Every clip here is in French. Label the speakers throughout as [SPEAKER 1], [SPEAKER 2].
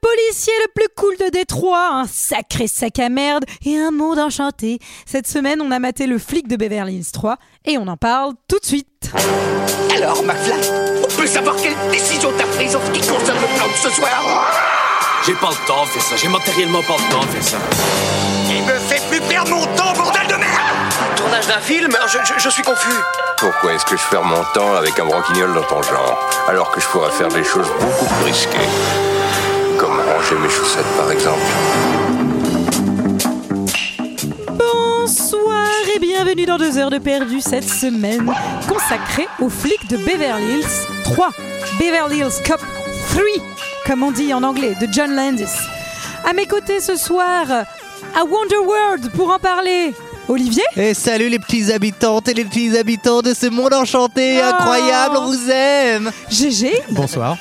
[SPEAKER 1] policier le plus cool de Détroit, un sacré sac à merde et un monde enchanté. Cette semaine, on a maté le flic de Beverly Hills 3 et on en parle tout de suite.
[SPEAKER 2] Alors, McFly, on peut savoir quelle décision t'as prise en ce qui concerne le plan de ce soir
[SPEAKER 3] J'ai pas le temps de faire ça, j'ai matériellement pas le temps de faire ça.
[SPEAKER 2] Il me fait plus perdre mon temps, bordel de merde
[SPEAKER 4] Tournage d'un film hein, je, je- je suis confus.
[SPEAKER 5] Pourquoi est-ce que je perds mon temps avec un branquignol dans ton genre Alors que je pourrais faire des choses beaucoup plus risquées. Comme ranger mes chaussettes par exemple.
[SPEAKER 1] Bonsoir et bienvenue dans 2 heures de perdu cette semaine consacrée aux flics de Beverly Hills 3. Beverly Hills Cop 3, comme on dit en anglais, de John Landis. À mes côtés ce soir, à Wonderworld pour en parler, Olivier.
[SPEAKER 6] Et Eh, salut les petits habitantes et les petits habitants de ce monde enchanté,
[SPEAKER 1] Oh.
[SPEAKER 6] incroyable, on vous aime
[SPEAKER 1] GG.
[SPEAKER 6] Bonsoir.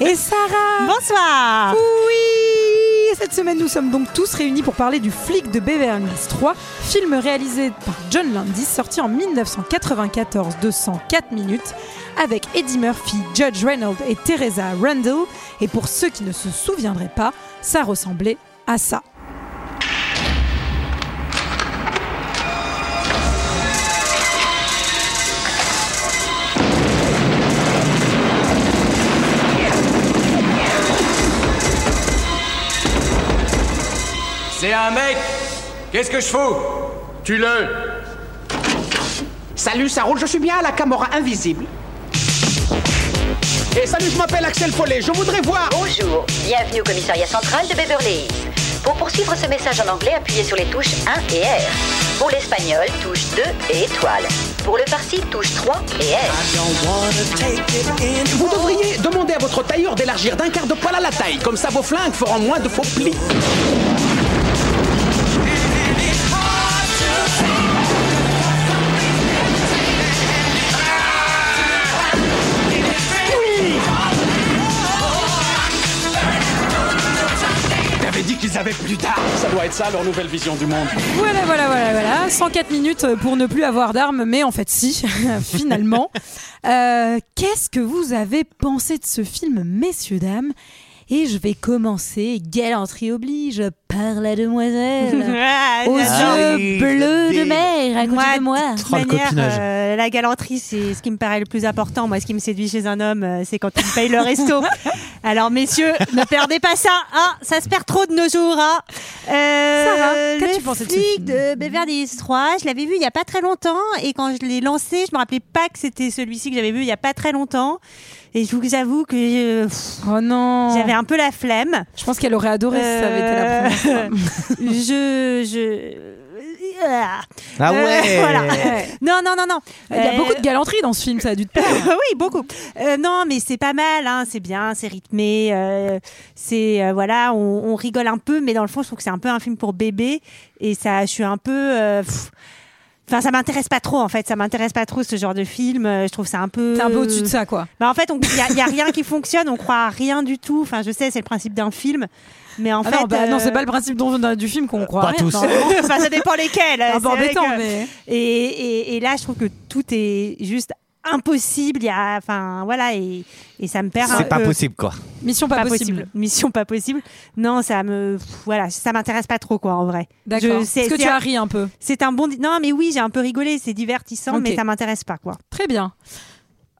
[SPEAKER 1] Et Sarah Bonsoir Oui Cette semaine, nous sommes donc tous réunis pour parler du Flic de Beverly Hills 3, film réalisé par John Landis, sorti en 1994 de 104 minutes, avec Eddie Murphy, Judge Reynolds et Teresa Randall. Et pour ceux qui ne se souviendraient pas, ça ressemblait à ça.
[SPEAKER 3] C'est un mec Qu'est-ce que je fous Tu le
[SPEAKER 2] Salut, ça roule, je suis bien à la Camorra invisible. Et salut, je m'appelle Axel Follet, je voudrais voir...
[SPEAKER 7] Bonjour, bienvenue au commissariat central de Beverly Hills. Pour poursuivre ce message en anglais, appuyez sur les touches 1 et R. Pour l'espagnol, touche 2 et étoile. Pour le farsi, touche 3 et R.
[SPEAKER 2] Vous devriez demander à votre tailleur d'élargir d'un quart de poil à la taille, comme ça vos flingues feront moins de faux plis.
[SPEAKER 3] T'avais dit qu'ils avaient plus tard Ça doit être ça leur nouvelle vision du monde.
[SPEAKER 1] Voilà, voilà, voilà, voilà. 104 minutes pour ne plus avoir d'armes, mais en fait, si, finalement. Euh, Qu'est-ce que vous avez pensé de ce film, messieurs, dames Et je vais commencer, galanterie oblige, par la demoiselle. aux
[SPEAKER 6] Ah
[SPEAKER 1] yeux
[SPEAKER 6] oui,
[SPEAKER 1] bleus de
[SPEAKER 6] David.
[SPEAKER 1] mer, à côté
[SPEAKER 8] Moi,
[SPEAKER 1] de moi.
[SPEAKER 8] de toute manière, euh, la galanterie, c'est ce qui me paraît le plus important. Moi, ce qui me séduit chez un homme, euh, c'est quand il me paye le resto. Alors, messieurs, ne perdez pas ça. hein. ça se perd trop de nos jours. hein. Euh,
[SPEAKER 1] Sarah, qu'as-tu
[SPEAKER 8] le
[SPEAKER 1] pensé de ce
[SPEAKER 8] flic
[SPEAKER 1] film
[SPEAKER 8] de Beverly Hills 3, je l'avais vu il y a pas très longtemps. Et quand je l'ai lancé, je me rappelais pas que c'était celui-ci que j'avais vu il y a pas très longtemps. Et je vous avoue que euh, pff,
[SPEAKER 1] Oh non
[SPEAKER 8] j'avais un peu la flemme.
[SPEAKER 1] Je pense qu'elle aurait adoré si ça avait été la première fois.
[SPEAKER 8] Euh, je... je... Ah.
[SPEAKER 6] Ah
[SPEAKER 8] Euh,
[SPEAKER 6] ouais
[SPEAKER 8] voilà. Non, non, non, non.
[SPEAKER 1] Il y a
[SPEAKER 8] Euh,
[SPEAKER 1] beaucoup de galanterie dans ce film, ça a dû te plaire.
[SPEAKER 8] oui, beaucoup. Euh, non, mais c'est pas mal, hein, c'est bien, c'est rythmé, euh, c'est euh, voilà, on, on rigole un peu, mais dans le fond, je trouve que c'est un peu un film pour bébé, et ça, je suis un peu. euh, pff, Enfin, ça m'intéresse pas trop, en fait. Ça m'intéresse pas trop ce genre de film. Euh, Je trouve ça un peu.
[SPEAKER 1] T'es un peu au-dessus de ça, quoi.
[SPEAKER 8] Bah, en fait, il y a, y a rien qui fonctionne. On croit à rien du tout. Enfin, je sais, c'est le principe d'un film, mais en
[SPEAKER 1] Ah
[SPEAKER 8] fait.
[SPEAKER 1] non, bah, non,
[SPEAKER 8] euh,
[SPEAKER 1] c'est pas le principe dont- d'un- du film qu'on croit. à
[SPEAKER 6] pas
[SPEAKER 1] rien,
[SPEAKER 6] tous.
[SPEAKER 1] normalement.
[SPEAKER 8] enfin, ça dépend lesquels.
[SPEAKER 1] C'est un
[SPEAKER 8] C'est
[SPEAKER 1] peu
[SPEAKER 8] vrai
[SPEAKER 1] embêtant,
[SPEAKER 8] que-
[SPEAKER 1] mais.
[SPEAKER 8] et, et- et là, je trouve que tout est juste impossible. Il y a, enfin, voilà, et, et ça me perd. un
[SPEAKER 6] C'est pas
[SPEAKER 8] peu.
[SPEAKER 6] possible quoi.
[SPEAKER 1] Mission pas, possible.
[SPEAKER 8] Mission pas possible. Non, ça me, pff, voilà, ça m'intéresse pas trop, quoi, en vrai.
[SPEAKER 1] D'accord.
[SPEAKER 8] Je- c'est-
[SPEAKER 1] Est-ce que
[SPEAKER 8] c'est
[SPEAKER 1] tu
[SPEAKER 8] un-
[SPEAKER 1] as ri un peu
[SPEAKER 8] C'est un bon. di- Non, mais oui, j'ai un peu rigolé. C'est divertissant,
[SPEAKER 1] Ok.
[SPEAKER 8] mais ça m'intéresse pas, quoi.
[SPEAKER 1] Très bien.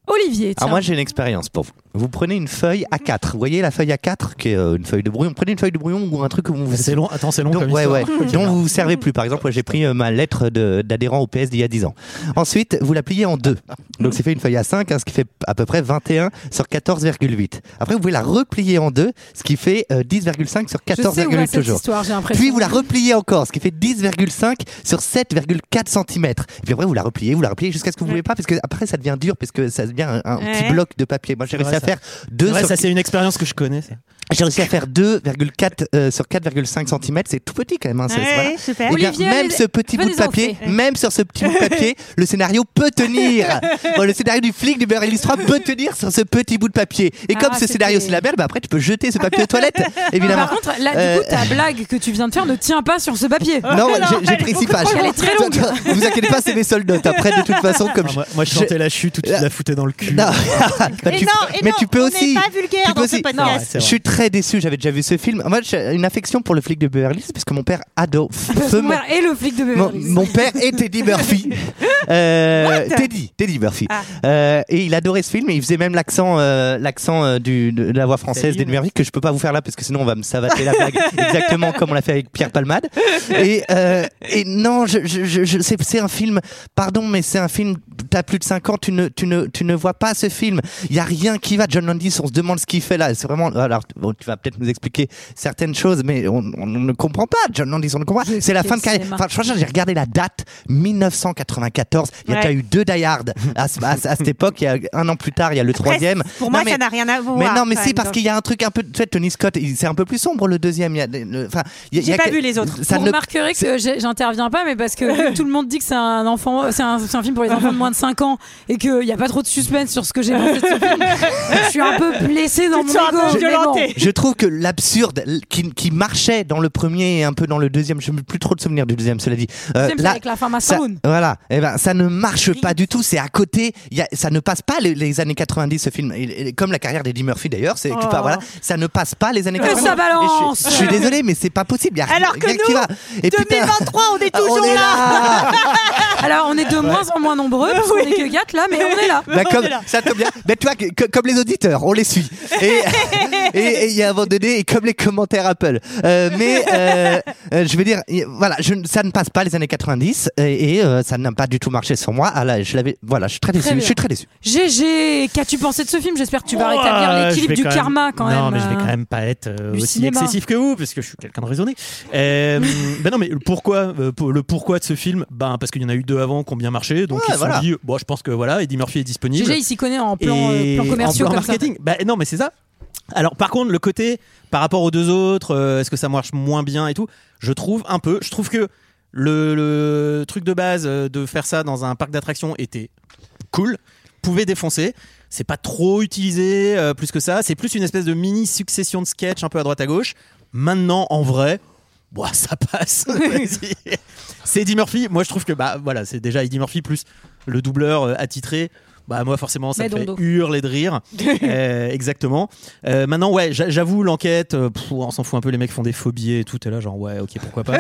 [SPEAKER 1] Olivier, tiens.
[SPEAKER 6] Alors Ah, moi j'ai une expérience pour vous. Vous prenez une feuille A4, vous voyez la feuille A4 qui est euh, une feuille de brouillon, prenez une feuille de brouillon ou un truc où vous...
[SPEAKER 9] C'est long, attends, c'est long
[SPEAKER 6] Donc,
[SPEAKER 9] comme
[SPEAKER 6] ouais,
[SPEAKER 9] histoire.
[SPEAKER 6] ouais, dont vous vous servez plus. Par exemple, moi, j'ai pris euh, ma lettre de- d'adhérent au PS d'il y a 10 ans. Ensuite, vous la pliez en deux. Donc, c'est fait une feuille à 5, ce qui fait à peu près 21 sur 14,8. Après, vous pouvez la replier en deux, ce qui fait euh, 10,5 sur
[SPEAKER 1] je sais où va
[SPEAKER 6] 14,8
[SPEAKER 1] cette
[SPEAKER 6] toujours.
[SPEAKER 1] histoire, j'ai l'impression.
[SPEAKER 6] Puis vous la repliez encore, ce qui fait 10,5 sur 7,4 cm. Et puis après, vous la repliez, vous la repliez jusqu'à ce que vous ne pouvez pas, parce que après, ça devient dur, parce que ça devient un, un petit
[SPEAKER 8] Ouais.
[SPEAKER 6] bloc de papier. Moi, j'ai
[SPEAKER 9] C'est
[SPEAKER 6] réussi à
[SPEAKER 9] vrai,
[SPEAKER 6] faire deux
[SPEAKER 9] Ouais,
[SPEAKER 6] sur
[SPEAKER 9] ça c'est une expérience que je connais. ça.
[SPEAKER 6] J'ai réussi à faire 2,4 euh, sur 4,5 cm. C'est tout petit quand même. hein, c'est-
[SPEAKER 8] Ouais,
[SPEAKER 6] voilà.
[SPEAKER 8] super.
[SPEAKER 6] Eh bien,
[SPEAKER 1] Olivier,
[SPEAKER 6] même
[SPEAKER 1] allez-
[SPEAKER 6] ce petit bout de
[SPEAKER 1] venez-en,
[SPEAKER 6] papier,
[SPEAKER 1] fais.
[SPEAKER 6] même sur ce petit bout de papier, le scénario peut tenir. Bon, le scénario du flic du Beverly Hills 3 peut tenir sur ce petit bout de papier. Et comme
[SPEAKER 1] Ah,
[SPEAKER 6] ce scénario
[SPEAKER 1] c'était-
[SPEAKER 6] c'est la belle, bah après tu peux jeter ce papier aux toilettes, évidemment.
[SPEAKER 1] Par contre, là,
[SPEAKER 6] Euh,
[SPEAKER 1] du coup, ta blague que tu viens de faire ne tient pas sur ce papier.
[SPEAKER 6] Non,
[SPEAKER 8] Non,
[SPEAKER 6] j'ai-
[SPEAKER 8] elle est
[SPEAKER 6] j'apprécie pas.
[SPEAKER 1] beaucoup trop Elle est très longue.
[SPEAKER 6] Vous inquiétez pas, c'est mes soldes notes. Après, de toute façon, comme
[SPEAKER 9] Ah,
[SPEAKER 6] je-
[SPEAKER 9] moi, moi, je
[SPEAKER 6] je-
[SPEAKER 9] chantais la chute, tout de suite la foutais dans le cul.
[SPEAKER 6] Non. Bah,
[SPEAKER 8] Et
[SPEAKER 6] tu-
[SPEAKER 8] non, et
[SPEAKER 6] mais
[SPEAKER 8] non,
[SPEAKER 6] tu peux
[SPEAKER 8] on
[SPEAKER 6] aussi.
[SPEAKER 8] n'est pas vulgaire
[SPEAKER 6] tu peux
[SPEAKER 8] dans ce
[SPEAKER 6] aussi-
[SPEAKER 8] podcast.
[SPEAKER 9] Non, ouais,
[SPEAKER 6] je
[SPEAKER 9] c'est vrai.
[SPEAKER 6] suis très déçu. J'avais déjà vu ce film. Moi, j'ai une affection pour le flic de Beverly Hills parce que mon père adore.
[SPEAKER 1] Parce que
[SPEAKER 6] feu-
[SPEAKER 1] mon père est le flic de
[SPEAKER 6] mon,
[SPEAKER 1] Beverly Hills.
[SPEAKER 6] mon père est Teddy Murphy. Euh, Teddy, Teddy Murphy. Euh, et il adorait ce film et il faisait même l'accent, euh, l'accent euh, du, de la voix française
[SPEAKER 9] Teddy
[SPEAKER 6] d'Eddie Murphy que je peux pas vous faire là parce que sinon on va me savater la blague exactement comme on l'a fait avec Pierre Palmade. Et, euh, et non, je, je, je, je- c'est, c'est un film. Pardon, mais c'est un film. T'as plus de 5 ans, tu ne, tu ne, tu ne vois pas ce film. Il y a rien qui va. John Landis, on se demande ce qu'il fait là. C'est vraiment. Alors, bon, tu vas peut-être nous expliquer certaines choses, mais on, on ne comprend pas. John Landis, on ne comprend pas.
[SPEAKER 1] J'ai
[SPEAKER 6] C'est la
[SPEAKER 1] expliqué
[SPEAKER 6] fin de
[SPEAKER 1] au
[SPEAKER 6] carrière.
[SPEAKER 1] cinéma.
[SPEAKER 6] Enfin, Ah, franchement, j'ai regardé la date 1994. Il y a
[SPEAKER 8] Ouais.
[SPEAKER 6] déjà eu deux Die Hard à, ce- à- à cette époque. Il y a un an plus tard, il y a le troisième.
[SPEAKER 8] Presque. Pour
[SPEAKER 6] Non,
[SPEAKER 8] moi,
[SPEAKER 6] mais-
[SPEAKER 8] ça n'a rien à voir.
[SPEAKER 6] mais non, mais
[SPEAKER 8] quand
[SPEAKER 6] c'est
[SPEAKER 8] même, hein.
[SPEAKER 6] parce
[SPEAKER 8] donc.
[SPEAKER 6] qu'il y a un truc un peu. Tu sais, Tony Scott, il- c'est un peu plus sombre le deuxième. Il y a, le- le- enfin, il y a- il y
[SPEAKER 8] J'ai
[SPEAKER 6] a
[SPEAKER 8] pas
[SPEAKER 6] que-
[SPEAKER 8] vu les autres.
[SPEAKER 6] Ça
[SPEAKER 1] Vous
[SPEAKER 6] ne
[SPEAKER 1] remarquerez que j'ai- j'interviens pas, mais parce que tout le monde dit que c'est un enfant, c'est un, c'est un film pour les enfants de moins de 5 ans et qu'il n'y a pas trop de suspense sur ce que j'ai pensé de ce film. Je suis un peu blessée dans
[SPEAKER 8] Tu
[SPEAKER 1] mon
[SPEAKER 8] te sens un peu
[SPEAKER 1] ego. mais
[SPEAKER 8] violentée.
[SPEAKER 6] Je trouve que l'absurde l- qui, qui marchait dans le premier et un peu dans le deuxième, je n'ai plus trop de souvenirs du deuxième, cela dit. Euh,
[SPEAKER 1] Deuxième, c'est
[SPEAKER 6] là,
[SPEAKER 1] avec la fin Master
[SPEAKER 6] ça,
[SPEAKER 1] Moon.
[SPEAKER 6] voilà, eh ben, ça ne marche pas du tout, c'est à côté, Il y a- ça ne passe pas les, les années 90 ce film, Et- et comme la carrière d'Eddie Murphy d'ailleurs, c'est
[SPEAKER 8] Oh.
[SPEAKER 6] pas- voilà, ça ne passe pas les années
[SPEAKER 1] Que
[SPEAKER 6] 90.
[SPEAKER 1] ça
[SPEAKER 6] Et je-
[SPEAKER 1] balance.
[SPEAKER 6] Je, suis désolé mais c'est pas possible, Il y a
[SPEAKER 8] Alors
[SPEAKER 6] rien
[SPEAKER 8] que
[SPEAKER 6] qui
[SPEAKER 8] nous,
[SPEAKER 6] va. Et putain, Ah,
[SPEAKER 8] 2023, on est
[SPEAKER 6] on
[SPEAKER 8] toujours
[SPEAKER 6] est là.
[SPEAKER 1] Alors, on est de moins en moins nombreux, parce qu'on est que 4 là, mais on est là.
[SPEAKER 6] Bah, comme,
[SPEAKER 8] est là.
[SPEAKER 6] ça tombe bien. Mais tu vois, que- que- comme les auditeurs, on les suit. Et et- et il y a un moment donné, et comme les commentaires Apple. Euh, mais euh, euh, je veux dire, y- voilà, je, ne- ça ne passe pas les années 90 et, et, euh, ça n'a pas du tout marché sur moi. Ah là, je l'avais. Voilà, je suis très déçu.
[SPEAKER 1] bien.
[SPEAKER 6] je suis très déçu.
[SPEAKER 1] GG, qu'as-tu pensé de ce film J'espère que tu vas rétablir
[SPEAKER 9] Ouah, Ah, je
[SPEAKER 1] l'équilibre
[SPEAKER 9] vais
[SPEAKER 1] du karma quand même.
[SPEAKER 9] Non, mais je vais
[SPEAKER 1] euh.
[SPEAKER 9] quand même pas être euh,
[SPEAKER 1] du
[SPEAKER 9] aussi
[SPEAKER 1] cinéma.
[SPEAKER 9] excessif que vous, parce que je suis quelqu'un de raisonné. Euh, ben non, mais le pourquoi, euh, pour- le pourquoi de ce film Ben parce qu'il y en a eu deux avant qui ont bien marché, donc
[SPEAKER 6] Ouais,
[SPEAKER 9] ils se
[SPEAKER 6] voilà.
[SPEAKER 9] sont dit, bon, je pense que voilà, Eddie Murphy est disponible.
[SPEAKER 1] GG, il s'y connaît en plan, euh,
[SPEAKER 9] Et
[SPEAKER 1] plan commerciaux
[SPEAKER 9] en plan
[SPEAKER 1] comme ça.
[SPEAKER 9] marketing. Bah, non, mais c'est ça. Alors par contre, le côté par rapport aux deux autres, euh, est-ce que ça marche moins bien et tout Je trouve un peu. Je trouve que le, le truc de base euh, de faire ça dans un parc d'attractions était cool, pouvait défoncer. C'est pas trop utilisé euh, plus que ça. C'est plus une espèce de mini succession de sketchs un peu à droite à gauche. Maintenant, en vrai, bah, ça passe. c'est Eddie Murphy. Moi, je trouve que bah voilà, c'est déjà Eddie Murphy plus le doubleur euh, attitré. Bah moi, forcément, ça
[SPEAKER 1] Mais
[SPEAKER 9] me fait
[SPEAKER 1] dondo.
[SPEAKER 9] hurler de rire. Euh, exactement. Euh, maintenant, ouais, j'a- j'avoue, l'enquête, euh, pff, on s'en fout un peu. Les mecs font des phobies et tout. Et là, genre, ouais, ok, pourquoi pas.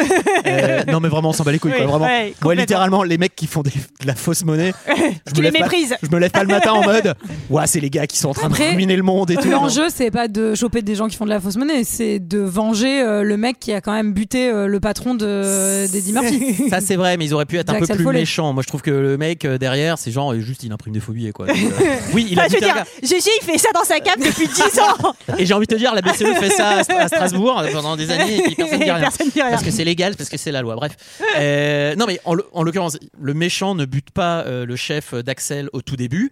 [SPEAKER 9] Euh, non, mais vraiment, on s'en bat les couilles, quoi,
[SPEAKER 8] Oui,
[SPEAKER 9] vraiment.
[SPEAKER 8] ouais,
[SPEAKER 9] Moi,
[SPEAKER 8] complètement.
[SPEAKER 9] littéralement, les mecs qui font des- de la fausse monnaie, je
[SPEAKER 8] Tu
[SPEAKER 9] me
[SPEAKER 8] les
[SPEAKER 9] lève pas-
[SPEAKER 8] méprises.
[SPEAKER 9] je me lève pas le matin en mode, ouais, c'est les gars qui sont en train
[SPEAKER 1] Après,
[SPEAKER 9] de ruiner le monde et tout.
[SPEAKER 1] L'enjeu, c'est pas de choper des gens qui font de la fausse monnaie, c'est de venger euh, le mec qui a quand même buté euh, le patron de euh, d'Eddie Murphy.
[SPEAKER 9] Ça c'est vrai, mais ils auraient pu être un peu
[SPEAKER 1] D'Axel
[SPEAKER 9] plus
[SPEAKER 1] Follet.
[SPEAKER 9] méchants. Moi je trouve que le mec euh, derrière, c'est genre euh, juste il imprime des phobies quoi. Donc, euh, oui, il a
[SPEAKER 1] Ah,
[SPEAKER 8] Enfin, Bah, je veux
[SPEAKER 9] buté un
[SPEAKER 8] dire,
[SPEAKER 9] gars.
[SPEAKER 8] GG, il fait ça dans sa cave depuis 10 ans.
[SPEAKER 9] Et j'ai envie de te dire, la BCE fait ça à Stra- à Strasbourg pendant des années et puis personne ne dit rien.
[SPEAKER 8] Personne dit rien.
[SPEAKER 9] Parce que c'est légal, parce que c'est la loi. Bref. Euh, non, mais en, l'oc- en l'occurrence, le méchant ne bute pas euh, le chef d'Axel au tout début.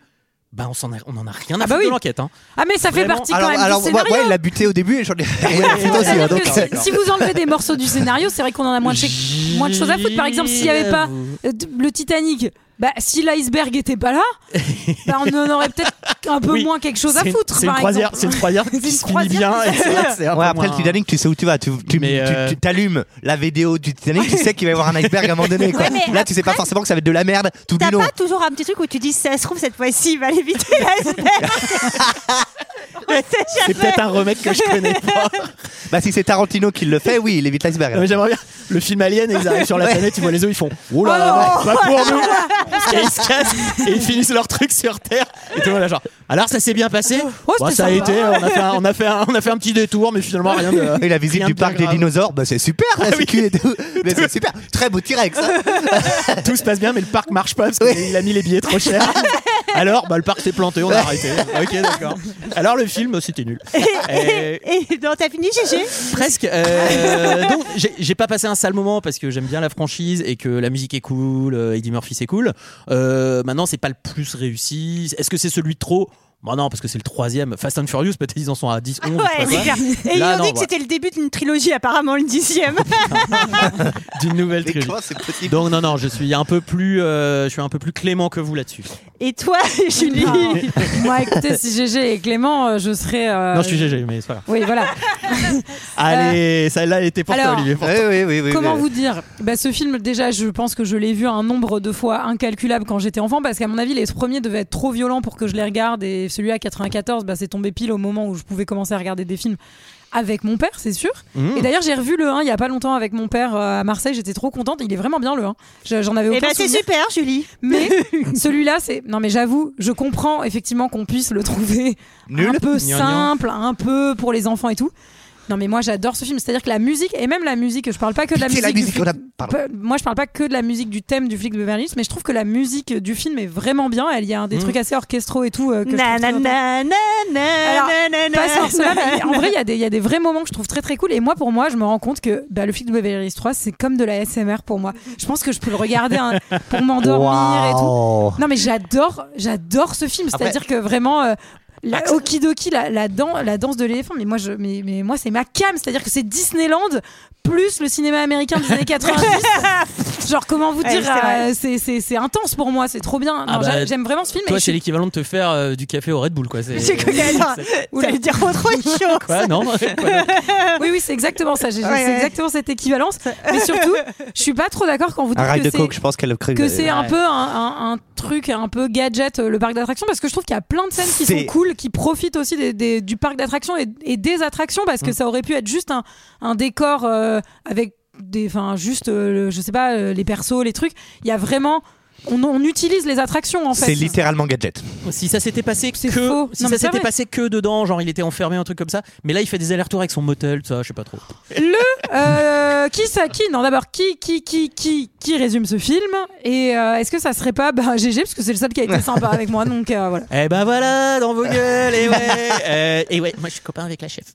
[SPEAKER 9] Bah, on, s'en a- on en a rien à
[SPEAKER 1] Ah bah
[SPEAKER 9] foutre
[SPEAKER 1] oui.
[SPEAKER 9] de l'enquête. Hein.
[SPEAKER 1] Ah mais ça fait
[SPEAKER 9] Vraiment.
[SPEAKER 1] partie quand même du
[SPEAKER 6] moi,
[SPEAKER 1] scénario.
[SPEAKER 6] il l'a buté au début et j'en ai.
[SPEAKER 9] ouais,
[SPEAKER 6] aussi, hein,
[SPEAKER 1] C'est-à-dire
[SPEAKER 6] donc,
[SPEAKER 1] que si- si vous enlevez des morceaux du scénario, c'est vrai qu'on en a moins de, chez- moins de choses à foutre. Par exemple, s'il n'y avait pas
[SPEAKER 9] J'avoue.
[SPEAKER 1] euh, d- le Titanic, bah, si l'iceberg était pas là, bah, on en aurait peut-être un peu
[SPEAKER 9] Oui,
[SPEAKER 1] moins quelque chose à
[SPEAKER 9] C'est une-
[SPEAKER 1] foutre.
[SPEAKER 9] C'est une
[SPEAKER 1] par
[SPEAKER 9] croisière, c'est une
[SPEAKER 1] exemple.
[SPEAKER 9] croisière
[SPEAKER 1] C'est
[SPEAKER 9] qui
[SPEAKER 1] une
[SPEAKER 9] se finit bien. et c'est vrai que c'est un peu
[SPEAKER 6] Ouais, après le
[SPEAKER 9] moins-
[SPEAKER 6] Titanic, tu sais où tu vas. Tu tu-
[SPEAKER 9] Mais,
[SPEAKER 6] tu-
[SPEAKER 9] euh,
[SPEAKER 6] tu- t'allumes la vidéo du Titanic, tu sais qu'il va y avoir un iceberg à un moment donné. quoi.
[SPEAKER 8] Ouais, mais
[SPEAKER 6] Là, tu sais pas
[SPEAKER 8] après-
[SPEAKER 6] forcément que ça va être de la merde tout
[SPEAKER 8] T'as
[SPEAKER 6] du long.
[SPEAKER 8] pas toujours un petit truc où tu dis, si ça se trouve, cette fois-ci, il va l'éviter l'iceberg. On sait
[SPEAKER 9] C'est
[SPEAKER 8] jamais.
[SPEAKER 9] peut-être un remake que je connais pas.
[SPEAKER 6] Bah, si c'est Tarantino qui le fait, oui, il évite l'iceberg.
[SPEAKER 9] Non, mais j'aimerais bien le film Alien et ils arrivent sur la planète, ils voient les œufs, ils font Oh là,
[SPEAKER 8] Oh
[SPEAKER 9] pas pour nous Et ils se cassent et ils finissent leur truc sur Terre. Et tout le monde est là, genre Alors ça s'est bien passé
[SPEAKER 1] Oh,
[SPEAKER 9] Bah,
[SPEAKER 1] c'était
[SPEAKER 9] Ça a
[SPEAKER 1] sympa.
[SPEAKER 9] été, on a, fait un, on, a fait un, on a fait un petit détour, mais finalement rien de.
[SPEAKER 6] Et la visite
[SPEAKER 9] rien
[SPEAKER 6] du
[SPEAKER 9] de
[SPEAKER 6] parc des
[SPEAKER 9] bien grave. Ah
[SPEAKER 6] dinosaures, bah c'est super, la
[SPEAKER 9] oui.
[SPEAKER 6] sécu et tout. Mais c'est super. Très beau T-Rex. hein.
[SPEAKER 9] Tout se passe bien, mais le parc marche pas parce qu'il a mis les billets trop chers. Alors, bah, le parc s'est planté, on a arrêté. Ok, d'accord. Alors le film, c'était nul. Euh,
[SPEAKER 8] Et non, t'as fini, GG
[SPEAKER 9] Presque. euh, donc, j'ai- j'ai pas passé un sale moment parce que j'aime bien la franchise et que la musique est cool, euh, Eddie Murphy c'est cool. Euh, maintenant, c'est pas le plus réussi. Est-ce que c'est celui de trop Bon, non, parce que c'est le troisième. Fast and Furious, peut-être ils en sont à 10, 11. je sais
[SPEAKER 8] Ah Ouais,
[SPEAKER 9] pas
[SPEAKER 8] c'est
[SPEAKER 9] quoi.
[SPEAKER 8] clair. Et
[SPEAKER 9] Là,
[SPEAKER 8] ils ont
[SPEAKER 9] non,
[SPEAKER 8] dit que
[SPEAKER 9] bah.
[SPEAKER 8] c'était le début d'une trilogie, apparemment, le dixième.
[SPEAKER 9] D'une nouvelle trilogie.
[SPEAKER 6] c'est possible
[SPEAKER 9] Donc non non, je suis un peu plus, euh, je suis un peu plus clément que vous là-dessus.
[SPEAKER 8] Et toi, Julie
[SPEAKER 1] Non. Moi, écoutez, si GG et Clément, euh, je serais. euh,
[SPEAKER 9] Non, je suis GG, mais c'est pas grave.
[SPEAKER 1] Oui, voilà.
[SPEAKER 8] euh,
[SPEAKER 9] Allez, celle-là elle était pour toi,
[SPEAKER 1] alors,
[SPEAKER 9] Olivier. pour
[SPEAKER 6] Oui,
[SPEAKER 9] toi.
[SPEAKER 6] oui, oui, oui,
[SPEAKER 1] Comment
[SPEAKER 6] oui.
[SPEAKER 1] vous dire bah, Ce film, déjà, je pense que je l'ai vu un nombre de fois incalculable quand j'étais enfant, parce qu'à mon avis, les premiers devaient être trop violents pour que je les regarde, et celui à 94, bah, c'est tombé pile au moment où je pouvais commencer à regarder des films avec mon père, c'est sûr.
[SPEAKER 8] Hmm.
[SPEAKER 9] Mmh.
[SPEAKER 1] Et d'ailleurs, j'ai revu le 1 il y a pas longtemps avec mon père euh, à Marseille, j'étais trop contente, il est vraiment bien le 1. Je- J'en avais aucun
[SPEAKER 8] Eh ben, c'est
[SPEAKER 1] souvenir.
[SPEAKER 8] super, Julie.
[SPEAKER 1] Mais celui-là, c'est. Non, mais j'avoue, je comprends effectivement qu'on puisse le trouver
[SPEAKER 6] Nul
[SPEAKER 1] un peu
[SPEAKER 9] Gnangnan.
[SPEAKER 1] simple, un peu pour les enfants et tout. Non, mais moi j'adore ce film. C'est-à-dire que la musique, et même la musique, je parle pas que de la
[SPEAKER 6] C'est
[SPEAKER 1] musique.
[SPEAKER 6] la
[SPEAKER 1] du
[SPEAKER 6] musique.
[SPEAKER 1] flic-
[SPEAKER 6] on a- pardon.
[SPEAKER 1] peu- Moi, je parle pas que de la musique du thème du flic de Beverly Hills, mais je trouve que la musique du film est vraiment bien. Elle y a un
[SPEAKER 6] Mm.
[SPEAKER 1] des
[SPEAKER 9] Mhm.
[SPEAKER 1] trucs assez orchestraux et tout. euh, que je trouve
[SPEAKER 8] Na,
[SPEAKER 1] très
[SPEAKER 8] na, na, na, na,
[SPEAKER 1] Alors,
[SPEAKER 8] na, na, na,
[SPEAKER 1] pas ce morceau-là,
[SPEAKER 8] na,
[SPEAKER 1] mais en vrai, il y, a des- il y a des vrais moments que je trouve très très cool. Et moi, pour moi, je me rends compte que bah, le flic de Beverly Hills 3, c'est comme de la SMR pour moi. Je pense que je peux le regarder hein, pour m'endormir et tout.
[SPEAKER 6] Waouh.
[SPEAKER 1] Non mais j'adore, j'adore ce film.
[SPEAKER 6] Après-
[SPEAKER 1] C'est-à-dire que vraiment. euh, la Okidoki, la, la, dan- la danse de l'éléphant, mais moi, je, mais, mais moi c'est ma cam, c'est-à-dire que c'est Disneyland plus le cinéma américain des années 90. Genre, comment vous
[SPEAKER 8] Ouais,
[SPEAKER 1] dire,
[SPEAKER 8] c'est vrai.
[SPEAKER 1] euh, c'est c'est- c'est intense pour moi, c'est trop bien.
[SPEAKER 9] Ah
[SPEAKER 1] Non,
[SPEAKER 9] bah,
[SPEAKER 1] j'a- J'aime vraiment ce film.
[SPEAKER 9] Toi,
[SPEAKER 1] et je
[SPEAKER 9] c'est
[SPEAKER 1] suis-
[SPEAKER 9] l'équivalent de te faire euh, du café au Red Bull, quoi. C'est
[SPEAKER 8] J'ai cru qu'elle
[SPEAKER 1] Oula.
[SPEAKER 8] allait dire autre chose.
[SPEAKER 9] quoi, non Quoi, non
[SPEAKER 1] oui, oui, c'est exactement ça, j'ai-
[SPEAKER 8] Ouais,
[SPEAKER 1] c'est
[SPEAKER 8] ouais.
[SPEAKER 1] exactement cette équivalence. Mais surtout, je suis pas trop d'accord quand vous
[SPEAKER 6] Un
[SPEAKER 1] dites
[SPEAKER 6] rail
[SPEAKER 1] que
[SPEAKER 6] de
[SPEAKER 1] c'est-
[SPEAKER 6] coke, je pense qu'elle a cru
[SPEAKER 1] que c'est un
[SPEAKER 9] Ouais.
[SPEAKER 1] peu un, un- un truc un peu gadget euh, le parc d'attractions parce que je trouve qu'il y a plein de scènes qui
[SPEAKER 6] C'est-
[SPEAKER 1] sont cool qui profitent aussi des- des- du parc d'attractions et, et des attractions parce que
[SPEAKER 9] Mm.
[SPEAKER 1] ça aurait pu être juste un, un décor euh, avec des enfin juste euh, je sais pas euh, les persos les trucs il y a vraiment on, on utilise les attractions en fait
[SPEAKER 6] C'est littéralement gadget.
[SPEAKER 9] Si ça s'était passé que,
[SPEAKER 1] C'est faux.
[SPEAKER 9] si
[SPEAKER 1] Non, mais
[SPEAKER 9] ça
[SPEAKER 1] c'est
[SPEAKER 9] s'était
[SPEAKER 1] vrai.
[SPEAKER 9] passé que dedans, genre il était enfermé un truc comme ça. Mais là, il fait des allers-retours avec son motel, tout ça, je sais pas trop.
[SPEAKER 1] le euh, qui ça qui non d'abord qui qui qui qui qui résume ce film et euh, est-ce que ça serait pas bah, GG parce que c'est le seul qui a été sympa avec moi donc euh, voilà
[SPEAKER 9] Eh ben voilà, dans vos gueules, et ouais, euh, et ouais, moi je suis copain avec la chef.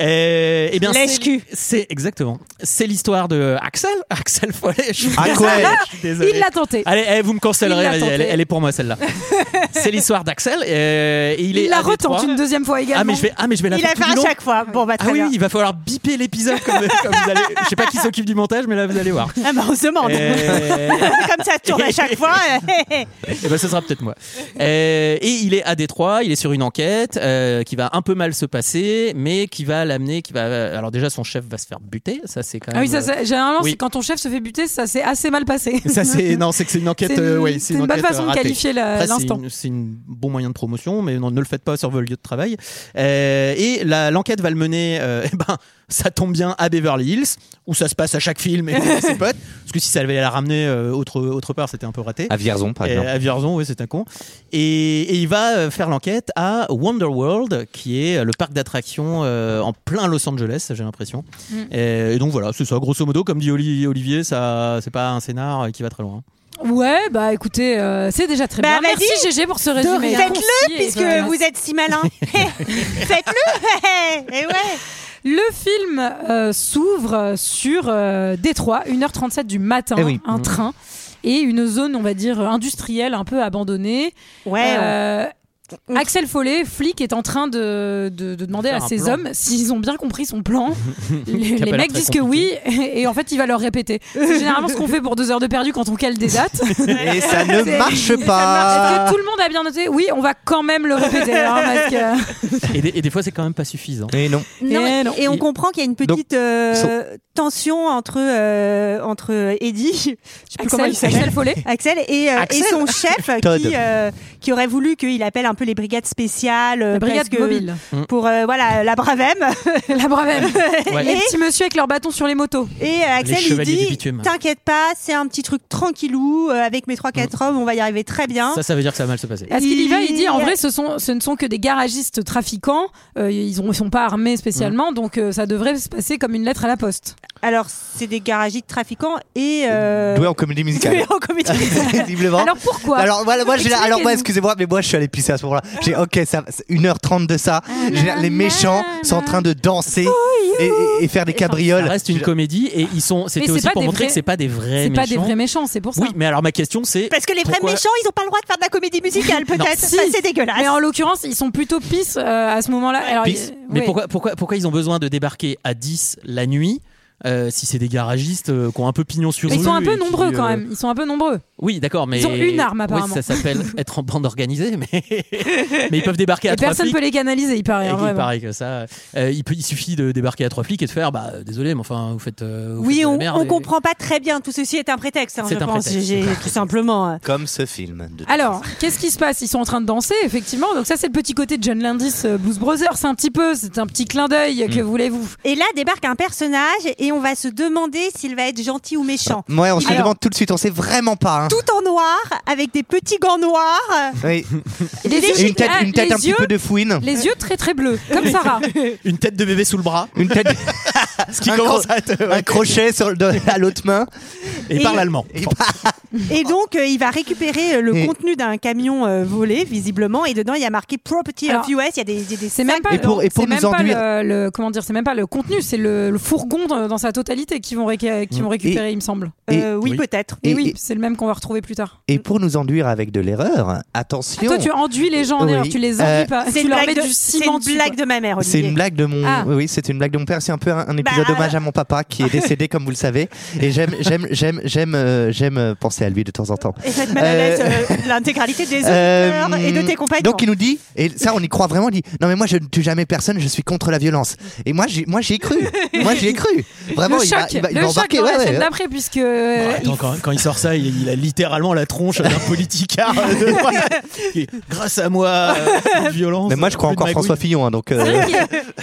[SPEAKER 9] Euh, Eh bien, c'est-
[SPEAKER 8] Lèche-cul.
[SPEAKER 9] c'est exactement. C'est l'histoire de Axel, Axel Follet. Je suis
[SPEAKER 6] Ah,
[SPEAKER 9] désolé,
[SPEAKER 6] ouais.
[SPEAKER 9] je suis désolé.
[SPEAKER 1] il l'a tenté
[SPEAKER 9] Allez, eh, vous me cancellerez,
[SPEAKER 1] Il l'a
[SPEAKER 9] vas-y,
[SPEAKER 1] tenté.
[SPEAKER 9] elle, est- elle est pour moi celle-là. c'est l'histoire d'Axel. euh, et il est
[SPEAKER 1] il la
[SPEAKER 9] un des
[SPEAKER 1] retente
[SPEAKER 9] trois.
[SPEAKER 1] une deuxième fois également
[SPEAKER 9] Ah mais je vais, ah mais je vais la
[SPEAKER 8] Il
[SPEAKER 9] faire
[SPEAKER 8] a
[SPEAKER 9] tout du
[SPEAKER 8] fait à
[SPEAKER 9] long.
[SPEAKER 8] chaque fois. Bon, bah,
[SPEAKER 9] Ah
[SPEAKER 8] très
[SPEAKER 9] oui,
[SPEAKER 8] bien.
[SPEAKER 9] oui, il va falloir biper l'épisode comme, comme vous allez. Je sais pas qui s'occupe du montage, mais là vous allez voir.
[SPEAKER 8] Ah bah, on se demande.
[SPEAKER 9] Euh,
[SPEAKER 8] Comme ça tourne à chaque fois.
[SPEAKER 9] Eh ben, ce sera peut-être moi. Euh, et il est à Détroit, il est sur une enquête euh, qui va un peu mal se passer, mais qui va l'amener, qui va. Alors déjà, son chef va se faire buter. Ça, c'est quand même.
[SPEAKER 1] Ah oui, ça, ça- généralement,
[SPEAKER 9] Euh, oui.
[SPEAKER 1] c'est quand ton chef se fait buter, ça s'est assez mal passé.
[SPEAKER 9] Ça, c'est non, c'est que c'est une enquête.
[SPEAKER 1] C'est une,
[SPEAKER 9] euh, ouais, c'est
[SPEAKER 1] c'est une bonne
[SPEAKER 9] enquête,
[SPEAKER 1] façon
[SPEAKER 9] euh, ratée.
[SPEAKER 1] de qualifier la-
[SPEAKER 9] Après, c'est
[SPEAKER 1] l'instant.
[SPEAKER 9] une- C'est un bon moyen de promotion, mais non, ne le faites pas sur vos lieux de travail. Euh, et la- l'enquête va le mener, euh, eh ben, ça tombe bien à Beverly Hills, où ça se passe à chaque film et ses potes. Parce que si ça avait à la ramener euh, autre, autre part, c'était un peu raté.
[SPEAKER 6] À Vierzon, par
[SPEAKER 9] Et
[SPEAKER 6] exemple.
[SPEAKER 9] à Vierzon, oui, c'est un con. Et, et il va euh, faire l'enquête à Wonderworld, qui est euh, le parc d'attractions euh, en plein Los Angeles, j'ai l'impression.
[SPEAKER 1] Mm.
[SPEAKER 9] Et, et donc voilà, c'est ça, grosso modo, comme dit Oli- Olivier, ça, c'est pas un scénar euh, qui va très loin.
[SPEAKER 1] Ouais, bah écoutez, euh, c'est déjà très
[SPEAKER 8] Bah,
[SPEAKER 1] bien.
[SPEAKER 8] vas-y.
[SPEAKER 1] Merci GG pour ce résumé.
[SPEAKER 8] rien.
[SPEAKER 1] concis et
[SPEAKER 8] Puisque
[SPEAKER 1] efficace.
[SPEAKER 8] vous êtes si malin. Faites-le. Et ouais.
[SPEAKER 1] Le film euh, s'ouvre sur euh, Détroit, 1h37 du matin,
[SPEAKER 6] Eh oui.
[SPEAKER 9] Mm.
[SPEAKER 1] un train et une zone, on va dire, industrielle un peu abandonnée.
[SPEAKER 8] Ouais.
[SPEAKER 1] Euh, Axel Follet, flic, est en train de, de- de demander
[SPEAKER 9] Faire
[SPEAKER 1] à
[SPEAKER 9] un
[SPEAKER 1] ses
[SPEAKER 9] plan.
[SPEAKER 1] hommes s'ils ont bien compris son plan. les
[SPEAKER 9] Qui
[SPEAKER 1] les
[SPEAKER 9] a pas l'air
[SPEAKER 1] mecs
[SPEAKER 9] très
[SPEAKER 1] disent que oui, et, et en fait, il va leur répéter. C'est généralement ce qu'on fait pour deux heures de perdu quand on cale des dates.
[SPEAKER 6] Et ça ne
[SPEAKER 1] C'est-
[SPEAKER 6] marche
[SPEAKER 1] Est-ce que
[SPEAKER 6] pas.
[SPEAKER 1] tout le monde a bien noté Oui, on va quand même le répéter. hein, parce que-
[SPEAKER 9] Et des, et des fois, c'est quand même pas suffisant.
[SPEAKER 6] Et non.
[SPEAKER 8] Non,
[SPEAKER 1] Eh
[SPEAKER 8] et,
[SPEAKER 1] non.
[SPEAKER 8] et on
[SPEAKER 9] Il-
[SPEAKER 8] comprend qu'il y a une petite euh, tension entre, euh, entre Eddie, je sais plus comment
[SPEAKER 1] Axel,
[SPEAKER 8] il s'appelle,
[SPEAKER 1] Axel Follet.
[SPEAKER 8] Axel et, euh,
[SPEAKER 9] Axel.
[SPEAKER 8] et son chef
[SPEAKER 6] Todd.
[SPEAKER 8] qui, euh, qui aurait voulu qu'il appelle un peu les brigades spéciales, euh,
[SPEAKER 1] La brigade
[SPEAKER 8] presque
[SPEAKER 1] mobile.
[SPEAKER 8] pour euh, voilà la Bravem.
[SPEAKER 1] La bravème.
[SPEAKER 9] Ouais.
[SPEAKER 1] Les petits monsieur avec leurs bâtons sur les motos.
[SPEAKER 8] Et euh, Axel il
[SPEAKER 9] chevaliers du
[SPEAKER 8] dit
[SPEAKER 9] bitume.
[SPEAKER 8] t'inquiète pas, c'est un petit truc tranquillou euh, avec mes 3 4
[SPEAKER 9] Mm.
[SPEAKER 8] hommes, on va y arriver très
[SPEAKER 1] Hein
[SPEAKER 8] bien.
[SPEAKER 9] Ça, ça veut dire que ça va mal se passer.
[SPEAKER 1] Parce qu'il y va, il dit en
[SPEAKER 8] Il-
[SPEAKER 1] vrai, ce, sont, ce ne sont que des garagistes trafiquants. euh, ils ne sont pas armés
[SPEAKER 9] Mmh.
[SPEAKER 1] spécialement, donc euh, ça devrait se passer comme une lettre à la poste.
[SPEAKER 8] Alors c'est des garagistes trafiquants et euh,
[SPEAKER 6] Doué en comédie musicale.
[SPEAKER 8] doués en comédie.
[SPEAKER 6] Visiblement.
[SPEAKER 1] Alors pourquoi
[SPEAKER 6] Alors, voilà, moi, j'ai la- alors moi,
[SPEAKER 1] Expliquez-nous.
[SPEAKER 6] excusez-moi, mais moi, je suis allé pisser à ce moment-là. J'ai, ok, ça, c'est 1h30 de ça. J'ai- les méchants sont en train de danser et, et- et faire des
[SPEAKER 9] Ça
[SPEAKER 6] cabrioles.
[SPEAKER 9] reste une comédie et ils sont. C'était
[SPEAKER 1] c'est
[SPEAKER 9] aussi
[SPEAKER 1] pas
[SPEAKER 9] pour
[SPEAKER 1] des
[SPEAKER 9] montrer
[SPEAKER 1] vrais-
[SPEAKER 9] que c'est pas des vrais
[SPEAKER 1] C'est
[SPEAKER 9] méchants.
[SPEAKER 1] pas des vrais méchants, c'est pour ça.
[SPEAKER 9] Oui, mais alors ma question c'est.
[SPEAKER 8] Parce que les vrais
[SPEAKER 9] pourquoi-
[SPEAKER 8] méchants, ils n'ont pas le droit de faire de la comédie musicale, peut-être.
[SPEAKER 9] si.
[SPEAKER 8] Ça, c'est dégueulasse.
[SPEAKER 1] Mais en l'occurrence, ils sont plutôt pisse euh, à ce moment-là. Alors,
[SPEAKER 9] Peace.
[SPEAKER 1] il-
[SPEAKER 9] Mais
[SPEAKER 1] oui.
[SPEAKER 9] pourquoi, pourquoi, pourquoi ils ont besoin de débarquer à 10 la nuit euh, si c'est des garagistes euh, qui ont un peu pignon sur
[SPEAKER 1] Mais Ils
[SPEAKER 9] rue
[SPEAKER 1] sont un
[SPEAKER 9] et
[SPEAKER 1] peu
[SPEAKER 9] qui,
[SPEAKER 1] nombreux quand
[SPEAKER 9] euh,
[SPEAKER 1] même. Ils sont un peu nombreux.
[SPEAKER 9] Oui, d'accord, mais
[SPEAKER 1] Ils ont une arme,
[SPEAKER 9] Oui,
[SPEAKER 1] apparemment.
[SPEAKER 9] ça s'appelle être en bande organisée, mais mais ils peuvent débarquer à
[SPEAKER 1] Et
[SPEAKER 9] trois
[SPEAKER 1] personne
[SPEAKER 9] flics.
[SPEAKER 1] peut les canaliser, il paraît.
[SPEAKER 9] Et
[SPEAKER 1] hein,
[SPEAKER 9] il
[SPEAKER 1] vraiment.
[SPEAKER 9] paraît que ça, euh, il, peut- il suffit de débarquer à trois flics et de faire, bah désolé, mais enfin vous faites. euh, vous faites
[SPEAKER 8] Oui,
[SPEAKER 9] de la
[SPEAKER 8] on,
[SPEAKER 9] merde
[SPEAKER 8] on
[SPEAKER 9] et-
[SPEAKER 8] comprend pas très bien. Tout ceci est un prétexte, hein,
[SPEAKER 9] C'est
[SPEAKER 8] je
[SPEAKER 9] un
[SPEAKER 8] pense.
[SPEAKER 9] prétexte.
[SPEAKER 8] J'ai- tout simplement. euh.
[SPEAKER 6] Comme ce film. de-
[SPEAKER 1] Alors, qu'est-ce qui se passe Ils sont en train de danser, effectivement. Donc ça, c'est le petit côté de John Landis, euh, Blues Brothers, un petit peu. C'est un petit clin d'œil,
[SPEAKER 6] Mm.
[SPEAKER 1] que voulez-vous
[SPEAKER 8] Et là débarque un personnage et on va se demander s'il va être gentil ou méchant.
[SPEAKER 6] Ouais, on se le
[SPEAKER 1] Alors-
[SPEAKER 6] demande tout de suite, on sait vraiment pas. hein.
[SPEAKER 8] Tout en noir, avec des petits gants noirs.
[SPEAKER 6] Oui.
[SPEAKER 1] Les
[SPEAKER 8] Et
[SPEAKER 1] yeux-
[SPEAKER 6] Une tête,
[SPEAKER 1] ah,
[SPEAKER 6] une tête
[SPEAKER 1] les
[SPEAKER 6] un petit
[SPEAKER 1] yeux-
[SPEAKER 6] peu de fouine.
[SPEAKER 1] Les yeux très très bleus, comme Sarah.
[SPEAKER 9] Une tête de bébé sous le bras,
[SPEAKER 6] Une tête,
[SPEAKER 9] ce qui
[SPEAKER 6] Un
[SPEAKER 9] commence
[SPEAKER 6] gros-
[SPEAKER 9] à être
[SPEAKER 6] un crochet sur le, dos- à l'autre main.
[SPEAKER 9] et,
[SPEAKER 8] Et-
[SPEAKER 9] parle allemand.
[SPEAKER 1] euh,
[SPEAKER 8] Et donc, euh, il va récupérer euh, le
[SPEAKER 6] Et-
[SPEAKER 8] contenu d'un camion euh, volé, visiblement. Et dedans, il y a marqué Property
[SPEAKER 1] Alors,
[SPEAKER 8] of US. Il y a des, des, des
[SPEAKER 1] C'est même pas,
[SPEAKER 6] Et pour- et pour
[SPEAKER 1] c'est
[SPEAKER 6] nous
[SPEAKER 1] même pas
[SPEAKER 6] enduire-
[SPEAKER 1] le, le- comment dire, c'est même pas le contenu, c'est le, le fourgon dans dans sa totalité qu'ils vont, réca- qu'ils vont récupérer, il me semble.
[SPEAKER 6] Mm. Et-
[SPEAKER 8] Euh, oui,
[SPEAKER 9] oui.
[SPEAKER 8] peut-être.
[SPEAKER 1] Et,
[SPEAKER 6] Et-
[SPEAKER 1] oui,
[SPEAKER 6] et-
[SPEAKER 1] c'est le même qu'on va retrouver plus tard.
[SPEAKER 6] Et pour nous enduire avec de l'erreur, attention.
[SPEAKER 1] Ah, toi, tu enduis les gens en
[SPEAKER 6] Oui.
[SPEAKER 1] erreur, tu les enduis
[SPEAKER 6] Euh,
[SPEAKER 1] pas.
[SPEAKER 8] C'est
[SPEAKER 1] Tu
[SPEAKER 8] une,
[SPEAKER 1] leur
[SPEAKER 8] blague
[SPEAKER 1] mets
[SPEAKER 8] de,
[SPEAKER 1] du
[SPEAKER 8] c'est
[SPEAKER 1] ciment
[SPEAKER 8] une
[SPEAKER 1] dessus,
[SPEAKER 8] blague de ma mère,
[SPEAKER 6] C'est
[SPEAKER 8] Olivier.
[SPEAKER 6] une blague de mon,
[SPEAKER 1] Ah.
[SPEAKER 6] oui, oui, c'est une blague de mon père. C'est un peu un, un épisode
[SPEAKER 8] Bah,
[SPEAKER 6] hommage à mon papa qui est décédé comme vous le savez. Et j'aime, j'aime, j'aime, j'aime, euh, j'aime euh, penser à lui de temps en temps.
[SPEAKER 8] Et faites mal à l'aise
[SPEAKER 6] Euh,
[SPEAKER 8] euh, l'intégralité des
[SPEAKER 6] Euh,
[SPEAKER 8] auteurs et de tes compagnons.
[SPEAKER 6] Donc il nous dit, et ça on y croit vraiment, il dit non mais moi je ne tue jamais personne, je suis contre la violence. Et moi j'ai, moi j'y ai cru, moi j'y ai cru. Vraiment,
[SPEAKER 1] le
[SPEAKER 6] Ah il, va-
[SPEAKER 1] choc,
[SPEAKER 6] il va, il
[SPEAKER 1] le
[SPEAKER 6] va
[SPEAKER 1] choc
[SPEAKER 6] embarquer.
[SPEAKER 1] dans
[SPEAKER 6] ouais,
[SPEAKER 1] la
[SPEAKER 6] ouais, bah,
[SPEAKER 1] scène
[SPEAKER 6] ouais.
[SPEAKER 1] d'après, puisque euh,
[SPEAKER 9] Ah, Attends, quand, quand il sort ça, il, il a littéralement la tronche d'un politicard. de droite. Et Grâce à moi, euh, violence.
[SPEAKER 6] Mais moi je crois
[SPEAKER 9] plus de
[SPEAKER 6] encore
[SPEAKER 9] magouille.
[SPEAKER 6] François Fillon, hein, donc. euh,
[SPEAKER 1] c'est vrai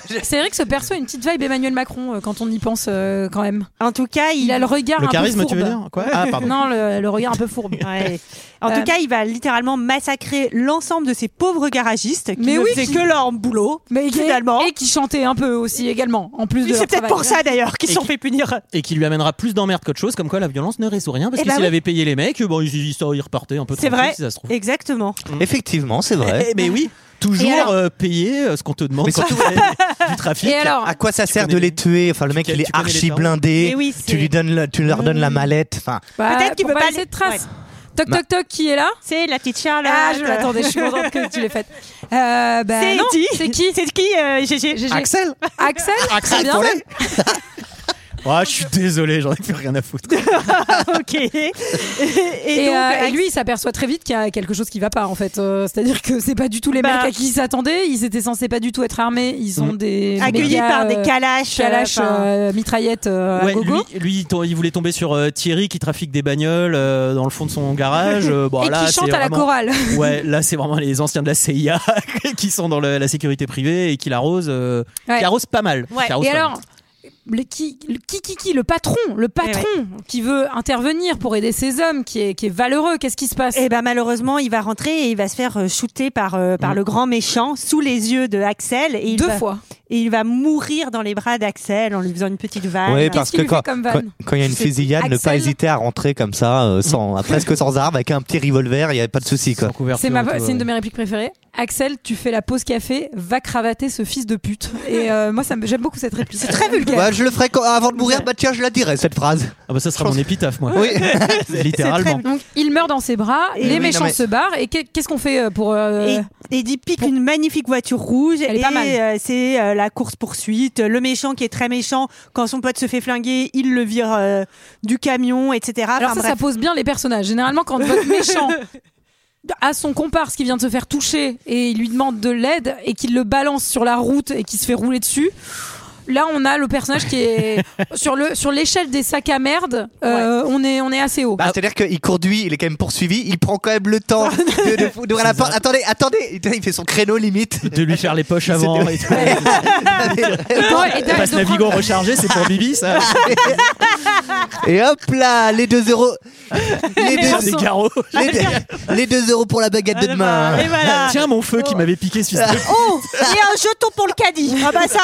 [SPEAKER 1] qu'il- c'est vrai que ce perso a une petite vibe Emmanuel Macron euh, quand on y pense euh, quand même.
[SPEAKER 8] En tout cas, il,
[SPEAKER 1] Il a le regard
[SPEAKER 9] Le
[SPEAKER 1] un
[SPEAKER 9] charisme,
[SPEAKER 1] peu
[SPEAKER 9] tu
[SPEAKER 1] fourbe.
[SPEAKER 9] veux dire Quoi Ah, pardon.
[SPEAKER 1] Non, le, le regard un peu fourbe.
[SPEAKER 8] Ouais. En
[SPEAKER 1] Euh,
[SPEAKER 8] tout cas, il va littéralement massacrer l'ensemble de ces pauvres garagistes qui
[SPEAKER 1] Mais
[SPEAKER 8] ne
[SPEAKER 1] oui,
[SPEAKER 8] faisaient
[SPEAKER 1] qui-
[SPEAKER 8] que leur boulot.
[SPEAKER 1] Mais qui-
[SPEAKER 8] Finalement.
[SPEAKER 1] et qui chantait un peu aussi également, en plus
[SPEAKER 8] Et
[SPEAKER 1] de
[SPEAKER 8] C'est
[SPEAKER 1] leur
[SPEAKER 8] peut-être
[SPEAKER 1] travail.
[SPEAKER 8] pour ça d'ailleurs qu'ils
[SPEAKER 9] Et
[SPEAKER 8] se sont
[SPEAKER 9] qui-
[SPEAKER 8] fait punir.
[SPEAKER 9] Et qui lui amènera plus d'emmerdes qu'autre chose, comme quoi la violence ne résout rien. Parce
[SPEAKER 8] Eh
[SPEAKER 9] que
[SPEAKER 8] ben
[SPEAKER 9] s'il
[SPEAKER 8] oui.
[SPEAKER 9] avait payé les mecs, bon, ils, ils, ils repartaient un peu
[SPEAKER 8] C'est
[SPEAKER 9] tranquilles,
[SPEAKER 8] vrai.
[SPEAKER 9] si ça se trouve.
[SPEAKER 8] Exactement.
[SPEAKER 6] Effectivement, c'est vrai.
[SPEAKER 9] Eh, mais oui, toujours
[SPEAKER 1] ben Et alors
[SPEAKER 9] euh, payer euh, ce qu'on te demande
[SPEAKER 6] Mais
[SPEAKER 9] quand
[SPEAKER 6] surtout-
[SPEAKER 9] tu fais du trafic.
[SPEAKER 1] Et alors
[SPEAKER 6] À quoi ça sert de
[SPEAKER 9] connais-
[SPEAKER 6] les tuer Enfin, le mec,
[SPEAKER 9] tu
[SPEAKER 6] il est
[SPEAKER 9] connais les
[SPEAKER 6] archi
[SPEAKER 9] termes.
[SPEAKER 6] blindé.
[SPEAKER 8] Mais oui, c'est- Mm.
[SPEAKER 6] tu lui donnes, le- tu leur donnes la mallette. Enfin,
[SPEAKER 1] Bah,
[SPEAKER 8] Peut-être qu'il
[SPEAKER 1] pour
[SPEAKER 8] peut pas
[SPEAKER 1] laisser
[SPEAKER 8] aller-
[SPEAKER 1] de traces. Toc
[SPEAKER 9] Bah.
[SPEAKER 1] toc toc, qui est là
[SPEAKER 8] C'est la petite Charlotte.
[SPEAKER 1] Ah, je l'attendais, je suis contente que tu l'aies faite. Euh, bah,
[SPEAKER 8] C'est
[SPEAKER 1] non,
[SPEAKER 8] qui
[SPEAKER 1] C'est qui
[SPEAKER 8] C'est qui euh, GG
[SPEAKER 1] GG. Axel
[SPEAKER 9] Axel,
[SPEAKER 1] Très bien.
[SPEAKER 9] pour les- Ah, je suis désolé, j'en ai plus rien à foutre.
[SPEAKER 1] Bah,
[SPEAKER 8] Ah, Ok. Et,
[SPEAKER 1] Et,
[SPEAKER 8] donc,
[SPEAKER 1] euh, et
[SPEAKER 8] Axel-
[SPEAKER 1] lui, il s'aperçoit très vite qu'il y a quelque chose qui va pas en fait. Euh, C'est-à-dire que c'est pas du tout les
[SPEAKER 8] Bah.
[SPEAKER 1] mecs à qui ils s'attendaient. Ils étaient censés pas du tout être armés. Ils
[SPEAKER 9] Mm.
[SPEAKER 1] ont des
[SPEAKER 8] accueilli
[SPEAKER 1] méga,
[SPEAKER 8] par des
[SPEAKER 1] euh,
[SPEAKER 8] calaches. euh,
[SPEAKER 1] calaches,
[SPEAKER 8] enfin,
[SPEAKER 1] euh, mitraillettes euh, à
[SPEAKER 9] Ouais,
[SPEAKER 1] gogo.
[SPEAKER 9] lui, lui, il to- il voulait tomber sur euh, Thierry qui trafique des bagnoles euh, dans le fond de son garage. Euh, bon,
[SPEAKER 1] et
[SPEAKER 9] là,
[SPEAKER 1] qui chante
[SPEAKER 9] c'est
[SPEAKER 1] à la
[SPEAKER 9] vraiment-
[SPEAKER 1] chorale.
[SPEAKER 9] Ouais, là c'est vraiment les anciens de la CIA qui sont dans le- la sécurité privée et qui l'arrosent, euh,
[SPEAKER 1] Ouais.
[SPEAKER 9] qui arrosent pas mal.
[SPEAKER 8] Ouais.
[SPEAKER 9] Qui arrosent
[SPEAKER 1] Et
[SPEAKER 9] pas mal.
[SPEAKER 1] alors, le qui, le qui, qui, qui, le patron, le patron qui veut intervenir pour aider ses hommes, qui est, qui est valeureux, qu'est-ce qui se passe
[SPEAKER 8] Et ben malheureusement, il va rentrer et il va se faire euh, shooter par euh, par le grand méchant sous les yeux de Axel et il
[SPEAKER 1] Mm. Deux
[SPEAKER 8] va,
[SPEAKER 1] fois.
[SPEAKER 8] et il va mourir dans les bras d'Axel en lui faisant une petite vanne.
[SPEAKER 6] Oui, parce
[SPEAKER 1] qu'il
[SPEAKER 6] que
[SPEAKER 1] lui fait
[SPEAKER 6] quand
[SPEAKER 1] comme
[SPEAKER 6] quand-
[SPEAKER 1] vanne
[SPEAKER 6] quand il y a une
[SPEAKER 1] C'est
[SPEAKER 6] fusillade, ne pas
[SPEAKER 1] Axel
[SPEAKER 6] hésiter à rentrer comme ça, euh, sans, presque sans arme, avec un petit revolver, il n'y avait pas de souci. quoi.
[SPEAKER 9] Sans couverture
[SPEAKER 1] C'est ma-
[SPEAKER 9] et tout,
[SPEAKER 1] c'est une de
[SPEAKER 9] ouais.
[SPEAKER 1] mes répliques préférées. Axel, tu fais la pause café, va cravater ce fils de pute. Et euh, moi, ça me- j'aime beaucoup cette réplique. C'est très vulgaire.
[SPEAKER 6] Ouais, je le ferai quand- avant de mourir, bah tiens, je la dirai cette phrase.
[SPEAKER 9] Ah bah ça sera mon épitaphe moi.
[SPEAKER 6] Oui.
[SPEAKER 9] Littéralement.
[SPEAKER 1] Donc, il meurt dans ses bras,
[SPEAKER 9] Eh
[SPEAKER 8] Et
[SPEAKER 1] les
[SPEAKER 6] oui,
[SPEAKER 1] méchants
[SPEAKER 6] non, mais-
[SPEAKER 1] se barrent. Et qu'est- qu'est-ce qu'on fait euh, pour. euh,
[SPEAKER 8] Et Eddie pique une magnifique voiture rouge
[SPEAKER 1] Elle est
[SPEAKER 8] et
[SPEAKER 1] pas mal.
[SPEAKER 8] euh, c'est euh, la course poursuite. Le méchant qui est très méchant, quand son pote se fait flinguer, il le vire euh, du camion, etc.
[SPEAKER 1] Alors,
[SPEAKER 8] Enfin,
[SPEAKER 1] ça, ça
[SPEAKER 8] bref.
[SPEAKER 1] pose bien les personnages. Généralement, quand votre méchant a son comparse qui vient de se faire toucher et il lui demande de l'aide et qu'il le balance sur la route et qu'il se fait rouler dessus. Là, on a le personnage qui est sur le sur l'échelle des sacs à merde. euh, On est on est assez haut.
[SPEAKER 6] Bah, C'est-à-dire qu'il conduit, il est quand même poursuivi, il prend quand même le temps de- de- d'ouvrir la porte. Attendez, attendez, il il fait son créneau limite.
[SPEAKER 9] De lui faire les poches
[SPEAKER 6] C'est
[SPEAKER 9] avant.
[SPEAKER 6] de-
[SPEAKER 9] et tout.
[SPEAKER 1] Et pour- et de-
[SPEAKER 9] Passe
[SPEAKER 1] de prendre-
[SPEAKER 9] Navigo rechargé, c'est pour Bibi ça.
[SPEAKER 6] Et hop là, les 2 euros. Les
[SPEAKER 1] Mais
[SPEAKER 9] Faire
[SPEAKER 1] chanson.
[SPEAKER 9] des
[SPEAKER 6] 2
[SPEAKER 9] carreaux.
[SPEAKER 6] les deux euros pour la baguette de
[SPEAKER 1] hein.
[SPEAKER 6] demain.
[SPEAKER 8] Et
[SPEAKER 1] Ah.
[SPEAKER 8] voilà.
[SPEAKER 9] Tiens mon feu qui m'avait piqué ce fils de-
[SPEAKER 8] Oh, et un jeton pour le caddie. Ah bah ça.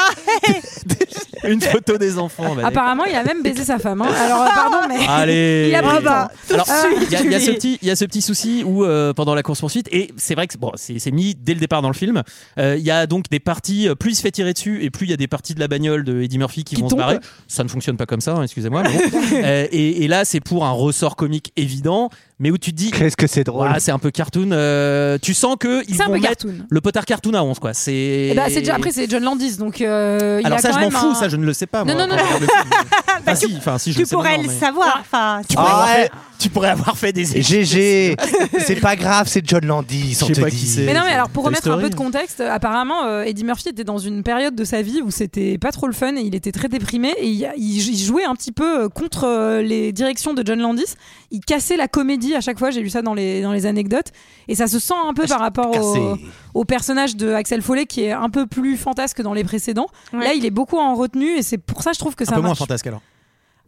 [SPEAKER 9] Une photo des enfants. bah,
[SPEAKER 1] Apparemment, il a même baisé sa femme. hein. Alors, euh, pardon, mais.
[SPEAKER 9] Allez.
[SPEAKER 1] Il a pris le
[SPEAKER 9] Ah bah,
[SPEAKER 1] temps.
[SPEAKER 9] alors,
[SPEAKER 1] Ah,
[SPEAKER 9] Il y a- il y, a ce
[SPEAKER 1] Julie.
[SPEAKER 9] petit, il y a ce petit souci où euh, pendant la course poursuite et c'est vrai que bon, c'est c'est mis dès le départ dans le film. euh, Il y a donc des parties euh, plus il se fait tirer dessus et plus il y a des parties de la bagnole de Eddie Murphy qui,
[SPEAKER 1] Qui
[SPEAKER 9] vont
[SPEAKER 1] tombent.
[SPEAKER 9] se barrer. Ça ne fonctionne pas comme ça, hein, excusez-moi. mais bon. Euh, et, et là, c'est pour un ressort comique évident, mais où tu te dis,
[SPEAKER 6] Qu'est-ce que c'est drôle.
[SPEAKER 9] Ouah, c'est un peu cartoon. euh, tu sens que ils
[SPEAKER 1] C'est un
[SPEAKER 9] vont
[SPEAKER 1] peu
[SPEAKER 9] mettre
[SPEAKER 1] cartoon.
[SPEAKER 9] le potard cartoon à 11 quoi. C'est.
[SPEAKER 1] Eh ben, c'est déjà, après, c'est John Landis, donc euh, il
[SPEAKER 9] Alors
[SPEAKER 1] a
[SPEAKER 9] ça,
[SPEAKER 1] quand
[SPEAKER 9] je m'en
[SPEAKER 1] même
[SPEAKER 9] fous,
[SPEAKER 1] un-
[SPEAKER 9] ça, je ne le sais pas.
[SPEAKER 1] Non,
[SPEAKER 9] moi,
[SPEAKER 1] non,
[SPEAKER 9] quand
[SPEAKER 1] non, Bah,
[SPEAKER 9] je regarde le film. Enfin, si, enfin, si, je
[SPEAKER 8] Tu
[SPEAKER 9] le sais
[SPEAKER 8] pourrais
[SPEAKER 9] maintenant,
[SPEAKER 8] le
[SPEAKER 9] mais-
[SPEAKER 8] savoir. Enfin,
[SPEAKER 9] Tu
[SPEAKER 8] c'est-
[SPEAKER 9] pourrais,
[SPEAKER 6] Ah
[SPEAKER 9] avoir
[SPEAKER 6] ouais.
[SPEAKER 9] fait, tu pourrais avoir fait des échecs.
[SPEAKER 6] GG, c'est pas grave, c'est John Landis.
[SPEAKER 9] Je
[SPEAKER 6] on
[SPEAKER 9] sais
[SPEAKER 6] te
[SPEAKER 9] pas
[SPEAKER 6] dit.
[SPEAKER 9] qui c'est.
[SPEAKER 1] Mais non, mais alors pour
[SPEAKER 9] Toy
[SPEAKER 1] remettre un
[SPEAKER 9] Story.
[SPEAKER 1] peu de contexte, euh, apparemment euh, Eddie Murphy était dans une période de sa vie où c'était pas trop le fun et il était très déprimé et il, il- il jouait un petit peu euh, contre euh, les directions de John Landis. Il cassait la comédie à chaque fois, j'ai lu ça dans les, dans les anecdotes et ça se sent un peu par rapport au,
[SPEAKER 6] Ah, Cassé.
[SPEAKER 1] au personnage de Axel Follet qui est un peu plus fantasque que dans les précédents.
[SPEAKER 8] Ouais.
[SPEAKER 1] Là, il est beaucoup en retenue et c'est pour ça je trouve que
[SPEAKER 9] Un
[SPEAKER 1] ça
[SPEAKER 9] peu moins
[SPEAKER 1] marche
[SPEAKER 9] fantasque alors.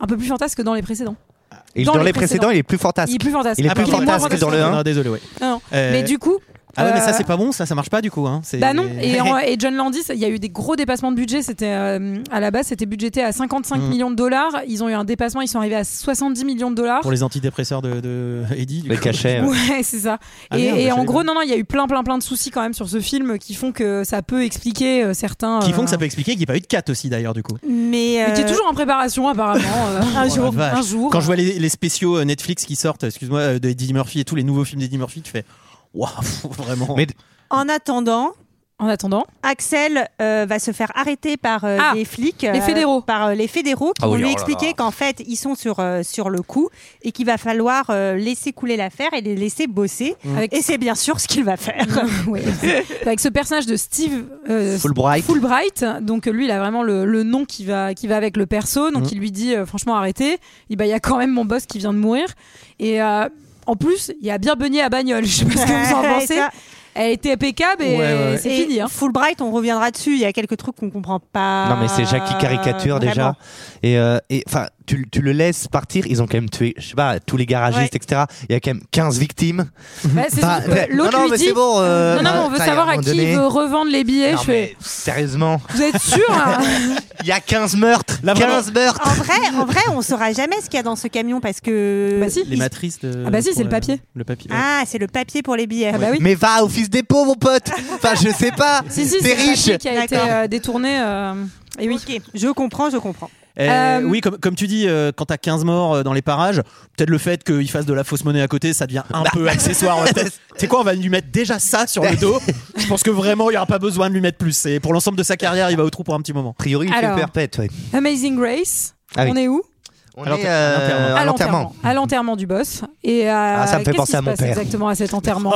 [SPEAKER 1] un peu plus fantasque que dans les précédents.
[SPEAKER 6] Et
[SPEAKER 1] Dans
[SPEAKER 6] dans,
[SPEAKER 1] les
[SPEAKER 6] les précédents, il est plus fantasque.
[SPEAKER 1] Il est plus fantasque.
[SPEAKER 6] Il est
[SPEAKER 1] Ah,
[SPEAKER 6] plus
[SPEAKER 1] pardon,
[SPEAKER 9] moins
[SPEAKER 6] fantasque que dans le
[SPEAKER 9] fantasque.
[SPEAKER 6] 1.
[SPEAKER 9] Non, Ah, désolé, ouais.
[SPEAKER 1] Non, non.
[SPEAKER 9] Euh,
[SPEAKER 1] Mais du coup,
[SPEAKER 9] Ah ouais, mais ça,
[SPEAKER 1] euh,
[SPEAKER 9] c'est pas bon, ça, ça marche pas du coup. Hein. C'est-
[SPEAKER 1] Bah non, et, en- et John Landis, il y a eu des gros dépassements de budget. C'était euh, à la base, c'était budgété à 55
[SPEAKER 9] Mm.
[SPEAKER 1] millions de dollars. Ils ont eu un dépassement, ils sont arrivés à 70 millions de dollars.
[SPEAKER 9] Pour les antidépresseurs de, de Eddie, du
[SPEAKER 6] Le
[SPEAKER 9] coup.
[SPEAKER 6] cachet. ouais.
[SPEAKER 1] Ouais, c'est ça.
[SPEAKER 9] Ah
[SPEAKER 1] et
[SPEAKER 9] merde,
[SPEAKER 1] et
[SPEAKER 9] je
[SPEAKER 1] en
[SPEAKER 9] savais
[SPEAKER 1] gros,
[SPEAKER 9] pas.
[SPEAKER 1] non, non, il y a eu plein, plein, plein de soucis quand même sur ce film qui font que ça peut expliquer euh, certains.
[SPEAKER 9] Qui font que ça
[SPEAKER 1] euh,
[SPEAKER 9] peut expliquer qu'il n'y a pas eu de 4 aussi d'ailleurs, du coup.
[SPEAKER 8] Mais,
[SPEAKER 1] Mais qui est
[SPEAKER 8] euh,
[SPEAKER 1] toujours en préparation apparemment. euh, un
[SPEAKER 9] Oh la
[SPEAKER 1] jour,
[SPEAKER 9] vache.
[SPEAKER 1] un jour.
[SPEAKER 9] Quand je vois les, les spéciaux euh, Netflix qui sortent, excuse-moi, euh, de Eddie Murphy et tous les nouveaux films d'Eddie Murphy, tu fais. Waouh, vraiment.
[SPEAKER 6] Mais-
[SPEAKER 8] en attendant,
[SPEAKER 1] En attendant,
[SPEAKER 8] Axel euh, va se faire arrêter par euh,
[SPEAKER 1] Ah,
[SPEAKER 8] les flics, euh,
[SPEAKER 1] les fédéraux.
[SPEAKER 8] par euh, les fédéraux, qui
[SPEAKER 5] Ah
[SPEAKER 8] vont
[SPEAKER 5] oui,
[SPEAKER 8] lui
[SPEAKER 5] oh là
[SPEAKER 8] expliquer
[SPEAKER 5] là.
[SPEAKER 8] qu'en fait ils sont sur euh, sur le coup et qu'il va falloir euh, laisser couler l'affaire et les laisser bosser.
[SPEAKER 1] Mmh. avec, Mmh.
[SPEAKER 8] Et c'est bien sûr ce qu'il va faire.
[SPEAKER 1] ouais, avec ce personnage de Steve euh,
[SPEAKER 6] Fulbright.
[SPEAKER 1] Fulbright, donc euh, lui il a vraiment le, le nom qui va, qui va avec le perso, donc
[SPEAKER 6] Mm.
[SPEAKER 9] Mhm.
[SPEAKER 1] il lui dit euh, franchement arrêtez, il dit, bah, il y a quand même mon boss qui vient de mourir. Et euh, en plus il y a bien Beignet à bagnole, je sais pas ce que vous en
[SPEAKER 8] Et
[SPEAKER 1] pensez,
[SPEAKER 8] ça-
[SPEAKER 1] elle était impeccable et
[SPEAKER 9] Ouais, ouais, ouais.
[SPEAKER 1] c'est
[SPEAKER 8] et
[SPEAKER 1] fini. hein.
[SPEAKER 8] Fulbright, on reviendra dessus. Il y a quelques trucs qu'on comprend pas.
[SPEAKER 6] Non mais c'est Jackie
[SPEAKER 1] Ah,
[SPEAKER 6] caricature déjà.
[SPEAKER 8] Vraiment.
[SPEAKER 6] Et euh, et, enfin tu, tu le laisses partir, ils ont quand même tué, je sais pas, tous les garagistes,
[SPEAKER 8] Ouais.
[SPEAKER 6] etc. Il y a quand même 15 victimes.
[SPEAKER 1] Bah, c'est
[SPEAKER 6] Enfin,
[SPEAKER 1] surtout que L'autre
[SPEAKER 6] non, non,
[SPEAKER 1] lui
[SPEAKER 6] mais
[SPEAKER 1] dit
[SPEAKER 6] c'est bon. euh,
[SPEAKER 1] non non mais on veut
[SPEAKER 6] ça y est,
[SPEAKER 1] savoir à
[SPEAKER 6] moment
[SPEAKER 1] qui
[SPEAKER 6] donné.
[SPEAKER 1] il veut revendre les billets.
[SPEAKER 6] Non,
[SPEAKER 1] je
[SPEAKER 6] mais
[SPEAKER 1] fais
[SPEAKER 6] sérieusement,
[SPEAKER 1] vous êtes sûr hein
[SPEAKER 6] il y a 15 meurtres.
[SPEAKER 9] Là, vraiment.
[SPEAKER 6] 15 meurtres.
[SPEAKER 8] En vrai, en vrai, on saura jamais ce qu'il y a dans ce camion parce que.
[SPEAKER 1] Bah si.
[SPEAKER 9] Les matrices de.
[SPEAKER 1] Ah bah si,
[SPEAKER 9] pour
[SPEAKER 1] c'est le
[SPEAKER 9] la-
[SPEAKER 1] papier.
[SPEAKER 9] Le papier. ouais.
[SPEAKER 8] Ah, c'est le papier pour les billets.
[SPEAKER 1] Ah bah oui.
[SPEAKER 6] Mais va au fils des pauvres, mon pote. Enfin, je sais pas.
[SPEAKER 1] Si si
[SPEAKER 6] T'es
[SPEAKER 1] c'est le
[SPEAKER 6] riche.
[SPEAKER 1] papier qui a été
[SPEAKER 8] D'accord.
[SPEAKER 1] euh, détourné. euh, Et oui.
[SPEAKER 8] Ok, je comprends, je comprends.
[SPEAKER 9] Euh,
[SPEAKER 1] Euh,
[SPEAKER 9] Oui, comme, comme tu dis, euh, quand t'as 15 morts euh, dans les parages, peut-être le fait qu'ils fassent de la fausse monnaie à côté, ça devient un peu accessoire. On va peut-être- C'est quoi On va lui mettre déjà ça sur le dos. Je pense que vraiment, il n'y aura pas besoin de lui mettre plus. Et pour l'ensemble de sa carrière, il va au trou pour un petit moment.
[SPEAKER 6] A priori, il
[SPEAKER 1] Alors.
[SPEAKER 6] fait perpète. ouais.
[SPEAKER 1] Amazing Grace.
[SPEAKER 6] Ah oui.
[SPEAKER 1] On est où
[SPEAKER 6] On
[SPEAKER 9] Alors,
[SPEAKER 6] est euh, à
[SPEAKER 9] à l'enterrement.
[SPEAKER 6] l'enterrement.
[SPEAKER 1] À l'enterrement du boss. Et à-
[SPEAKER 6] Ah, ça me fait
[SPEAKER 1] qu'est-ce
[SPEAKER 6] penser
[SPEAKER 1] qui
[SPEAKER 6] à
[SPEAKER 1] se
[SPEAKER 6] mon
[SPEAKER 1] passe
[SPEAKER 6] père. Oh,
[SPEAKER 1] Exactement à cet enterrement.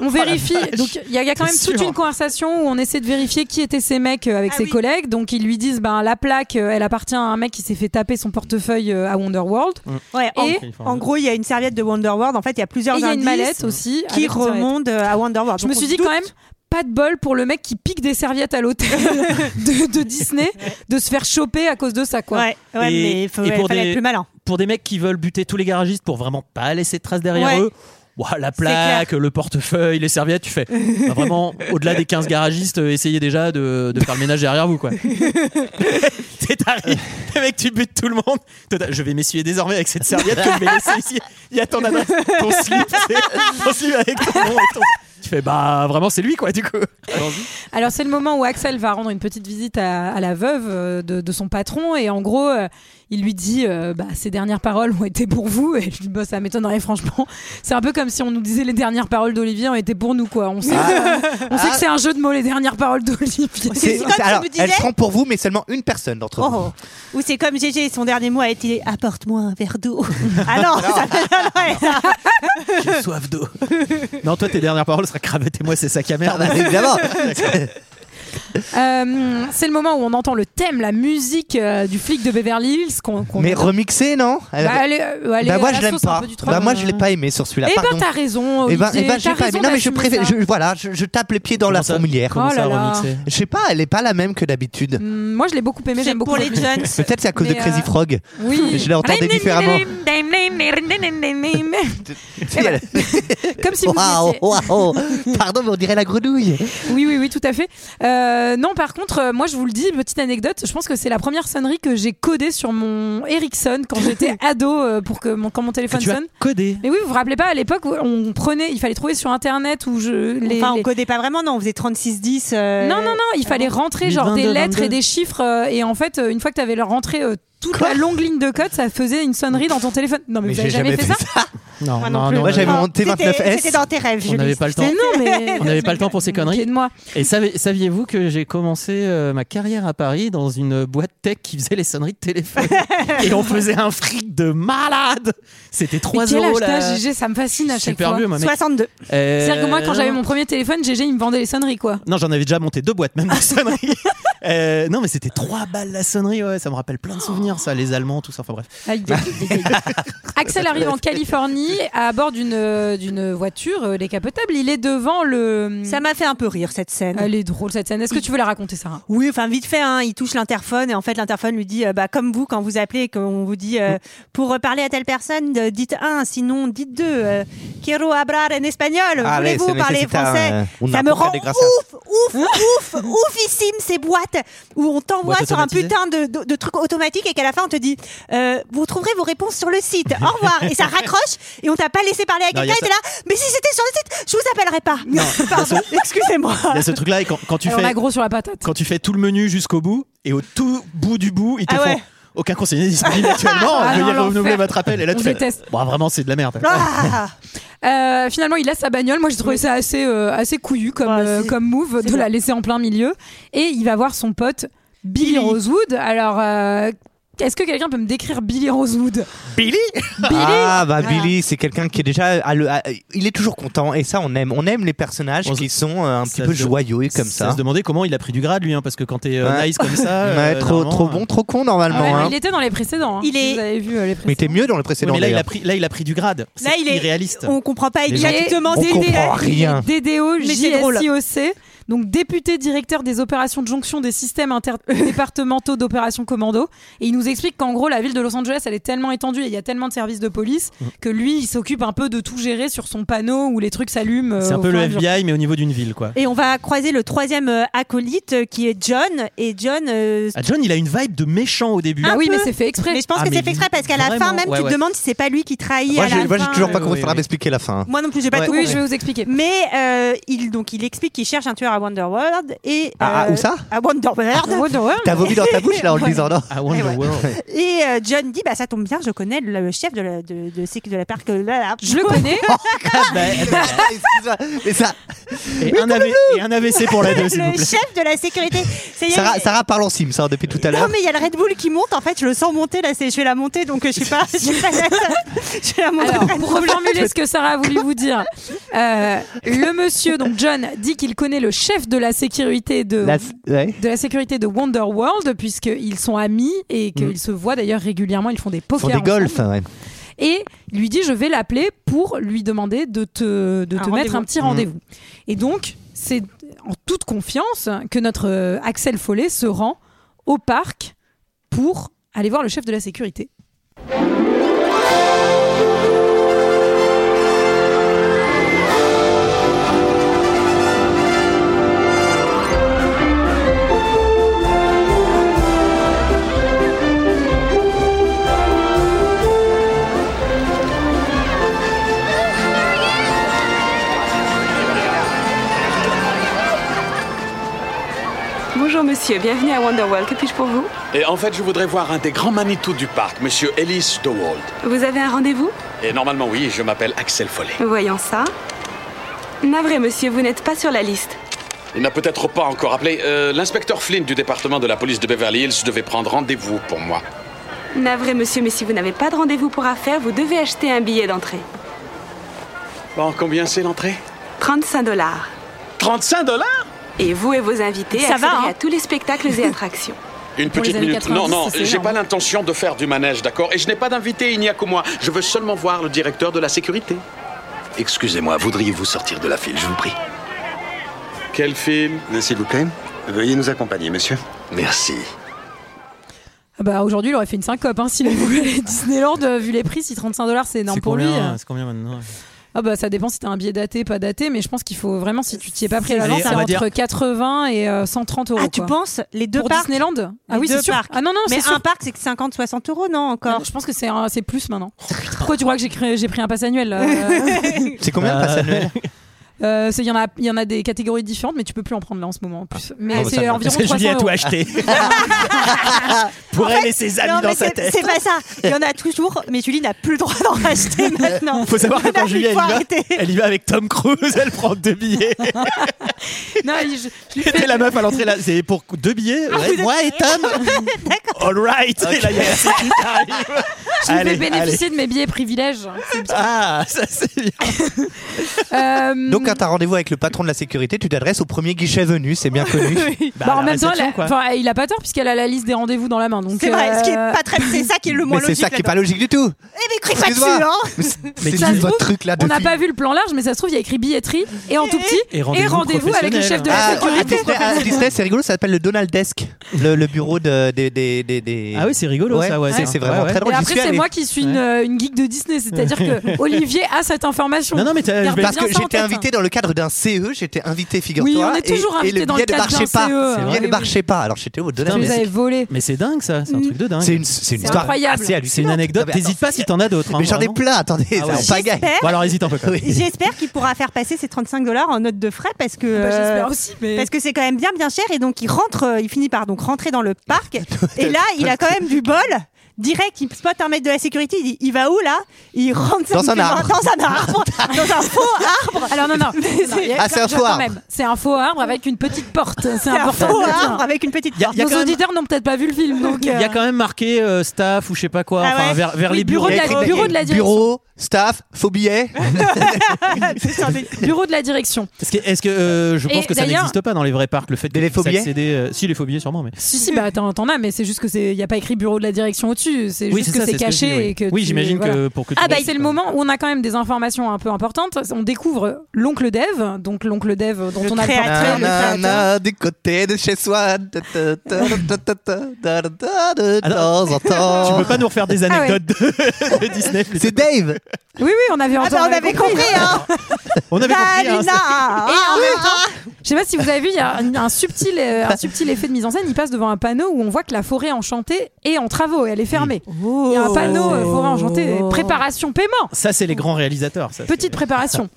[SPEAKER 1] On vérifie. donc il y, a- il y a quand
[SPEAKER 9] T'es
[SPEAKER 1] même toute
[SPEAKER 9] sûr
[SPEAKER 1] une conversation où on essaie de vérifier qui étaient ces mecs euh, avec
[SPEAKER 8] Ah
[SPEAKER 1] ses
[SPEAKER 8] oui.
[SPEAKER 1] collègues. Donc ils lui disent ben la plaque, euh, elle appartient à un mec qui s'est fait taper son portefeuille euh, à Wonderworld.
[SPEAKER 8] Ouais, en-
[SPEAKER 1] Et-
[SPEAKER 8] en, gros, il y a une serviette de Wonderworld. En fait, il y a plusieurs
[SPEAKER 1] Et il y a une
[SPEAKER 8] indices
[SPEAKER 1] mallette aussi
[SPEAKER 8] qui
[SPEAKER 1] avec une serviette.
[SPEAKER 8] remontent euh, à Wonderworld.
[SPEAKER 1] Je me suis dit quand même. Pas de bol pour le mec qui pique des serviettes à l'hôtel de, de Disney, de se faire choper à cause de ça, quoi.
[SPEAKER 8] Ouais, ouais,
[SPEAKER 9] Et-
[SPEAKER 8] mais il faut
[SPEAKER 9] et pour
[SPEAKER 8] fallait
[SPEAKER 9] des-
[SPEAKER 8] être plus malin.
[SPEAKER 9] Pour des mecs qui veulent buter tous les garagistes pour vraiment pas laisser de traces derrière
[SPEAKER 8] Ouais.
[SPEAKER 9] eux. ouah, la plaque, le portefeuille, les serviettes, tu fais bah, vraiment au-delà des 15 garagistes, euh, essayez déjà de, de faire le ménage derrière vous quoi. T'es taré, le mec tu butes tout le monde. Toi, t'as- Je vais m'essuyer désormais avec cette serviette que je vais laisser ici. Il y a ton adresse, ton slip, c'est- ton slip avec ton nom et ton- Tu fais bah vraiment c'est lui quoi du coup.
[SPEAKER 1] Alors c'est le moment où Axel va rendre une petite visite à, à la veuve euh, de, de son patron et en gros euh, il lui dit euh, bah, ses dernières paroles ont été pour vous et je lui dis bah, ça m'étonnerait franchement c'est un peu comme si on nous disait les dernières paroles d'Olivier ont été pour nous quoi on sait, on sait que c'est un jeu de mots les dernières paroles d'Olivier
[SPEAKER 6] Ah. C'est-
[SPEAKER 8] comme tu
[SPEAKER 6] alors,
[SPEAKER 8] nous disais-
[SPEAKER 6] elle prend pour vous, mais seulement une personne d'entre vous.
[SPEAKER 8] Oh. Ou c'est comme GG, son dernier mot a été apporte-moi un verre d'eau. ah non, ça fait- non, non, ouais, ça-
[SPEAKER 9] J'ai soif d'eau. Non toi tes dernières paroles sera cravatez-moi c'est sacs à
[SPEAKER 6] Ah
[SPEAKER 9] merde.
[SPEAKER 6] bah, évidemment.
[SPEAKER 1] Euh, c'est le moment où on entend le thème la musique euh, du flic de Beverly Hills qu'on qu'on-
[SPEAKER 6] mais remixé, non Elle-
[SPEAKER 1] oh. Bah, elle est- euh, elle est
[SPEAKER 6] Bah, moi
[SPEAKER 1] à la
[SPEAKER 6] je l'aime
[SPEAKER 1] sauce un
[SPEAKER 6] pas.
[SPEAKER 1] peu du troll.
[SPEAKER 6] Bah, moi je l'ai pas aimé sur celui-là.
[SPEAKER 1] eh ben
[SPEAKER 6] Pardon.
[SPEAKER 1] t'as raison
[SPEAKER 6] Eh
[SPEAKER 1] Olivier,
[SPEAKER 6] ben, eh ben,
[SPEAKER 1] t'as
[SPEAKER 6] j'ai pas aimé.
[SPEAKER 1] raison
[SPEAKER 6] Non mais je
[SPEAKER 1] d'assumer
[SPEAKER 6] préfère.
[SPEAKER 1] ça.
[SPEAKER 6] Je, voilà, je, je tape les pieds dans la
[SPEAKER 9] Comment ça
[SPEAKER 6] fourmilière.
[SPEAKER 9] Comment
[SPEAKER 1] Oh
[SPEAKER 9] ça
[SPEAKER 1] là là.
[SPEAKER 9] remixer
[SPEAKER 6] Je sais pas, elle est pas la même que d'habitude.
[SPEAKER 1] Hum, moi je l'ai beaucoup aimé
[SPEAKER 8] c'est
[SPEAKER 1] j'aime beaucoup
[SPEAKER 8] pour les jeunes.
[SPEAKER 6] Peut-être c'est à cause
[SPEAKER 1] Mais,
[SPEAKER 6] de Crazy
[SPEAKER 1] euh,
[SPEAKER 6] Frog.
[SPEAKER 1] Oui.
[SPEAKER 6] Je l'ai entendu différemment. Tu sais, elle-
[SPEAKER 1] Comme si vous
[SPEAKER 6] Waouh,
[SPEAKER 1] étiez-
[SPEAKER 6] waouh. Pardon, mais on dirait la grenouille.
[SPEAKER 1] Oui, oui, oui, tout à fait. Euh, Euh, non, par contre, euh, moi je vous le dis, petite anecdote, je pense que c'est la première sonnerie que j'ai codée sur mon Ericsson quand j'étais ado euh, pour que mon, quand mon téléphone
[SPEAKER 9] tu as
[SPEAKER 1] sonne.
[SPEAKER 9] codé.
[SPEAKER 1] Mais oui, vous vous rappelez pas à l'époque où on prenait, il fallait trouver sur internet où je les,
[SPEAKER 8] enfin, on
[SPEAKER 1] les-
[SPEAKER 8] codait pas vraiment, non, on faisait 3610. euh,
[SPEAKER 1] Non non non, il fallait rentrer genre
[SPEAKER 9] 22,
[SPEAKER 1] des lettres
[SPEAKER 9] 22.
[SPEAKER 1] et des chiffres euh, et en fait euh, une fois que tu avais rentré euh, toute la longue ligne de code, ça faisait une sonnerie dans ton téléphone. Non mais,
[SPEAKER 6] Mais
[SPEAKER 1] vous
[SPEAKER 6] j'ai
[SPEAKER 1] avez jamais, fait, ça
[SPEAKER 9] Non,
[SPEAKER 8] Moi non plus.
[SPEAKER 6] Moi, j'avais
[SPEAKER 8] Ah,
[SPEAKER 6] mon T29S.
[SPEAKER 8] c'était- C'était dans tes rêves,
[SPEAKER 9] On
[SPEAKER 8] Julie.
[SPEAKER 9] n'avait pas le temps.
[SPEAKER 1] Mais non mais
[SPEAKER 9] On n'avait pas le temps pour ces conneries.
[SPEAKER 1] de moi.
[SPEAKER 9] Et savez- saviez-vous que j'ai commencé euh, ma carrière à Paris dans une boîte tech qui faisait les sonneries de téléphone Et on faisait un fric de malade C'était
[SPEAKER 1] Mais
[SPEAKER 9] 3
[SPEAKER 1] quel
[SPEAKER 9] euros
[SPEAKER 1] âge
[SPEAKER 9] là.
[SPEAKER 1] t'as, GG, ça me fascine à chaque
[SPEAKER 9] Super
[SPEAKER 1] fois.
[SPEAKER 9] vieux, moi, mec.
[SPEAKER 8] 62.
[SPEAKER 9] Euh,
[SPEAKER 1] C'est-à-dire que moi, quand j'avais mon premier téléphone, GG, il me vendait les sonneries, quoi.
[SPEAKER 9] Non, j'en avais déjà monté deux boîtes même de sonneries. Euh, non, mais c'était 3 balles la sonnerie, ouais, ça me rappelle plein de souvenirs, ça, les Allemands, tout ça, enfin bref.
[SPEAKER 1] Aïe, aïe, aïe, aïe. Axel arrive en Californie à bord d'une d'une voiture euh, décapotable. Il est devant le. euh,
[SPEAKER 8] Ça m'a fait un peu rire cette scène.
[SPEAKER 1] Elle est drôle cette scène. Est-ce que tu veux la raconter, Sarah
[SPEAKER 8] Oui, enfin vite fait, hein, il touche l'interphone et en fait l'interphone lui dit, euh, bah comme vous quand vous appelez et qu'on vous dit euh, pour euh, parler à telle personne, euh, dites un, sinon dites deux. euh, quiero hablar en espagnol.
[SPEAKER 9] Ah,
[SPEAKER 6] Allez,
[SPEAKER 8] Voulez-vous
[SPEAKER 6] c'est
[SPEAKER 8] parler
[SPEAKER 6] nécessita,
[SPEAKER 8] français
[SPEAKER 6] euh, un
[SPEAKER 8] Ça me
[SPEAKER 6] podcast
[SPEAKER 8] rend
[SPEAKER 6] de
[SPEAKER 8] ouf,
[SPEAKER 6] grâce à-
[SPEAKER 8] ouf,
[SPEAKER 9] Hein
[SPEAKER 8] ouf, oufissime ces boîtes où on t'envoie
[SPEAKER 9] Boîte
[SPEAKER 8] sur un
[SPEAKER 9] automatisée.
[SPEAKER 8] putain de, de, de truc automatique et qu'à la fin on te dit, euh, vous trouverez vos réponses sur le site. Au revoir. Et ça raccroche et on t'a pas laissé parler à
[SPEAKER 9] Non, y a ça-
[SPEAKER 8] quelqu'un. Et t'es là, mais si c'était sur le site, je vous appellerai pas. Pardon, excusez-moi.
[SPEAKER 9] Il y a ce truc-là, et quand, quand tu
[SPEAKER 1] Alors, On
[SPEAKER 9] fais,
[SPEAKER 1] a gros sur la patate.
[SPEAKER 9] quand tu fais tout le menu jusqu'au bout, et au tout bout du bout, ils te
[SPEAKER 8] Ah
[SPEAKER 9] font
[SPEAKER 8] ouais.
[SPEAKER 9] aucun conseiller n'est disponible actuellement,
[SPEAKER 1] Ah non,
[SPEAKER 9] veuillez
[SPEAKER 1] l'enfer.
[SPEAKER 9] renouveler votre appel, et là
[SPEAKER 1] On
[SPEAKER 9] tu fais,
[SPEAKER 1] déteste.
[SPEAKER 9] Bon, vraiment, c'est de la merde.
[SPEAKER 8] Ah
[SPEAKER 1] Euh, finalement, il laisse sa bagnole. Moi, j'ai trouvé ça assez, euh, assez couillu comme,
[SPEAKER 8] Ouais,
[SPEAKER 1] euh,
[SPEAKER 8] c'est-
[SPEAKER 1] comme move de
[SPEAKER 8] bien.
[SPEAKER 1] la laisser en plein milieu. Et il va voir son pote Billy Rosewood. Alors, euh, est-ce que quelqu'un peut me décrire Billy Rosewood
[SPEAKER 9] Billy
[SPEAKER 1] Billy
[SPEAKER 6] Ah bah Billy, c'est quelqu'un qui est déjà, à le- à- il est toujours content et ça on aime. On aime les personnages
[SPEAKER 9] On se-
[SPEAKER 6] qui sont euh, un
[SPEAKER 9] Ça
[SPEAKER 6] petit peu
[SPEAKER 9] se-
[SPEAKER 6] joyeux comme ça.
[SPEAKER 9] se demander comment il a pris du grade, lui, hein, parce que quand t'es euh,
[SPEAKER 6] Ouais.
[SPEAKER 9] nice comme ça.
[SPEAKER 6] Ouais,
[SPEAKER 9] euh,
[SPEAKER 6] trop,
[SPEAKER 9] normalement,
[SPEAKER 6] trop
[SPEAKER 9] euh,
[SPEAKER 6] bon, trop con normalement.
[SPEAKER 1] Ah Ouais,
[SPEAKER 6] hein.
[SPEAKER 1] Il était dans les précédents. hein,
[SPEAKER 8] Il
[SPEAKER 1] si
[SPEAKER 8] est-
[SPEAKER 1] Vous avez vu euh, les précédents.
[SPEAKER 6] Mais il était mieux dans le
[SPEAKER 9] Oui,
[SPEAKER 6] précédent
[SPEAKER 9] mais là il, a
[SPEAKER 6] d'ailleurs.
[SPEAKER 9] pris, là, il a pris du grade.
[SPEAKER 8] Là,
[SPEAKER 9] C'est
[SPEAKER 8] il est-
[SPEAKER 9] irréaliste.
[SPEAKER 8] On comprend pas
[SPEAKER 9] Les gens-
[SPEAKER 8] exactement.
[SPEAKER 6] On
[SPEAKER 8] c'est-
[SPEAKER 6] comprend
[SPEAKER 8] c'est-
[SPEAKER 6] rien.
[SPEAKER 1] DDO,
[SPEAKER 8] Mais c'est drôle.
[SPEAKER 1] JSIOC, donc député directeur des opérations de jonction des systèmes interdépartementaux d'opérations commando. Et il nous explique qu'en gros, la ville de Los Angeles, elle est tellement étendue et il y a tellement de services de police que lui, il s'occupe un peu de tout gérer sur son panneau où les trucs s'allument. euh,
[SPEAKER 9] C'est un
[SPEAKER 1] au
[SPEAKER 9] peu
[SPEAKER 1] fur
[SPEAKER 9] le
[SPEAKER 1] et à mesure.
[SPEAKER 9] FBI, mais au niveau d'une ville, quoi.
[SPEAKER 8] Et on va croiser le troisième euh, acolyte euh, qui est John. Et John. euh,
[SPEAKER 9] Ah, John, il a une vibe de méchant au début.
[SPEAKER 1] Ah oui,
[SPEAKER 8] peu.
[SPEAKER 1] mais c'est fait exprès.
[SPEAKER 8] mais je pense
[SPEAKER 9] Ah,
[SPEAKER 8] que
[SPEAKER 9] mais
[SPEAKER 8] c'est fait exprès parce qu'à la
[SPEAKER 9] vraiment,
[SPEAKER 8] fin, même,
[SPEAKER 9] ouais,
[SPEAKER 8] tu
[SPEAKER 9] ouais.
[SPEAKER 8] te demandes si c'est pas lui qui trahit.
[SPEAKER 6] Moi
[SPEAKER 8] à la
[SPEAKER 6] j'ai moi, j'ai
[SPEAKER 8] fin. euh,
[SPEAKER 6] toujours pas compris.
[SPEAKER 9] Eh Oui,
[SPEAKER 6] Faudra
[SPEAKER 9] oui.
[SPEAKER 6] m'expliquer la fin. hein.
[SPEAKER 8] Moi non plus, j'ai pas tout
[SPEAKER 1] Oui,
[SPEAKER 8] compris.
[SPEAKER 1] je vais vous expliquer.
[SPEAKER 8] Mais euh, il, donc, il explique qu'il cherche un tueur à Wonderworld. Et, euh,
[SPEAKER 6] Ah, ah, où ça
[SPEAKER 8] À Wonderworld.
[SPEAKER 1] Wonderworld.
[SPEAKER 6] T'as vomi dans ta bouche là en le disant non
[SPEAKER 9] I Ah, wonder Bah,
[SPEAKER 8] Eh ouais.
[SPEAKER 9] world.
[SPEAKER 8] Et euh, John dit bah, Ça tombe bien, je connais le chef de la, de, de, sécu- de la parc. euh,
[SPEAKER 1] Je le connais.
[SPEAKER 6] Excuse-moi, mais ça,
[SPEAKER 9] Et, un AV et un AVC pour la deux, s'il vous
[SPEAKER 8] Le
[SPEAKER 9] plaît.
[SPEAKER 8] chef de la sécurité. C'est-
[SPEAKER 6] Sarah, Sarah parle en sim ça depuis tout à
[SPEAKER 8] Non
[SPEAKER 6] l'heure.
[SPEAKER 8] mais il y a le Red Bull qui monte en fait je le sens monter là c'est je vais la monter donc euh, je sais pas je sais pas je vais la monter
[SPEAKER 1] Alors, pour reformuler ce que Sarah a voulu vous dire, euh, le monsieur, donc John, dit qu'il connaît le chef de la sécurité de
[SPEAKER 6] La- ouais.
[SPEAKER 1] de la sécurité de Wonderworld puisqu'ils sont amis et qu'ils se voient d'ailleurs régulièrement, ils font des
[SPEAKER 6] Mm.
[SPEAKER 1] pokers
[SPEAKER 6] Ils font des
[SPEAKER 1] ensemble.
[SPEAKER 6] golfs. hein, ouais.
[SPEAKER 1] et il lui dit je vais l'appeler pour lui demander de te, de
[SPEAKER 8] Un
[SPEAKER 1] te mettre
[SPEAKER 8] rendez-vous.
[SPEAKER 1] un petit
[SPEAKER 6] Mm.
[SPEAKER 1] rendez-vous. Et donc c'est en toute confiance que notre euh, Axel Follet se rend au parc pour aller voir le chef de la sécurité.
[SPEAKER 10] Bonjour monsieur, bienvenue à Wonderwall. Que puis-je pour vous
[SPEAKER 2] Et en fait, je voudrais voir un des grands manitous du parc, monsieur Ellis DeWald.
[SPEAKER 10] Vous avez un rendez-vous
[SPEAKER 2] Et normalement, oui, je m'appelle Axel Follet.
[SPEAKER 10] Voyons ça. Navré monsieur, vous n'êtes pas sur la liste.
[SPEAKER 2] Il n'a peut-être pas encore appelé. Euh, L'inspecteur Flynn du département de la police de Beverly Hills devait prendre rendez-vous pour moi.
[SPEAKER 10] Navré monsieur, mais si vous n'avez pas de rendez-vous pour affaires, vous devez acheter un billet d'entrée.
[SPEAKER 2] Bon, combien c'est l'entrée
[SPEAKER 10] 35 dollars.
[SPEAKER 2] 35 dollars
[SPEAKER 10] Et vous et vos invités
[SPEAKER 8] Ça va,
[SPEAKER 10] accéderez
[SPEAKER 8] hein
[SPEAKER 10] à tous les spectacles et attractions.
[SPEAKER 2] Une
[SPEAKER 1] Pour les
[SPEAKER 2] petite
[SPEAKER 1] années
[SPEAKER 2] minute.
[SPEAKER 1] 90,
[SPEAKER 2] non, non,
[SPEAKER 1] c'est
[SPEAKER 2] j'ai
[SPEAKER 1] énorme.
[SPEAKER 2] pas l'intention de faire du manège, d'accord Et je n'ai pas d'invité, il n'y a que moi. Je veux seulement voir le directeur de la sécurité.
[SPEAKER 4] Excusez-moi, voudriez-vous sortir de la file, je vous prie
[SPEAKER 2] Quel film
[SPEAKER 4] S'il vous plaît, veuillez nous accompagner, monsieur. Merci.
[SPEAKER 1] Ah Bah aujourd'hui il aurait hein, fait une syncope hein, s'il avait voulu aller à Disneyland euh, vu les prix si 35 dollars c'est énorme
[SPEAKER 9] C'est
[SPEAKER 1] pour lui.
[SPEAKER 9] combien,
[SPEAKER 1] euh.
[SPEAKER 9] c'est combien maintenant
[SPEAKER 1] Ah bah ça dépend si t'as un billet daté, pas daté, mais je pense qu'il faut vraiment, si tu t'y es pas pris à
[SPEAKER 9] Allez,
[SPEAKER 1] l'avance,
[SPEAKER 9] on
[SPEAKER 1] c'est
[SPEAKER 9] va
[SPEAKER 1] entre
[SPEAKER 9] dire-
[SPEAKER 1] 80 et euh, 130 euros.
[SPEAKER 8] Ah, tu
[SPEAKER 1] quoi.
[SPEAKER 8] penses les deux
[SPEAKER 1] Pour
[SPEAKER 8] parcs
[SPEAKER 1] Disneyland Ah
[SPEAKER 8] Les
[SPEAKER 1] oui,
[SPEAKER 8] deux
[SPEAKER 1] c'est sûr.
[SPEAKER 8] parcs.
[SPEAKER 1] Ah non, non, c'est
[SPEAKER 8] Mais
[SPEAKER 1] sûr.
[SPEAKER 8] un parc, c'est que 50-60 euros, non encore
[SPEAKER 1] Je pense que c'est un- c'est plus maintenant. Pourquoi tu crois que j'ai créé- j'ai pris un pass annuel euh,
[SPEAKER 6] C'est combien
[SPEAKER 9] Ah.
[SPEAKER 6] le pass annuel
[SPEAKER 1] euh, c'est- Il y, en a- il y en a des catégories différentes, mais tu peux plus en prendre là en ce moment en plus. Mais
[SPEAKER 6] Ah, bah, ça
[SPEAKER 1] c'est
[SPEAKER 6] me-
[SPEAKER 1] environ
[SPEAKER 9] Parce que
[SPEAKER 1] 300
[SPEAKER 9] Julie a tout
[SPEAKER 1] euros.
[SPEAKER 9] acheté. Pour elle et ses amis
[SPEAKER 8] Non,
[SPEAKER 9] dans
[SPEAKER 8] mais
[SPEAKER 9] sa
[SPEAKER 8] c'est
[SPEAKER 9] tête.
[SPEAKER 8] c'est pas ça. Il y en a toujours, mais Julie n'a plus le droit d'en racheter maintenant.
[SPEAKER 9] Faut savoir que
[SPEAKER 8] Là,
[SPEAKER 9] quand Julie elle y
[SPEAKER 8] il faut
[SPEAKER 9] va,
[SPEAKER 8] arrêter.
[SPEAKER 9] elle y va avec Tom Cruise, elle prend deux billets.
[SPEAKER 1] Non, je- je lui fais-
[SPEAKER 9] Et la meuf à l'entrée là, c'est pour deux billets ouais, Moi et Tom All right Et là, il y a la sécu qui arrive.
[SPEAKER 1] je lui fais bénéficier de mes billets privilèges.
[SPEAKER 9] Ah, ça c'est bien.
[SPEAKER 1] Euh,
[SPEAKER 6] Donc, quand t'as rendez-vous avec le patron de la sécurité, tu t'adresses au premier guichet venu, c'est bien connu.
[SPEAKER 1] bah, en même temps, elle a- enfin, il a pas tort puisqu'elle a la liste des rendez-vous dans la main. donc,
[SPEAKER 8] C'est vrai,
[SPEAKER 1] euh,
[SPEAKER 8] ce qui est pas très. C'est ça qui est le moins
[SPEAKER 6] Mais c'est
[SPEAKER 8] logique.
[SPEAKER 6] ça qui est pas
[SPEAKER 8] là-dedans.
[SPEAKER 6] logique du tout.
[SPEAKER 8] Eh, mais crie pas dessus,
[SPEAKER 6] Excuse-moi.
[SPEAKER 8] hein
[SPEAKER 6] Mais c'est-
[SPEAKER 9] Mais
[SPEAKER 6] C'est
[SPEAKER 9] ça
[SPEAKER 6] tout
[SPEAKER 9] se
[SPEAKER 6] votre
[SPEAKER 1] trouve,
[SPEAKER 6] truc là de
[SPEAKER 1] on n'a
[SPEAKER 6] fille.
[SPEAKER 1] pas vu le plan large, mais ça se trouve, il y a écrit billetterie et en tout petit
[SPEAKER 9] Et rendez-vous
[SPEAKER 1] avec le
[SPEAKER 9] professionnel.
[SPEAKER 1] chef de la
[SPEAKER 6] Ah, à
[SPEAKER 1] sécurité.
[SPEAKER 6] Disney, à Disney, c'est rigolo, ça s'appelle le Donald Desk, le, le bureau de, des, des, des, des-
[SPEAKER 9] Ah oui, c'est rigolo
[SPEAKER 6] Ouais,
[SPEAKER 9] ça, ouais.
[SPEAKER 6] c'est- c'est vraiment
[SPEAKER 9] Ouais, ouais.
[SPEAKER 6] très drôle.
[SPEAKER 1] Et
[SPEAKER 6] J'y
[SPEAKER 1] après,
[SPEAKER 6] suis
[SPEAKER 1] c'est
[SPEAKER 6] allé.
[SPEAKER 1] moi qui suis une, euh, une geek de Disney, c'est-à-dire que Olivier a cette information.
[SPEAKER 9] Non, non, mais t'as-
[SPEAKER 1] Garde
[SPEAKER 9] je vais-
[SPEAKER 6] Parce
[SPEAKER 1] bien
[SPEAKER 6] que
[SPEAKER 1] ça en
[SPEAKER 6] j'étais
[SPEAKER 1] tête.
[SPEAKER 6] invité dans le cadre d'un CE, j'étais invité, figure-toi.
[SPEAKER 1] Oui, on est toujours
[SPEAKER 6] et, et
[SPEAKER 1] invité
[SPEAKER 6] le
[SPEAKER 1] dans le
[SPEAKER 6] billet ne
[SPEAKER 1] cadre d'un
[SPEAKER 6] marchait
[SPEAKER 1] CE.
[SPEAKER 6] pas.
[SPEAKER 1] hein.
[SPEAKER 6] Le
[SPEAKER 1] Oui,
[SPEAKER 6] billet ne
[SPEAKER 1] oui.
[SPEAKER 6] marchait pas. Alors j'étais au
[SPEAKER 1] Je
[SPEAKER 6] Donald
[SPEAKER 1] vous
[SPEAKER 6] Desk.
[SPEAKER 1] avais volé.
[SPEAKER 9] Mais c'est dingue ça,
[SPEAKER 1] Hmm.
[SPEAKER 9] c'est un truc de dingue.
[SPEAKER 6] C'est une, c'est une
[SPEAKER 1] C'est
[SPEAKER 6] histoire
[SPEAKER 1] incroyable.
[SPEAKER 6] assez
[SPEAKER 9] C'est une
[SPEAKER 6] hallucinante.
[SPEAKER 9] anecdote.
[SPEAKER 1] Ah,
[SPEAKER 6] Non,
[SPEAKER 1] bah,
[SPEAKER 6] mais attends.
[SPEAKER 9] T'hésites pas si t'en as d'autres. hein,
[SPEAKER 6] Mais j'en ai
[SPEAKER 9] vraiment.
[SPEAKER 6] plein, attendez,
[SPEAKER 9] Ah ouais.
[SPEAKER 6] ça en pagaille.
[SPEAKER 8] J'espère-
[SPEAKER 1] Eh
[SPEAKER 9] Bon, alors hésite un peu quand même.
[SPEAKER 6] Oui.
[SPEAKER 8] J'espère qu'il pourra faire passer ses 35 dollars en note de frais parce
[SPEAKER 10] Ah
[SPEAKER 8] que.
[SPEAKER 1] Bah,
[SPEAKER 8] euh,
[SPEAKER 1] J'espère aussi, mais.
[SPEAKER 8] Parce que c'est quand même bien bien cher et donc il rentre, euh, il finit par donc rentrer dans le parc et là il a quand même du bol. Direct, il spot un mètre de la sécurité, il dit il va où là Il rentre
[SPEAKER 6] Dans
[SPEAKER 8] ça me
[SPEAKER 6] un
[SPEAKER 8] fait marrer.
[SPEAKER 6] arbre.
[SPEAKER 8] dans un arbre, dans un faux arbre,
[SPEAKER 1] Alors non, non, non, il y a-
[SPEAKER 6] Ah, c'est un
[SPEAKER 1] je-
[SPEAKER 6] faux
[SPEAKER 1] quand
[SPEAKER 6] arbre.
[SPEAKER 1] même, C'est un faux arbre avec une petite porte. C'est
[SPEAKER 8] un
[SPEAKER 1] important.
[SPEAKER 8] faux
[SPEAKER 1] de le dire.
[SPEAKER 8] arbre avec une petite.
[SPEAKER 9] Il y a- il y a
[SPEAKER 1] Nos
[SPEAKER 9] quand même-
[SPEAKER 1] auditeurs n'ont peut-être pas vu le film, donc.
[SPEAKER 9] Il y a
[SPEAKER 1] euh,
[SPEAKER 9] quand même marqué euh, staff ou je sais pas quoi,
[SPEAKER 8] Ah
[SPEAKER 9] enfin
[SPEAKER 8] ouais.
[SPEAKER 9] vers, vers
[SPEAKER 1] Oui,
[SPEAKER 9] les bureaux.
[SPEAKER 1] bureau de la-
[SPEAKER 9] Il y a écrit-
[SPEAKER 1] bureau de la direction.
[SPEAKER 6] Bureau, staff, faux billets.
[SPEAKER 1] Bureau de la direction.
[SPEAKER 9] Est-ce que, est-ce que, euh, je pense
[SPEAKER 1] Et
[SPEAKER 9] que ça
[SPEAKER 1] d'ailleurs-
[SPEAKER 9] n'existe pas dans les vrais parcs le fait
[SPEAKER 6] Des
[SPEAKER 9] de
[SPEAKER 6] phobies
[SPEAKER 9] s'accéder euh, Si les phobies sûrement, mais
[SPEAKER 1] Si, si, bah t'en t'en as, mais c'est juste que c'est, y a pas écrit bureau de la direction au-dessus. C'est juste que
[SPEAKER 9] ça,
[SPEAKER 1] c'est
[SPEAKER 9] ce que je
[SPEAKER 1] caché
[SPEAKER 9] dis, oui.
[SPEAKER 1] et que.
[SPEAKER 9] Oui,
[SPEAKER 1] tu-
[SPEAKER 9] j'imagine
[SPEAKER 1] voilà.
[SPEAKER 9] que pour que.
[SPEAKER 1] Ah
[SPEAKER 9] tu
[SPEAKER 1] bah
[SPEAKER 9] restes,
[SPEAKER 1] c'est le
[SPEAKER 9] quoi.
[SPEAKER 1] moment où on a quand même des informations un peu importantes. On découvre l'oncle Dev, donc l'oncle Dev dont
[SPEAKER 8] Le
[SPEAKER 1] on a le
[SPEAKER 8] créateur.
[SPEAKER 1] portrait, le créateur.
[SPEAKER 6] Nanana, du côté de chez soi. Da, da, da, da, da, da, da, da, De
[SPEAKER 9] Ah
[SPEAKER 6] temps en
[SPEAKER 9] Tu
[SPEAKER 6] temps.
[SPEAKER 9] peux pas nous refaire des
[SPEAKER 1] Ah ouais.
[SPEAKER 9] anecdotes de, de Disney. plutôt.
[SPEAKER 6] C'est Dave.
[SPEAKER 1] Oui, oui, on avait,
[SPEAKER 8] Ah bah, on avait compris, hein Ah,
[SPEAKER 9] On avait compris. hein,
[SPEAKER 8] Dalila
[SPEAKER 1] Et en même
[SPEAKER 8] ah.
[SPEAKER 1] temps, je sais pas si vous avez vu, il y a un, un subtil, euh, un subtil effet de mise en scène. Il passe devant un panneau où on voit que la forêt enchantée est en travaux et elle est fermée. Il y a un panneau euh, forêt enchantée,
[SPEAKER 8] Oh.
[SPEAKER 1] préparation, paiement.
[SPEAKER 9] ça c'est les grands réalisateurs. Ça,
[SPEAKER 1] Petite préparation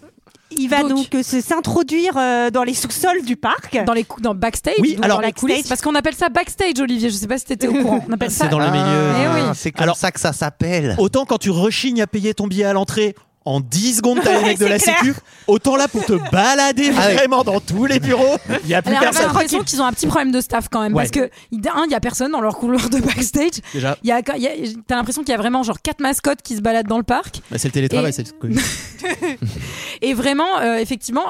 [SPEAKER 8] Il va donc, euh, se- s'introduire euh, dans les sous-sols du parc.
[SPEAKER 1] dans les cou- dans backstage,
[SPEAKER 9] Oui,
[SPEAKER 1] donc
[SPEAKER 9] alors-
[SPEAKER 1] dans les
[SPEAKER 8] Backstage.
[SPEAKER 1] coulisses, parce qu'on appelle ça backstage, Olivier. Je sais pas si t'étais au courant. On appelle ça
[SPEAKER 9] C'est dans le milieu.
[SPEAKER 1] Eh oui.
[SPEAKER 6] C'est comme
[SPEAKER 9] Alors- Oh,
[SPEAKER 6] ça que ça s'appelle.
[SPEAKER 9] Autant quand tu rechignes à payer ton billet à l'entrée. En 10 secondes, t'as les mecs de la
[SPEAKER 8] C'est
[SPEAKER 9] sécu. Autant là pour te balader
[SPEAKER 6] Ah ouais.
[SPEAKER 9] vraiment dans tous les bureaux. Il y a plus
[SPEAKER 1] Alors, j'ai
[SPEAKER 9] personne.
[SPEAKER 1] l'impression qu'ils ont un petit problème de staff quand même.
[SPEAKER 9] Ouais.
[SPEAKER 1] Parce que, il- un, il n'y a personne dans leur couloir de backstage.
[SPEAKER 9] Déjà,
[SPEAKER 1] Il y a- il y a- T'as l'impression qu'il y a vraiment genre quatre mascottes qui se baladent dans le parc.
[SPEAKER 9] bah, c'est le télétravail.
[SPEAKER 1] Et-
[SPEAKER 9] c'est-
[SPEAKER 1] Et vraiment, euh, effectivement,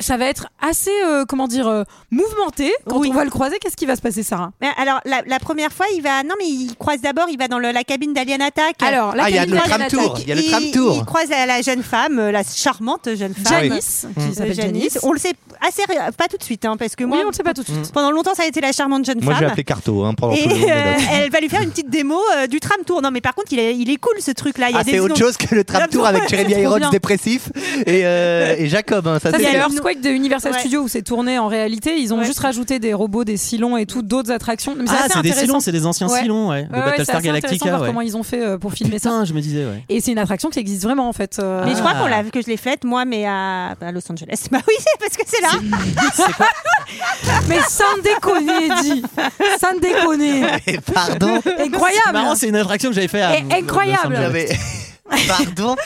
[SPEAKER 1] ça va être assez, euh, comment dire, euh, mouvementé. Quand
[SPEAKER 8] Oui.
[SPEAKER 1] on va le croiser, qu'est-ce qui va se passer, Sarah
[SPEAKER 8] Mais alors la, la première fois, il va non mais il croise d'abord, il va dans le- la cabine d'Alien Attack.
[SPEAKER 1] Alors, la
[SPEAKER 6] Ah, il y a
[SPEAKER 1] cabine
[SPEAKER 6] le
[SPEAKER 1] d'Alien
[SPEAKER 6] tram tour.
[SPEAKER 1] Attack.
[SPEAKER 6] Il y a le
[SPEAKER 8] Il-
[SPEAKER 6] tram tour.
[SPEAKER 8] Il croise la, la jeune femme, euh, la charmante jeune
[SPEAKER 6] Ah
[SPEAKER 8] femme.
[SPEAKER 1] Janice,
[SPEAKER 6] Mmh.
[SPEAKER 1] qui
[SPEAKER 8] Euh,
[SPEAKER 1] s'appelle
[SPEAKER 8] Janice.
[SPEAKER 1] Janice.
[SPEAKER 8] On le sait assez ré- pas tout de suite hein, parce que moi
[SPEAKER 1] oui, on ne sait pas tout de suite.
[SPEAKER 8] pendant longtemps ça a été la charmante jeune
[SPEAKER 6] Moi, j'ai
[SPEAKER 8] femme.
[SPEAKER 6] appelé Carto hein, pendant
[SPEAKER 8] Et
[SPEAKER 6] tout le long de la
[SPEAKER 8] euh,
[SPEAKER 6] note.
[SPEAKER 8] elle va lui faire une petite démo euh, du tram tour. Non mais par contre il est, il est cool ce truc là. Il y a
[SPEAKER 6] Ah,
[SPEAKER 8] des
[SPEAKER 6] c'est autre
[SPEAKER 8] secondes-
[SPEAKER 6] chose que le tram tour avec Jeremy
[SPEAKER 1] Trop bien.
[SPEAKER 6] Irons dépressif et, euh, et Jacob. hein, ça,
[SPEAKER 1] Ça,
[SPEAKER 6] c'est-
[SPEAKER 1] c'est
[SPEAKER 8] une-
[SPEAKER 1] l'Earthquake de Universal
[SPEAKER 8] Ouais.
[SPEAKER 1] Studios où c'est tourné en réalité. Ils ont
[SPEAKER 8] Ouais.
[SPEAKER 1] juste rajouté des robots, des silons et tout, d'autres attractions. Mais c'est
[SPEAKER 9] Ah,
[SPEAKER 1] assez
[SPEAKER 9] c'est des
[SPEAKER 1] intéressant.
[SPEAKER 9] silons, c'est des anciens
[SPEAKER 1] Ouais.
[SPEAKER 9] silons, ouais. De
[SPEAKER 1] Ouais, ouais, c'est
[SPEAKER 9] Battlestar
[SPEAKER 1] assez intéressant de
[SPEAKER 9] Galactica,
[SPEAKER 1] voir
[SPEAKER 9] ouais.
[SPEAKER 1] comment ils ont fait euh, pour filmer ça.
[SPEAKER 9] Putain, je me disais, ouais.
[SPEAKER 1] Et c'est une attraction qui existe vraiment en fait. Euh,
[SPEAKER 8] Mais je crois
[SPEAKER 9] Ah.
[SPEAKER 8] qu'on l'a que je l'ai faite moi mais à, à Los Angeles. Bah oui c'est parce que c'est là.
[SPEAKER 1] Mais sans déconner, dit. Sans déconner.
[SPEAKER 6] Et Pardon.
[SPEAKER 9] C'est
[SPEAKER 1] Incroyable.
[SPEAKER 9] marrant, c'est une attraction que j'avais fait à.
[SPEAKER 1] Et incroyable.
[SPEAKER 9] me semble.
[SPEAKER 6] J'avais- Pardon.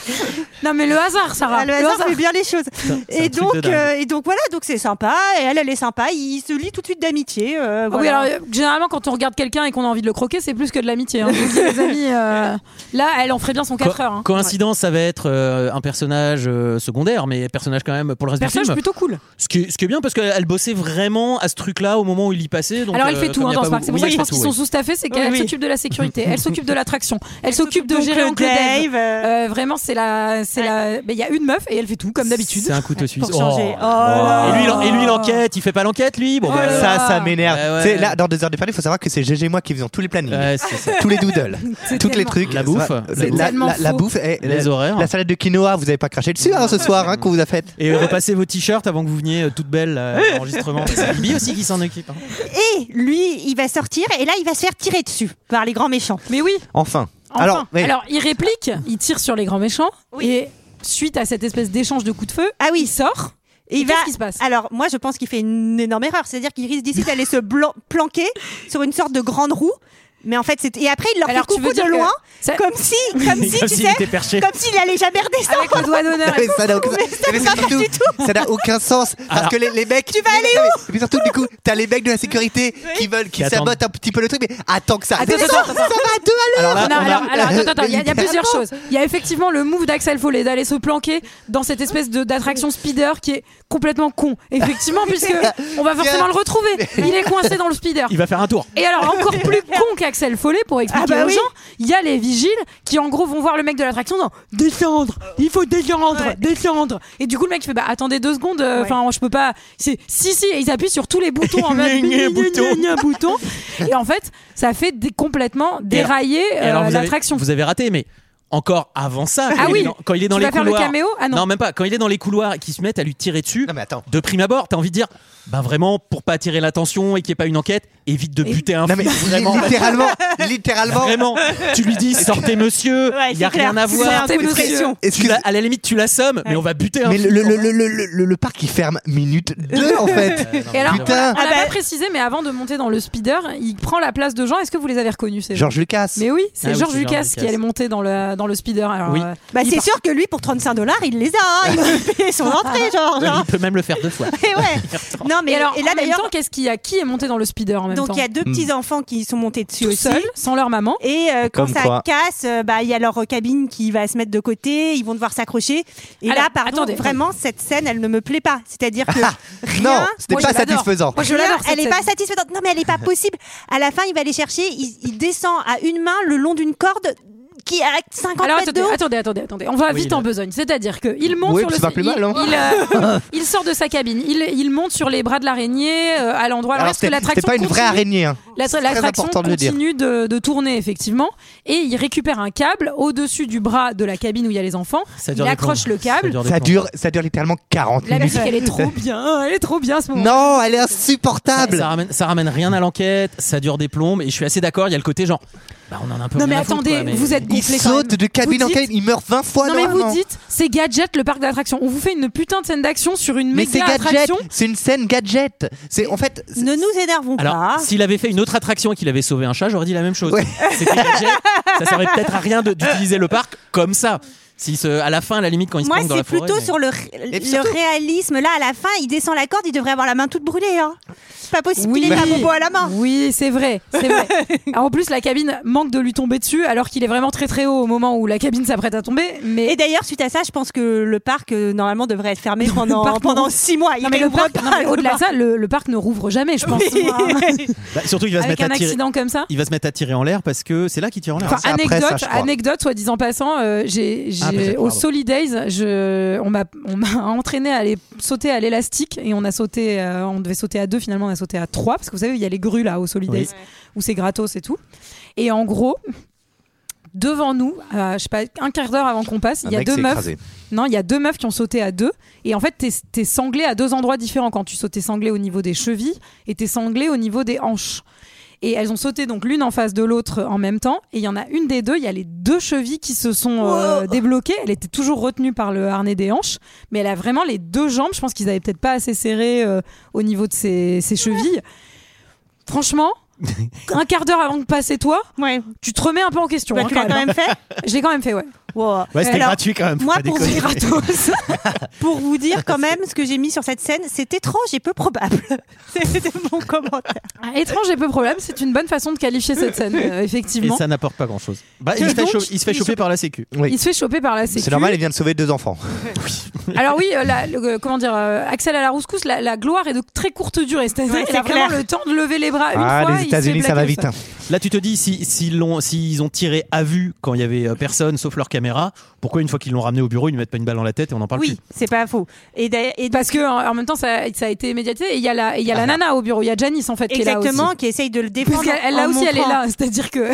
[SPEAKER 1] Non mais le hasard, Sarah.
[SPEAKER 8] Ah, le hasard fait bien les choses.
[SPEAKER 9] c'est un
[SPEAKER 8] Et
[SPEAKER 9] truc
[SPEAKER 8] donc,
[SPEAKER 9] de dingue.
[SPEAKER 8] euh, et donc voilà, donc c'est sympa. Et elle, elle est sympa. Il se lie tout de suite d'amitié. euh,
[SPEAKER 1] Ah Oui,
[SPEAKER 8] voilà.
[SPEAKER 1] alors euh, généralement quand on regarde quelqu'un et qu'on a envie de le croquer, c'est plus que de l'amitié. hein. Donc, les amis, euh, là, elle en ferait bien son 4
[SPEAKER 9] Co-
[SPEAKER 1] heures. hein.
[SPEAKER 9] Coïncidence, ça va être euh, un personnage euh, secondaire, mais personnage quand même pour le reste
[SPEAKER 1] Personnage
[SPEAKER 9] du film.
[SPEAKER 1] plutôt cool.
[SPEAKER 9] Ce, qui, ce qui est bien parce qu'elle bossait vraiment à ce truc-là au moment où il y passait. donc,
[SPEAKER 1] Alors elle
[SPEAKER 9] euh,
[SPEAKER 1] fait tout
[SPEAKER 9] comme
[SPEAKER 1] hein,
[SPEAKER 9] il y a
[SPEAKER 1] dans ce
[SPEAKER 9] pas
[SPEAKER 1] parc. C'est pour
[SPEAKER 9] beaucoup-
[SPEAKER 1] ça que je
[SPEAKER 9] oui, elle
[SPEAKER 1] pense
[SPEAKER 9] fait
[SPEAKER 1] qu'ils
[SPEAKER 9] tout,
[SPEAKER 1] sont sous-staffés. C'est qu'elle
[SPEAKER 8] Oui, oui.
[SPEAKER 1] s'occupe de la sécurité, elle s'occupe de l'attraction, elle s'occupe de
[SPEAKER 8] Donc,
[SPEAKER 1] gérer
[SPEAKER 8] euh,
[SPEAKER 1] Oncle Dave.
[SPEAKER 8] Dave, euh,
[SPEAKER 1] Euh, vraiment, c'est la, c'est la. mais Il y a une meuf et elle fait tout comme d'habitude.
[SPEAKER 9] C'est un couteau suisse.
[SPEAKER 8] Pour
[SPEAKER 9] Oh.
[SPEAKER 8] changer. Oh là
[SPEAKER 9] Et lui, il
[SPEAKER 8] là.
[SPEAKER 9] en- et lui, il enquête. Il fait pas l'enquête, lui. Bon,
[SPEAKER 1] Oh là
[SPEAKER 9] bah,
[SPEAKER 1] là.
[SPEAKER 6] Ça, ça m'énerve.
[SPEAKER 9] Ouais, ouais.
[SPEAKER 6] Tu sais, Là, dans deux heures du panel, il faut savoir que c'est GG et moi qui faisons tous les plannings.
[SPEAKER 9] Ouais, c'est ça.
[SPEAKER 6] tous les doodles,
[SPEAKER 1] C'est
[SPEAKER 6] toutes les
[SPEAKER 1] tellement-
[SPEAKER 6] trucs.
[SPEAKER 9] La bouffe.
[SPEAKER 6] Ça-
[SPEAKER 9] C'est
[SPEAKER 6] la,
[SPEAKER 1] tellement
[SPEAKER 6] la- la
[SPEAKER 1] faux.
[SPEAKER 6] bouffe, eh,
[SPEAKER 9] Les
[SPEAKER 6] la,
[SPEAKER 9] horaires.
[SPEAKER 6] la salade de quinoa, vous avez pas craché dessus hein, ce soir hein, qu'on vous a faite.
[SPEAKER 9] Et euh, repassez vos t-shirts avant que vous veniez euh, toute belle euh, à l'enregistrement. C'est Bibi aussi qui s'en occupe. hein.
[SPEAKER 8] Et lui, il va sortir et là, il va se faire tirer dessus par les grands méchants.
[SPEAKER 1] Mais oui.
[SPEAKER 6] Enfin.
[SPEAKER 1] Enfin. Ah,
[SPEAKER 6] Alors, mais-
[SPEAKER 1] il réplique, il tire sur les grands méchants
[SPEAKER 8] Oui.
[SPEAKER 1] et suite à cette espèce d'échange de coups de feu,
[SPEAKER 8] Ah oui.
[SPEAKER 1] il sort.
[SPEAKER 8] Et
[SPEAKER 1] Et
[SPEAKER 8] il va.
[SPEAKER 1] qu'est-ce qui se passe
[SPEAKER 8] Alors, moi, je pense qu'il fait une énorme erreur. C'est-à-dire qu'il risque d'ici d'aller se blan- planquer sur une sorte de grande roue. Mais en fait, c'est. Et après, il leur
[SPEAKER 1] Alors,
[SPEAKER 8] fait
[SPEAKER 1] tu veux
[SPEAKER 8] coucou
[SPEAKER 1] dire
[SPEAKER 8] de
[SPEAKER 1] que
[SPEAKER 8] loin,
[SPEAKER 1] ça-
[SPEAKER 8] comme si, comme si,
[SPEAKER 9] Comme
[SPEAKER 8] tu
[SPEAKER 9] s'il
[SPEAKER 8] sais,
[SPEAKER 9] était perché.
[SPEAKER 8] comme s'il allait jamais redescendre.
[SPEAKER 1] avec le doigt d'honneur.
[SPEAKER 6] mais ça n'a aucun, mais c'est surtout- ça n'a aucun sens parce que les, les mecs tu vas aller où et puis surtout du coup t'as les mecs de la sécurité qui veulent qui
[SPEAKER 9] Qui attendent.
[SPEAKER 6] sabotent un petit peu le truc mais attends que ça
[SPEAKER 1] Ah, Attends,
[SPEAKER 6] redescende,
[SPEAKER 1] attends, attends,
[SPEAKER 6] ça va à deux à l'heure
[SPEAKER 9] Alors
[SPEAKER 1] Non,
[SPEAKER 9] là, on a-
[SPEAKER 1] alors, alors, attends, attends,
[SPEAKER 6] Mais
[SPEAKER 1] il y, a- il y a plusieurs
[SPEAKER 6] littéralement.
[SPEAKER 1] choses. Il y a effectivement le move d'Axel Follet d'aller se planquer dans cette espèce de- d'attraction speeder qui est complètement con. Effectivement, puisque on va forcément le retrouver. Il est coincé dans le speeder.
[SPEAKER 9] il va faire un tour.
[SPEAKER 1] Et alors, encore plus con qu'Axel Follet, pour expliquer
[SPEAKER 8] Ah bah
[SPEAKER 1] aux
[SPEAKER 8] oui.
[SPEAKER 1] gens, il y a les vigiles qui, en gros, vont voir le mec de l'attraction en disant Descendre Il faut descendre
[SPEAKER 8] Ouais.
[SPEAKER 1] Descendre Et du coup, le mec il fait Bah, attendez deux secondes, euh, enfin, je peux pas. C'est si, si, et ils appuient sur tous les boutons en mode
[SPEAKER 9] Gna, gna,
[SPEAKER 1] gna, gna,
[SPEAKER 9] bouton.
[SPEAKER 1] gna, gna, bouton. Et en fait, ça fait dé- complètement dérailler
[SPEAKER 9] Et alors,
[SPEAKER 1] euh,
[SPEAKER 9] vous avez-
[SPEAKER 1] l'attraction.
[SPEAKER 9] Vous avez raté, mais encore avant ça,
[SPEAKER 1] Ah
[SPEAKER 9] quand,
[SPEAKER 1] oui.
[SPEAKER 9] il est dans, quand il est dans
[SPEAKER 1] Tu
[SPEAKER 9] les
[SPEAKER 1] vas faire le
[SPEAKER 9] couloirs.
[SPEAKER 1] caméo Ah non.
[SPEAKER 9] même pas. Quand il est dans les couloirs et qu'ils se mettent à lui tirer dessus,
[SPEAKER 6] non mais attends
[SPEAKER 9] de prime abord, t'as envie de dire, bah vraiment, pour pas attirer l'attention et qu'il n'y ait pas une enquête, évite de
[SPEAKER 1] Et-
[SPEAKER 9] buter un
[SPEAKER 6] non mais
[SPEAKER 9] flic, vraiment.
[SPEAKER 6] littéralement littéralement
[SPEAKER 9] Vraiment, tu lui dis sortez monsieur, il
[SPEAKER 8] Ouais,
[SPEAKER 9] y a
[SPEAKER 8] c'est clair.
[SPEAKER 9] rien à
[SPEAKER 8] C'est
[SPEAKER 9] voir.
[SPEAKER 8] un coup de
[SPEAKER 1] Sortez,
[SPEAKER 8] pression.
[SPEAKER 1] monsieur.
[SPEAKER 6] Est-ce
[SPEAKER 9] Tu
[SPEAKER 6] que-
[SPEAKER 9] la- à la limite tu l'assommes, mais on va buter un
[SPEAKER 6] mais le,
[SPEAKER 9] flic.
[SPEAKER 6] le, le, le, le- le parc il ferme minute 2 en fait
[SPEAKER 1] Et alors, voilà,
[SPEAKER 6] Putain.
[SPEAKER 1] on
[SPEAKER 8] Ah
[SPEAKER 1] l'a
[SPEAKER 8] bah-
[SPEAKER 1] pas précisé, mais avant de monter dans le speeder, il prend la place de Jean. Est-ce que vous les avez reconnus ces gens
[SPEAKER 6] Georges Lucas
[SPEAKER 1] Mais oui, c'est
[SPEAKER 9] Ah oui,
[SPEAKER 1] Georges
[SPEAKER 9] c'est Georges
[SPEAKER 1] Lucas, qui
[SPEAKER 9] Lucas.
[SPEAKER 1] allait monter dans le dans le speeder. Alors,
[SPEAKER 9] Oui.
[SPEAKER 1] euh,
[SPEAKER 8] Bah,
[SPEAKER 1] il
[SPEAKER 8] c'est
[SPEAKER 1] part-
[SPEAKER 8] sûr que lui, pour 35 dollars, il les a. hein. Il a payé son entrée, genre. genre.
[SPEAKER 9] Il peut même le faire deux fois.
[SPEAKER 1] Ah,
[SPEAKER 8] Et ouais. Non, mais
[SPEAKER 1] Et alors,
[SPEAKER 8] et là,
[SPEAKER 1] en même
[SPEAKER 8] d'ailleurs,
[SPEAKER 1] temps, qu'est-ce qu'il y a Qui est monté dans le speeder en même
[SPEAKER 8] donc
[SPEAKER 1] temps
[SPEAKER 8] il y a deux petits enfants qui sont montés dessus
[SPEAKER 1] tout
[SPEAKER 8] aussi.
[SPEAKER 1] seul, sans leur maman.
[SPEAKER 8] Et euh, quand
[SPEAKER 6] Comme
[SPEAKER 8] ça
[SPEAKER 6] quoi.
[SPEAKER 8] casse, euh, bah il y a leur euh, cabine qui va se mettre de côté, ils vont devoir s'accrocher. Et
[SPEAKER 1] Alors,
[SPEAKER 8] là, pardon,
[SPEAKER 1] attendez,
[SPEAKER 8] vraiment, cette scène, elle ne me plaît pas. C'est-à-dire que rien,
[SPEAKER 6] Ah, non c'était
[SPEAKER 1] Moi,
[SPEAKER 6] pas
[SPEAKER 1] je l'adore.
[SPEAKER 6] satisfaisant
[SPEAKER 1] Moi, je
[SPEAKER 8] rien,
[SPEAKER 1] l'adore. cette
[SPEAKER 8] elle est pas
[SPEAKER 1] scène.
[SPEAKER 8] satisfaisante. Non, mais elle est pas possible. À la fin, il va aller chercher, il, il descend à une main le long d'une corde qui a 50
[SPEAKER 1] Alors
[SPEAKER 8] mètres de
[SPEAKER 1] attendez,
[SPEAKER 8] haut.
[SPEAKER 1] attendez, attendez, attendez. On va
[SPEAKER 9] Oui,
[SPEAKER 1] vite
[SPEAKER 9] là.
[SPEAKER 1] en besogne. C'est-à-dire que il monte
[SPEAKER 6] Oui,
[SPEAKER 1] sur le
[SPEAKER 6] c'est pas plus
[SPEAKER 1] il,
[SPEAKER 6] mal, hein.
[SPEAKER 1] il, euh, il sort de sa cabine. Il, il monte sur les bras de l'araignée euh, à l'endroit. Alors,
[SPEAKER 6] alors
[SPEAKER 1] est-ce que
[SPEAKER 6] c'était
[SPEAKER 1] l'attraction
[SPEAKER 6] c'était pas une vraie
[SPEAKER 1] continue
[SPEAKER 6] araignée hein.
[SPEAKER 1] La-
[SPEAKER 6] C'est très
[SPEAKER 1] L'attraction
[SPEAKER 6] important de le dire.
[SPEAKER 1] continue de, de tourner effectivement et il récupère un câble au-dessus du bras de la cabine où il y a les enfants.
[SPEAKER 9] Ça
[SPEAKER 1] il
[SPEAKER 9] des
[SPEAKER 1] accroche
[SPEAKER 9] plombes.
[SPEAKER 1] le câble.
[SPEAKER 9] des
[SPEAKER 6] ça
[SPEAKER 9] plombes.
[SPEAKER 6] dure ça dure littéralement 40
[SPEAKER 1] La
[SPEAKER 6] minutes
[SPEAKER 1] musique elle est trop bien, elle est hein trop bien à ce moment.
[SPEAKER 6] non elle est
[SPEAKER 9] Ça,
[SPEAKER 6] insupportable
[SPEAKER 9] ramène, ça ramène rien à l'enquête, ça dure des plombes, et je suis assez d'accord, il y a le côté genre, bah on en a un peu
[SPEAKER 1] Non mais
[SPEAKER 9] rien à foutre,
[SPEAKER 1] attendez,
[SPEAKER 9] quoi, mais-
[SPEAKER 1] vous êtes
[SPEAKER 6] Il
[SPEAKER 1] gonflés quand
[SPEAKER 6] saute
[SPEAKER 1] même.
[SPEAKER 6] de cabine
[SPEAKER 1] Vous
[SPEAKER 6] en
[SPEAKER 1] dites-
[SPEAKER 6] cabine, Oh il meurt 20 fois
[SPEAKER 1] Non mais vous
[SPEAKER 6] normalement.
[SPEAKER 1] dites, c'est gadget le parc d'attractions. On vous fait une putain de scène d'action sur une
[SPEAKER 6] Mais c'est
[SPEAKER 1] méga
[SPEAKER 6] gadget,
[SPEAKER 1] attraction.
[SPEAKER 6] c'est une scène gadget. C'est en fait c'est-
[SPEAKER 8] Ne nous énervons pas.
[SPEAKER 9] Alors, s'il avait fait une autre attraction et qu'il avait sauvé un chat, j'aurais dit la même chose.
[SPEAKER 6] Ouais.
[SPEAKER 9] C'était gadget, ça servait peut-être à rien de- d'utiliser le parc comme ça. Si ce- à la fin, à la limite, quand il se
[SPEAKER 8] Moi,
[SPEAKER 9] planque dans
[SPEAKER 8] c'est
[SPEAKER 9] la forêt.
[SPEAKER 8] plutôt
[SPEAKER 9] mais-
[SPEAKER 8] sur le,
[SPEAKER 6] Et puis
[SPEAKER 8] le
[SPEAKER 6] surtout-
[SPEAKER 8] réalisme. Là, à la fin, il descend la corde, il devrait avoir la main toute brûlée. Hein. C'est pas possible qu'il ait pas bobo à la
[SPEAKER 6] Ah.
[SPEAKER 8] main.
[SPEAKER 1] Oui, c'est vrai, c'est vrai. Alors, en plus, la cabine manque de lui tomber dessus, alors qu'il est vraiment très très haut au moment où la cabine s'apprête à tomber. Mais
[SPEAKER 8] Et d'ailleurs, suite à ça, je pense que le parc, euh, normalement, devrait être fermé pendant,
[SPEAKER 1] parc, non.
[SPEAKER 8] pendant six mois. Il
[SPEAKER 1] non mais le
[SPEAKER 8] rouvre
[SPEAKER 1] parc,
[SPEAKER 8] pas,
[SPEAKER 1] non, mais
[SPEAKER 8] le
[SPEAKER 1] au-delà de
[SPEAKER 8] parc.
[SPEAKER 1] ça, le, le parc ne rouvre jamais, je pense.
[SPEAKER 9] Bah, surtout, il va, se
[SPEAKER 1] Avec
[SPEAKER 9] mettre à
[SPEAKER 1] un
[SPEAKER 9] tirer...
[SPEAKER 1] accident comme ça.
[SPEAKER 9] il va se mettre à tirer en l'air parce que c'est là qu'il tire en l'air.
[SPEAKER 1] Enfin,
[SPEAKER 6] c'est après
[SPEAKER 1] anecdote,
[SPEAKER 6] ça, je crois.
[SPEAKER 1] anecdote, soit disant passant, euh, j'ai, j'ai-
[SPEAKER 9] Ah, peut-être,
[SPEAKER 1] au
[SPEAKER 9] pardon.
[SPEAKER 1] Solid Days, je, on m'a, on m'a entraîné à aller sauter à l'élastique et on a sauté, euh, on devait sauter à deux finalement, on a sauté à trois parce que vous savez il y a les grues là au Solid
[SPEAKER 9] Oui.
[SPEAKER 1] Days où c'est gratos et tout. Et en gros, devant nous, à, je sais pas un quart d'heure avant qu'on passe,
[SPEAKER 6] Un
[SPEAKER 1] il y a
[SPEAKER 6] mec
[SPEAKER 1] deux
[SPEAKER 6] s'est
[SPEAKER 1] meufs.
[SPEAKER 6] écrasé.
[SPEAKER 1] Non, il y a deux meufs qui ont sauté à deux. Et en fait, t'es, t'es sanglé à deux endroits différents. Quand tu sautes, t'es sanglé au niveau des chevilles et t'es sanglé au niveau des hanches. Et elles ont sauté donc l'une en face de l'autre en même temps. Et il y en a une des deux, il y a les deux chevilles qui se sont euh, débloquées. Elle était toujours retenue par le harnais des hanches. Mais elle a vraiment les deux jambes. Je pense qu'ils avaient peut-être pas assez serré euh, au niveau de ses, ses chevilles. Franchement, un quart d'heure avant de passer toi,
[SPEAKER 8] Ouais.
[SPEAKER 1] tu te remets un peu en question.
[SPEAKER 8] Bah,
[SPEAKER 1] hein,
[SPEAKER 8] tu
[SPEAKER 1] quand
[SPEAKER 8] l'as
[SPEAKER 1] même.
[SPEAKER 8] quand même fait
[SPEAKER 1] Je l'ai quand même fait, ouais. hein,
[SPEAKER 8] Wow.
[SPEAKER 9] Ouais, c'était
[SPEAKER 8] Alors,
[SPEAKER 9] gratuit quand même. faut
[SPEAKER 8] Moi,
[SPEAKER 9] pas
[SPEAKER 8] pour vous,
[SPEAKER 9] déconner.
[SPEAKER 8] dire, pour vous dire quand même ce que j'ai mis sur cette scène, c'est étrange et peu probable. C'était mon commentaire.
[SPEAKER 1] Ah, Étrange et peu problème, c'est une bonne façon de qualifier cette scène, euh,
[SPEAKER 9] Et
[SPEAKER 1] effectivement.
[SPEAKER 9] ça n'apporte pas grand chose.
[SPEAKER 1] Et
[SPEAKER 9] il, se fait
[SPEAKER 1] donc,
[SPEAKER 9] cho- il se fait
[SPEAKER 1] il
[SPEAKER 9] choper
[SPEAKER 1] chope-
[SPEAKER 9] par la sécu.
[SPEAKER 1] Il se fait choper par la sécu.
[SPEAKER 6] C'est normal, il vient de sauver deux enfants.
[SPEAKER 1] Alors oui, euh, la- le- euh, comment dire, euh, Axel à la rouscousse, la, la gloire est de très courte durée. C'est-à-dire
[SPEAKER 8] Ouais,
[SPEAKER 1] qu'il a
[SPEAKER 8] c'est
[SPEAKER 1] vraiment
[SPEAKER 8] clair.
[SPEAKER 1] le temps de lever les bras une
[SPEAKER 6] Ah,
[SPEAKER 1] fois. il
[SPEAKER 6] les
[SPEAKER 1] se
[SPEAKER 6] États-Unis,
[SPEAKER 1] fait
[SPEAKER 6] ça va
[SPEAKER 1] plaquer
[SPEAKER 6] vite. hein.
[SPEAKER 1] le sol.
[SPEAKER 9] Là, tu te dis, s'ils si, s'ils l'ont- s'ils ont tiré à vue quand il y avait euh, personne sauf leur caméra. Pourquoi, une fois qu'ils l'ont ramené au bureau, ils lui mettent pas une balle dans la tête et on en parle
[SPEAKER 8] Oui, c'est pas faux. Et, d'ailleurs- et
[SPEAKER 1] Parce que en, en même temps, ça, ça a été médiatisé. Et il y a la, et il y a
[SPEAKER 6] Ah,
[SPEAKER 1] la nana au bureau. Il y a Janice en fait qui est là
[SPEAKER 8] exactement,
[SPEAKER 1] aussi.
[SPEAKER 8] qui essaye de le défendre.
[SPEAKER 1] Parce qu'elle elle, là
[SPEAKER 8] en
[SPEAKER 1] aussi, elle est
[SPEAKER 8] montrant-
[SPEAKER 1] là. C'est-à-dire que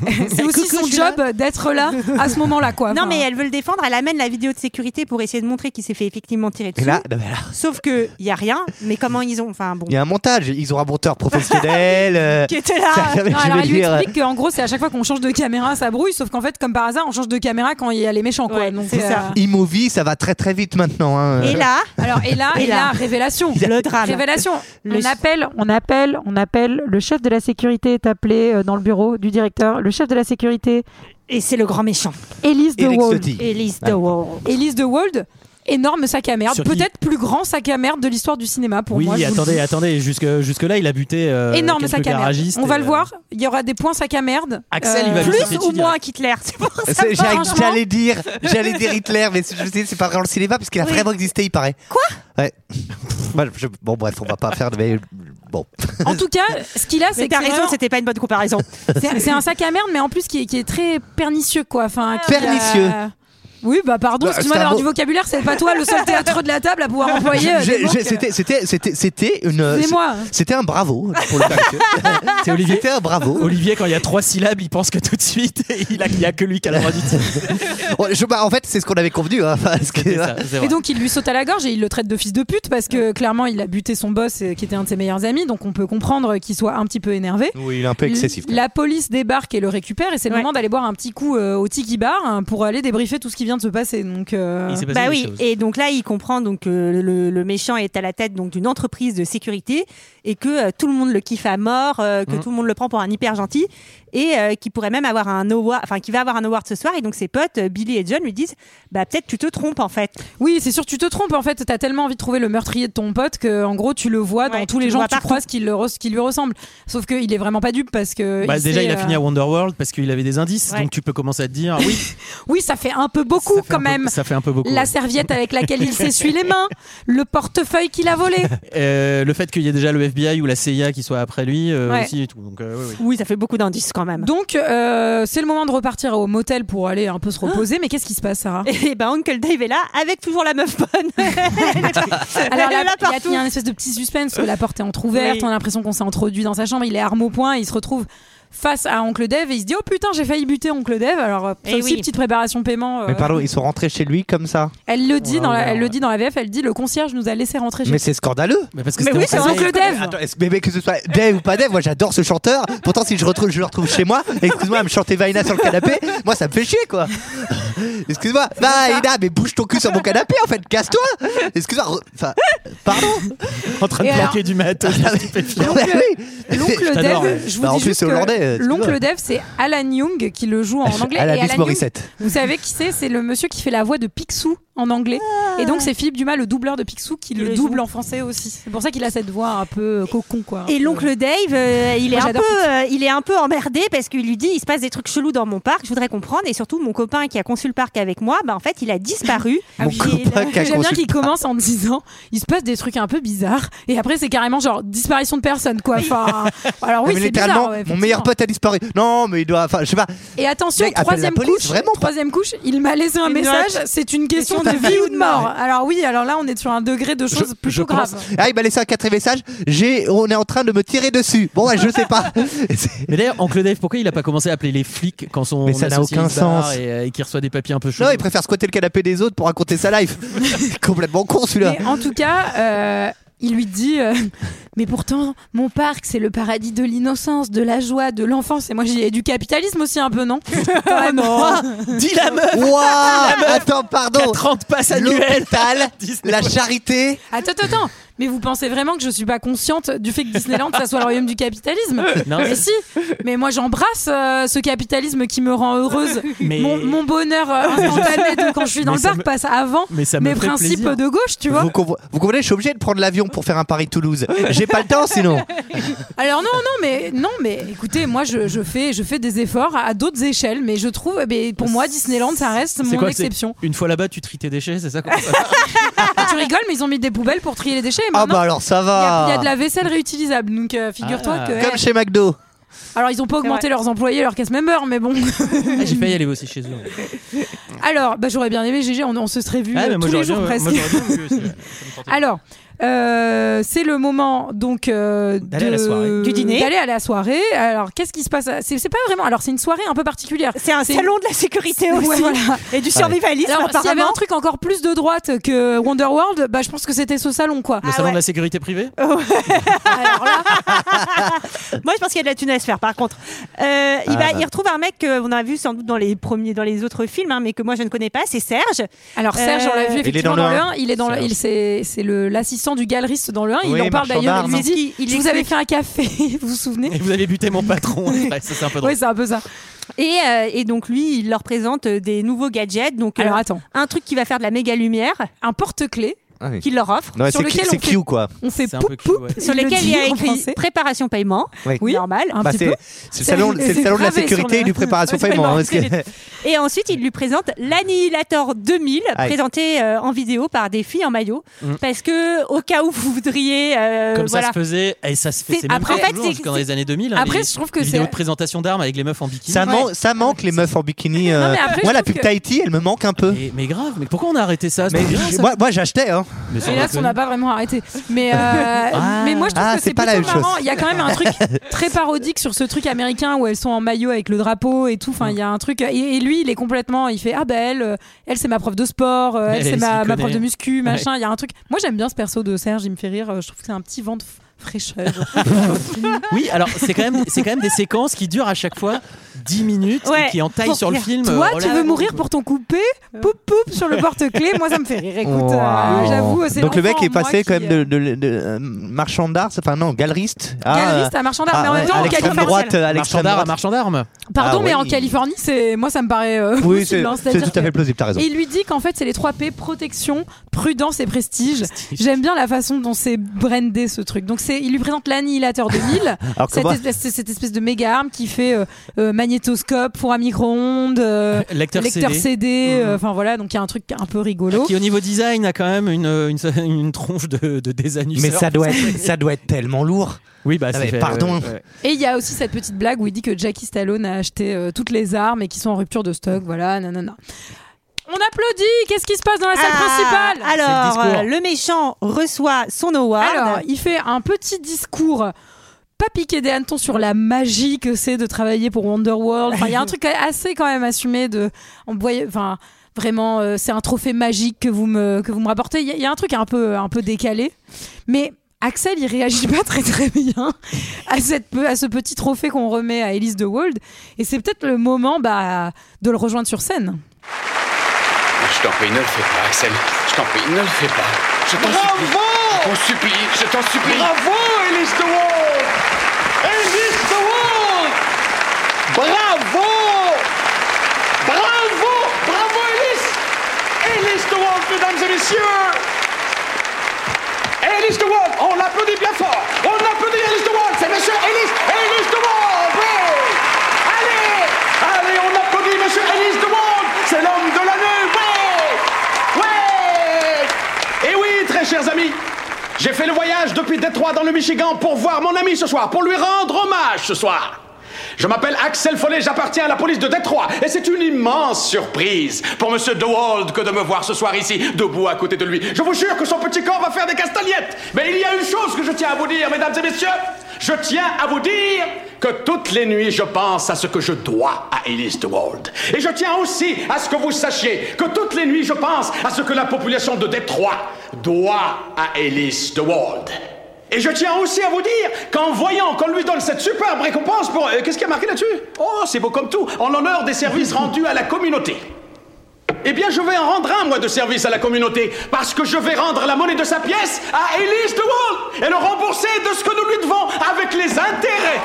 [SPEAKER 1] c'est aussi
[SPEAKER 9] coucou,
[SPEAKER 1] son
[SPEAKER 9] je suis là.
[SPEAKER 1] job euh, d'être là à ce moment-là, quoi.
[SPEAKER 8] Non,
[SPEAKER 1] Enfin,
[SPEAKER 8] mais elle veut le défendre. Elle amène la vidéo de sécurité pour essayer de montrer qu'il s'est fait effectivement tirer
[SPEAKER 6] Et
[SPEAKER 8] dessus.
[SPEAKER 6] là, bah, non, mais là,
[SPEAKER 8] Sauf que il y a rien. Mais comment ils ont Enfin bon.
[SPEAKER 6] il y a un montage. Ils ont un monteur professionnel. euh,
[SPEAKER 8] Qui était là.
[SPEAKER 6] ça, je
[SPEAKER 1] Non, alors
[SPEAKER 6] veux
[SPEAKER 1] elle lui
[SPEAKER 9] euh,
[SPEAKER 6] dire,
[SPEAKER 1] explique qu'en gros c'est à chaque fois qu'on change de caméra ça brouille sauf qu'en fait comme par hasard on change de caméra quand il y a les méchants quoi.
[SPEAKER 8] Ouais,
[SPEAKER 1] Donc, euh,
[SPEAKER 8] c'est ça.
[SPEAKER 6] Imovie, ça va très très vite maintenant. hein.
[SPEAKER 8] Et là,
[SPEAKER 1] Alors et là
[SPEAKER 8] Et
[SPEAKER 1] et, là,
[SPEAKER 8] là.
[SPEAKER 1] révélation.
[SPEAKER 8] le drame.
[SPEAKER 1] Révélation.
[SPEAKER 8] Le-
[SPEAKER 1] On appelle, on appelle, on appelle. Le chef de la sécurité est appelé euh, dans le bureau du directeur. Le chef de la sécurité,
[SPEAKER 8] Et c'est le grand méchant.
[SPEAKER 1] Elise de
[SPEAKER 6] Eric
[SPEAKER 1] Wald.
[SPEAKER 6] Ciotti.
[SPEAKER 8] Elise DeWall.
[SPEAKER 1] Elise de Wald, énorme sac à merde.
[SPEAKER 9] Sur-
[SPEAKER 1] Peut-être plus grand sac à merde de l'histoire du cinéma pour
[SPEAKER 9] oui,
[SPEAKER 1] moi. je vous le
[SPEAKER 9] attendez,
[SPEAKER 1] dis.
[SPEAKER 9] attendez. Jusque, jusque-là, il a buté euh,
[SPEAKER 1] Énorme
[SPEAKER 9] quelques
[SPEAKER 1] sac à merde.
[SPEAKER 9] garagistes
[SPEAKER 1] On va
[SPEAKER 9] et,
[SPEAKER 1] le
[SPEAKER 9] euh,
[SPEAKER 1] voir. Il y aura des points sac à merde. euh,
[SPEAKER 9] Axel, il va le
[SPEAKER 8] Plus
[SPEAKER 9] Petite
[SPEAKER 8] ou
[SPEAKER 9] direct.
[SPEAKER 8] moins qu'Hitler. C'est pour ça.
[SPEAKER 6] C'est- j'allais-
[SPEAKER 1] franchement-
[SPEAKER 6] J'allais dire, j'allais dire Hitler, mais je sais, c'est pas dans le cinéma parce qu'il a
[SPEAKER 8] Oui.
[SPEAKER 6] vraiment existé, il paraît.
[SPEAKER 8] Quoi
[SPEAKER 6] Ouais. Moi, je- bon, bref, on va pas faire de. Mais, bon.
[SPEAKER 1] En tout cas, ce qu'il a,
[SPEAKER 8] Mais
[SPEAKER 1] c'est que
[SPEAKER 8] t'as
[SPEAKER 1] c'est
[SPEAKER 8] raison,
[SPEAKER 1] vraiment-
[SPEAKER 8] c'était pas une bonne comparaison.
[SPEAKER 1] c'est c'est un sac à merde, mais en plus qui est, qui est très pernicieux, quoi. Enfin, qui,
[SPEAKER 6] Pernicieux.
[SPEAKER 1] euh, Oui, bah pardon,
[SPEAKER 6] Bah,
[SPEAKER 1] excuse-moi
[SPEAKER 6] c'est un
[SPEAKER 1] d'avoir
[SPEAKER 6] mot-
[SPEAKER 1] du vocabulaire, c'est pas toi le seul théâtreux de la table à pouvoir employer. euh,
[SPEAKER 6] J'ai-
[SPEAKER 1] des mots
[SPEAKER 6] j'ai- euh,
[SPEAKER 1] que-
[SPEAKER 6] C'était, c'était, c'était, c'était une.
[SPEAKER 1] C'est moi.
[SPEAKER 6] C'était un bravo pour le
[SPEAKER 9] C'est Olivier.
[SPEAKER 6] C'était un bravo.
[SPEAKER 9] euh, Olivier, quand il y a trois syllabes, il pense que tout de suite, il a, il y a que lui qui a le droit d'utiliser.
[SPEAKER 6] Je- bah, en fait, c'est ce qu'on avait convenu. hein, parce que-
[SPEAKER 9] C'est ça, c'est vrai.
[SPEAKER 1] Et donc il lui saute à la gorge et il le traite de fils de pute parce que clairement il a buté son boss euh, qui était un de ses meilleurs amis, donc on peut comprendre qu'il soit un petit peu énervé.
[SPEAKER 6] Oui, il est un peu excessif.
[SPEAKER 1] L- La police débarque et le récupère et c'est le
[SPEAKER 8] Ouais.
[SPEAKER 1] moment d'aller boire un petit coup euh, au Tiki Bar hein, pour aller débriefer tout ce qui vient de se passer. Donc euh,
[SPEAKER 9] Il s'est passé
[SPEAKER 8] Bah
[SPEAKER 9] des
[SPEAKER 8] oui,
[SPEAKER 9] choses.
[SPEAKER 8] et donc là, il comprend donc que le, le méchant est à la tête donc d'une entreprise de sécurité et que euh, tout le monde le kiffe à mort, euh, que
[SPEAKER 9] Mhm.
[SPEAKER 8] tout le monde le prend pour un hyper gentil et euh, qui pourrait même avoir un award, enfin qui va avoir un award ce soir. Et donc ses potes euh, Billy et John lui disent, bah peut-être tu te trompes en fait.
[SPEAKER 1] oui, c'est sûr tu te trompes en fait, t'as tellement envie de trouver le meurtrier de ton pote que en gros tu le vois
[SPEAKER 8] Ouais,
[SPEAKER 1] dans
[SPEAKER 8] tu
[SPEAKER 1] tous les
[SPEAKER 8] le
[SPEAKER 1] gens
[SPEAKER 8] vois
[SPEAKER 1] que tu
[SPEAKER 8] partout.
[SPEAKER 1] croises qui, le re- qui lui ressemblent. Sauf qu'il est vraiment pas dupe parce que
[SPEAKER 9] Bah, déjà,
[SPEAKER 1] sait,
[SPEAKER 9] il a fini
[SPEAKER 1] euh,
[SPEAKER 9] à Wonderworld parce qu'il avait des indices,
[SPEAKER 8] Ouais.
[SPEAKER 9] donc tu peux commencer à te dire ah oui.
[SPEAKER 1] Oui, ça fait un peu beaucoup
[SPEAKER 9] ça fait
[SPEAKER 1] quand
[SPEAKER 9] un peu-
[SPEAKER 1] même.
[SPEAKER 9] ça fait un peu beaucoup.
[SPEAKER 1] La serviette avec laquelle il s'essuie les mains, le portefeuille qu'il a volé.
[SPEAKER 9] Euh, le fait qu'il y ait déjà le FBI ou la CIA qui soit après lui euh,
[SPEAKER 1] Ouais.
[SPEAKER 9] aussi et tout. Donc, euh, oui, oui.
[SPEAKER 8] Oui, ça fait beaucoup d'indices quand même.
[SPEAKER 1] Donc, euh, c'est le moment de repartir au motel pour aller un peu se reposer.
[SPEAKER 8] Ah.
[SPEAKER 1] Mais qu'est-ce qui se passe, Sarah
[SPEAKER 8] Et bah Uncle Dave est là avec toujours la meuf bonne.
[SPEAKER 1] Alors,
[SPEAKER 8] Elle est
[SPEAKER 1] là,
[SPEAKER 8] là
[SPEAKER 1] il y a-
[SPEAKER 8] partout.
[SPEAKER 1] il y, a un espèce de petit suspense que la porte est entrouverte.
[SPEAKER 8] Oui.
[SPEAKER 1] On a l'impression qu'on s'est introduit dans sa chambre. Il est arme au point. Il se retrouve face à Oncle Dev et il se dit Oh putain, j'ai failli buter Oncle Dev. Alors, euh, ça
[SPEAKER 8] Eh
[SPEAKER 1] aussi,
[SPEAKER 8] oui.
[SPEAKER 1] petite préparation paiement. euh,
[SPEAKER 6] Mais pardon, ils sont rentrés chez lui comme ça.
[SPEAKER 1] elle le dit,
[SPEAKER 9] Ouais,
[SPEAKER 1] dans la,
[SPEAKER 9] ouais,
[SPEAKER 1] elle le
[SPEAKER 9] ouais.
[SPEAKER 1] dit dans la VF. Elle dit Le concierge nous a laissé rentrer chez
[SPEAKER 6] Mais c'est scandaleux.
[SPEAKER 9] Mais Bah, parce que
[SPEAKER 8] Mais
[SPEAKER 9] c'était
[SPEAKER 8] oui,
[SPEAKER 9] en
[SPEAKER 8] c'est
[SPEAKER 9] prison.
[SPEAKER 8] vrai.
[SPEAKER 1] Oncle Dev.
[SPEAKER 6] Attends, est-ce- mais, mais que ce soit Dave ou pas Dave, moi j'adore ce chanteur. Pourtant, si je, retrouve, je le retrouve chez moi, excuse-moi, à me chanter Vaina sur le canapé, moi ça me fait chier quoi. Excuse-moi, Vaina, mais bouge ton cul sur mon canapé en fait, casse-toi. Excuse-moi, re- enfin, pardon.
[SPEAKER 9] en train de
[SPEAKER 1] Et
[SPEAKER 9] planquer du matos.
[SPEAKER 6] Non, mais oui.
[SPEAKER 1] L'oncle
[SPEAKER 9] J'adore, ouais.
[SPEAKER 1] Dev, je vous
[SPEAKER 6] Bah, en
[SPEAKER 1] dis
[SPEAKER 6] plus,
[SPEAKER 1] juste
[SPEAKER 6] c'est
[SPEAKER 1] que
[SPEAKER 6] hollandais, euh, tu vois.
[SPEAKER 1] l'oncle Dev, c'est Alan Young qui le joue en anglais.
[SPEAKER 6] Alanis
[SPEAKER 1] Et Alan Young,
[SPEAKER 6] Morissette.
[SPEAKER 1] vous savez qui c'est C'est le monsieur qui fait la voix de Picsou en anglais. Et donc c'est Philippe Dumas, le doubleur de Picsou, qui
[SPEAKER 8] Ah. le
[SPEAKER 1] le
[SPEAKER 8] joue.
[SPEAKER 1] double en français aussi. C'est pour ça qu'il a cette voix un peu euh, cocon, quoi.
[SPEAKER 8] Et l'oncle Dave, euh, il, est
[SPEAKER 1] Moi,
[SPEAKER 8] un peu,
[SPEAKER 1] j'adore
[SPEAKER 8] euh, il est un peu emmerdé parce qu'il lui dit il se passe des trucs chelous dans mon parc, je voudrais comprendre. Et surtout, mon copain qui a conçu le parc avec moi, bah, en fait, il a disparu.
[SPEAKER 1] Ah
[SPEAKER 6] Mon
[SPEAKER 8] Il-
[SPEAKER 6] copain qui a
[SPEAKER 1] J'aime bien
[SPEAKER 6] conçu-
[SPEAKER 1] qu'il commence en disant il se passe des trucs un peu bizarres. Et après, c'est carrément genre disparition de personne, quoi. Enfin, alors oui,
[SPEAKER 6] Non, Ah mais
[SPEAKER 1] c'est
[SPEAKER 6] littéralement,
[SPEAKER 1] bizarre. ouais,
[SPEAKER 6] mon meilleur
[SPEAKER 1] effectivement.
[SPEAKER 6] pote a disparu. Non, mais il doit. Enfin, je sais pas.
[SPEAKER 1] Et attention,
[SPEAKER 6] Mec, appelle
[SPEAKER 1] troisième
[SPEAKER 6] la police,
[SPEAKER 1] couche.
[SPEAKER 6] vraiment pas.
[SPEAKER 1] troisième couche, il m'a laissé un
[SPEAKER 8] Une
[SPEAKER 1] message.
[SPEAKER 8] note.
[SPEAKER 1] C'est une question de vie ou de mort. Alors oui, alors là, on est sur un degré de choses plutôt grave.
[SPEAKER 6] Ah, il m'a laissé un quatrième message. J'ai, on est en train de me tirer dessus. Bon, ouais, je sais pas. Et c'est-
[SPEAKER 9] Mais d'ailleurs, Oncle Dave, pourquoi il a pas commencé à appeler les flics quand son
[SPEAKER 6] Mais ça n'a
[SPEAKER 9] associé
[SPEAKER 6] aucun
[SPEAKER 9] se barre
[SPEAKER 6] sens.
[SPEAKER 9] et, euh, et qu'il reçoit des papiers un peu chauds
[SPEAKER 6] Non, il préfère squatter le canapé des autres pour raconter sa life. Complètement con celui-là.
[SPEAKER 1] Mais en tout cas, euh, il lui dit euh, Mais pourtant, mon parc, c'est le paradis de l'innocence, de la joie, de l'enfance. Et moi, j'ai du capitalisme aussi, un peu, non Quand même.
[SPEAKER 9] Dis la meuf
[SPEAKER 6] Waouh Attends, pardon.
[SPEAKER 9] 30 passes annuelles
[SPEAKER 6] L'hôpital,
[SPEAKER 9] Disney.
[SPEAKER 6] la charité.
[SPEAKER 1] Attends, attends, attends. Mais vous pensez vraiment que je suis pas consciente du fait que Disneyland, ça soit le royaume du capitalisme
[SPEAKER 9] Non,
[SPEAKER 1] Mais si Mais moi, j'embrasse euh, ce capitalisme qui me rend heureuse.
[SPEAKER 9] Mais-
[SPEAKER 1] Mon, mon bonheur euh, instantané de quand je suis dans
[SPEAKER 9] Mais
[SPEAKER 1] le
[SPEAKER 9] ça
[SPEAKER 1] parc
[SPEAKER 9] me-
[SPEAKER 1] passe avant
[SPEAKER 9] mais ça me
[SPEAKER 1] mes
[SPEAKER 9] fait
[SPEAKER 1] principes
[SPEAKER 9] plaisir.
[SPEAKER 1] de gauche, tu vois.
[SPEAKER 6] Vous, compre- vous comprenez, je suis obligé de prendre l'avion pour faire un Paris-Toulouse. J'ai pas le temps sinon.
[SPEAKER 1] Alors non, non, mais non, mais écoutez, moi je, je fais, je fais des efforts à, à d'autres échelles, mais je trouve, eh ben, pour moi Disneyland, ça reste
[SPEAKER 9] C'est
[SPEAKER 1] mon
[SPEAKER 9] quoi, c'est-
[SPEAKER 1] exception.
[SPEAKER 9] Une fois là-bas, tu tries tes déchets, c'est ça quoi
[SPEAKER 1] Ah, tu rigoles, mais ils ont mis des poubelles pour trier les déchets. Et
[SPEAKER 6] Ah
[SPEAKER 1] maintenant,
[SPEAKER 6] bah alors ça
[SPEAKER 1] il y a- il y, a
[SPEAKER 6] va.
[SPEAKER 1] de la vaisselle réutilisable, donc euh, figure-toi
[SPEAKER 9] Ah.
[SPEAKER 1] que.
[SPEAKER 6] Comme
[SPEAKER 1] eh,
[SPEAKER 6] chez McDo.
[SPEAKER 1] Alors, ils ont pas augmenté
[SPEAKER 8] vrai.
[SPEAKER 1] leurs employés, leurs casse members, mais bon.
[SPEAKER 9] Ah, J'ai failli aller aussi chez eux.
[SPEAKER 1] Alors, bah, j'aurais bien aimé, GG, on, on se serait vu
[SPEAKER 9] Ah, mais
[SPEAKER 1] euh,
[SPEAKER 9] moi,
[SPEAKER 1] tous les
[SPEAKER 9] j'aurais
[SPEAKER 1] jours
[SPEAKER 9] bien- moi,
[SPEAKER 1] presque.
[SPEAKER 9] j'aurais bien voulu aussi, ouais. Ça me tentait.
[SPEAKER 1] Alors, euh, c'est le moment donc euh,
[SPEAKER 9] D'aller
[SPEAKER 1] de-
[SPEAKER 9] à la soirée.
[SPEAKER 8] Du dîner.
[SPEAKER 1] D'aller à la soirée. Alors, qu'est-ce qui se passe à- C'est c'est pas vraiment. Alors, c'est une soirée un peu particulière.
[SPEAKER 8] C'est un salon de la sécurité
[SPEAKER 1] Ouais,
[SPEAKER 8] aussi.
[SPEAKER 1] voilà.
[SPEAKER 8] Et du survivalisme,
[SPEAKER 1] Alors, s'il y avait
[SPEAKER 8] apparemment.
[SPEAKER 1] un truc encore plus de droite que Wonderworld, bah, je pense que c'était ce salon, quoi.
[SPEAKER 9] Le
[SPEAKER 8] Ah
[SPEAKER 9] salon
[SPEAKER 8] ouais.
[SPEAKER 9] de la sécurité privée
[SPEAKER 1] Alors là,
[SPEAKER 8] Moi, je pense qu'il y a de la thune à se faire, par contre. Euh, il, va,
[SPEAKER 6] bah.
[SPEAKER 8] il retrouve un mec qu'on a vu sans doute dans les, premiers, dans les autres films, hein, mais que moi, je ne connais pas, c'est Serge.
[SPEAKER 1] alors Serge,
[SPEAKER 8] Euh,
[SPEAKER 1] on l'a vu
[SPEAKER 8] il est
[SPEAKER 1] effectivement
[SPEAKER 6] dans
[SPEAKER 1] dans
[SPEAKER 6] le
[SPEAKER 1] le
[SPEAKER 6] un.
[SPEAKER 1] 1. Il est dans le,
[SPEAKER 6] Serge.
[SPEAKER 1] il c'est c'est le l'assistant du galeriste dans le 1. Il
[SPEAKER 6] Oui,
[SPEAKER 1] en parle
[SPEAKER 6] marchand
[SPEAKER 1] d'ailleurs. Il
[SPEAKER 6] d'armes.
[SPEAKER 1] lui dit,
[SPEAKER 8] Il
[SPEAKER 1] je vous avais
[SPEAKER 8] explique-
[SPEAKER 1] fait un café. vous vous souvenez
[SPEAKER 9] Et vous avez buté mon patron. Ouais, ça, c'est un peu drôle.
[SPEAKER 1] Oui, c'est un peu ça.
[SPEAKER 8] Et, euh, et donc, lui, il leur présente euh, des nouveaux gadgets. Donc, euh,
[SPEAKER 1] Alors attends,
[SPEAKER 8] un truc qui va faire de la méga lumière,
[SPEAKER 1] un porte-clés
[SPEAKER 6] Ah oui.
[SPEAKER 8] qu'il leur offre.
[SPEAKER 6] Non,
[SPEAKER 1] sur
[SPEAKER 6] c'est
[SPEAKER 1] lequel
[SPEAKER 6] c'est
[SPEAKER 1] on fait-
[SPEAKER 6] Q, quoi.
[SPEAKER 1] On fait
[SPEAKER 9] C'est un peu
[SPEAKER 1] poup
[SPEAKER 9] cul,
[SPEAKER 1] poup.
[SPEAKER 9] ouais.
[SPEAKER 8] sur
[SPEAKER 1] le
[SPEAKER 8] lesquels il y a
[SPEAKER 1] dit en
[SPEAKER 8] écrit
[SPEAKER 1] français.
[SPEAKER 8] préparation paiement,
[SPEAKER 6] Oui.
[SPEAKER 1] Oui.
[SPEAKER 8] normal.
[SPEAKER 1] Un
[SPEAKER 6] Bah,
[SPEAKER 1] petit
[SPEAKER 6] c'est
[SPEAKER 1] peu.
[SPEAKER 6] c'est le salon,
[SPEAKER 1] C'est-
[SPEAKER 6] c'est le salon de la
[SPEAKER 1] gravé sur
[SPEAKER 6] sécurité
[SPEAKER 1] le-
[SPEAKER 6] et du préparation
[SPEAKER 1] sur le
[SPEAKER 6] paiement. hein, parce
[SPEAKER 1] marqué.
[SPEAKER 6] que-
[SPEAKER 8] Et ensuite, il lui présente l'Annihilator 2000,
[SPEAKER 6] Aïe.
[SPEAKER 8] présenté euh, en vidéo par des filles en maillot, parce que au cas où vous voudriez, euh,
[SPEAKER 9] Mm. Comme
[SPEAKER 8] voilà.
[SPEAKER 9] ça se faisait, et ça se fait.
[SPEAKER 8] C'est-
[SPEAKER 9] C'est même
[SPEAKER 8] après,
[SPEAKER 9] pas
[SPEAKER 8] en fait,
[SPEAKER 9] toujours,
[SPEAKER 8] c'est-
[SPEAKER 9] jusque dans les années 2000. hein,
[SPEAKER 1] Après,
[SPEAKER 9] les-
[SPEAKER 1] je trouve que
[SPEAKER 9] les vidéos
[SPEAKER 1] c'est-
[SPEAKER 9] de présentation d'armes avec les meufs en bikini.
[SPEAKER 6] Ça, man- ça manque les meufs en bikini. euh,
[SPEAKER 1] mais après, je
[SPEAKER 6] moi, la
[SPEAKER 1] trouve
[SPEAKER 6] pub
[SPEAKER 1] que- euh,
[SPEAKER 6] Tahiti, elle me manque un peu.
[SPEAKER 9] Mais, mais grave, mais pourquoi on a arrêté ça
[SPEAKER 6] Mais
[SPEAKER 9] C'était bien, ça.
[SPEAKER 6] moi, moi, j'achetais. Hein.
[SPEAKER 9] Mais sans
[SPEAKER 1] Et là, on
[SPEAKER 9] déconner.
[SPEAKER 1] n'a pas vraiment arrêté. Mais, euh, mais moi, je trouve
[SPEAKER 6] Ah,
[SPEAKER 1] que
[SPEAKER 6] c'est
[SPEAKER 1] c'est
[SPEAKER 6] pas la
[SPEAKER 1] plutôt
[SPEAKER 6] même chose.
[SPEAKER 1] marrant. Il y a quand même un truc très parodique sur ce truc américain où elles sont en maillot avec le drapeau et tout. Enfin, il y a un truc. Et, et lui, il est complètement. Il fait Ah, bah, elle, euh, elle c'est ma prof de sport, euh, elle,
[SPEAKER 9] Elle,
[SPEAKER 1] c'est
[SPEAKER 9] elle
[SPEAKER 1] ma,
[SPEAKER 9] s'y
[SPEAKER 1] ma
[SPEAKER 9] connaît.
[SPEAKER 1] prof de muscu, machin. Il y a un truc. Moi, j'aime bien ce perso de Serge, il me fait rire. Euh, Je trouve que c'est un petit vent de f- fraîcheur.
[SPEAKER 9] Oui, alors c'est quand même c'est quand même des séquences qui durent à chaque fois 10 minutes
[SPEAKER 8] Ouais,
[SPEAKER 9] et qui entaillent
[SPEAKER 8] pour
[SPEAKER 9] sur le
[SPEAKER 8] dire,
[SPEAKER 9] film.
[SPEAKER 1] Toi,
[SPEAKER 9] euh,
[SPEAKER 1] tu
[SPEAKER 9] voilà. Euh.
[SPEAKER 1] veux mourir pour ton coupé Poup, poup, sur le porte-clés. Moi, ça me fait rire. Écoute, euh,
[SPEAKER 6] Wow.
[SPEAKER 1] j'avoue, c'est
[SPEAKER 6] Donc le mec
[SPEAKER 1] l'enfant
[SPEAKER 6] est
[SPEAKER 1] en moi
[SPEAKER 6] passé
[SPEAKER 1] qui,
[SPEAKER 6] quand même
[SPEAKER 1] euh,
[SPEAKER 6] de, de- de- euh, marchand d'art, enfin non, galeriste. à,
[SPEAKER 1] Galeriste à marchand d'armes,
[SPEAKER 6] à-
[SPEAKER 1] mais en même
[SPEAKER 6] à
[SPEAKER 1] temps, en
[SPEAKER 6] l'extrême
[SPEAKER 1] Californie,
[SPEAKER 6] ah, droite, euh, à
[SPEAKER 9] Marchand
[SPEAKER 6] l'extrême
[SPEAKER 9] d'armes,
[SPEAKER 6] droite.
[SPEAKER 9] marchand d'armes.
[SPEAKER 1] Pardon,
[SPEAKER 6] Ah
[SPEAKER 1] mais en
[SPEAKER 6] oui.
[SPEAKER 1] Californie, c'est moi ça me paraît euh,
[SPEAKER 6] Oui, c'est
[SPEAKER 1] possible, hein,
[SPEAKER 6] c'est
[SPEAKER 1] c'est-à-dire
[SPEAKER 6] tout à fait
[SPEAKER 1] que-
[SPEAKER 6] plausible, t'as raison.
[SPEAKER 1] Et il lui dit qu'en fait, c'est les 3 P protection, prudence et prestige. J'aime bien la façon dont c'est brandé ce truc. Donc c'est, il lui présente l'annihilateur 2000,
[SPEAKER 6] Alors que
[SPEAKER 1] cette
[SPEAKER 6] moi,
[SPEAKER 1] espèce, c'est cette espèce de méga arme qui fait euh, euh, magnétoscope, four à micro-ondes, euh,
[SPEAKER 9] L'acteur
[SPEAKER 1] lecteur
[SPEAKER 9] CD.
[SPEAKER 6] Mmh.
[SPEAKER 1] CD.
[SPEAKER 9] Mhm.
[SPEAKER 1] euh, Enfin voilà, donc il y a un truc un peu rigolo.
[SPEAKER 9] Qui au niveau design a quand même une, une, une tronche de, de
[SPEAKER 6] mais
[SPEAKER 9] désannuceur.
[SPEAKER 6] ça doit, être, ça doit être tellement lourd.
[SPEAKER 9] Oui, bah
[SPEAKER 6] Ah,
[SPEAKER 9] c'est
[SPEAKER 6] mais
[SPEAKER 9] fait,
[SPEAKER 6] pardon.
[SPEAKER 9] ouais, ouais.
[SPEAKER 1] Et il y a aussi cette petite blague où il dit que Jackie Stallone a acheté euh, toutes les armes et qui sont en rupture de stock. Voilà, nanana. On applaudit. Qu'est-ce qui se passe dans la salle
[SPEAKER 8] Ah,
[SPEAKER 1] principale
[SPEAKER 8] Alors,
[SPEAKER 9] C'est le
[SPEAKER 8] euh,
[SPEAKER 9] discours.
[SPEAKER 8] le, méchant reçoit son award.
[SPEAKER 1] Alors, il fait un petit discours pas piqué des hannetons sur la magie que c'est de travailler pour Wonderworld. Enfin, il y a un truc assez quand même assumé de on voyait- enfin vraiment euh, c'est un trophée magique que vous me que vous me rapportez. Il y, a- il y a un truc un peu un peu décalé. Mais Axel, il réagit pas très très bien à, cette, pe- à ce petit trophée qu'on remet à Elise de Wold. Et c'est peut-être le moment bah, de le rejoindre sur scène.
[SPEAKER 3] Je t'en prie, ne le fais pas, Axel. Je t'en prie, ne le fais pas. Je t'en supplie. Je t'en supplie, je t'en supplie.
[SPEAKER 2] Bravo, Elise de Wall Elise de Wall Bravo Bravo Bravo, Elise Elise de Wall, mesdames et messieurs Elise de Wall, on l'applaudit bien fort On applaudit Elise de Wall, c'est monsieur Elise Elise de Wall ouais. Allez Allez, on applaudit monsieur Elise de Wall C'est l'homme de l'année Ouais Ouais Et oui, très chers amis j'ai fait le voyage depuis Détroit dans le Michigan pour voir mon ami ce soir, pour lui rendre hommage ce soir. Je m'appelle Axel Follet, j'appartiens à la police de Détroit et c'est une immense surprise pour monsieur DeWald que de me voir ce soir ici, debout à côté de lui. Je vous jure que son petit corps va faire des castagnettes. Mais il y a une chose que je tiens à vous dire, mesdames et messieurs. Je tiens à vous dire que toutes les nuits, je pense à ce que je dois à Elise DeWald. Et je tiens aussi à ce que vous sachiez que toutes les nuits, je pense à ce que la population de Détroit doit à Elise DeWald. Et je tiens aussi à vous dire qu'en voyant qu'on lui donne cette superbe récompense pour... euh, Qu'est-ce qu'il y a marqué là-dessus Oh, c'est beau comme tout, en l'honneur des services rendus à la communauté. Eh bien, je vais en rendre un, moi, de service à la communauté, parce que je vais rendre la monnaie de sa pièce à Elise de Wall et le rembourser de ce que nous lui devons avec les intérêts.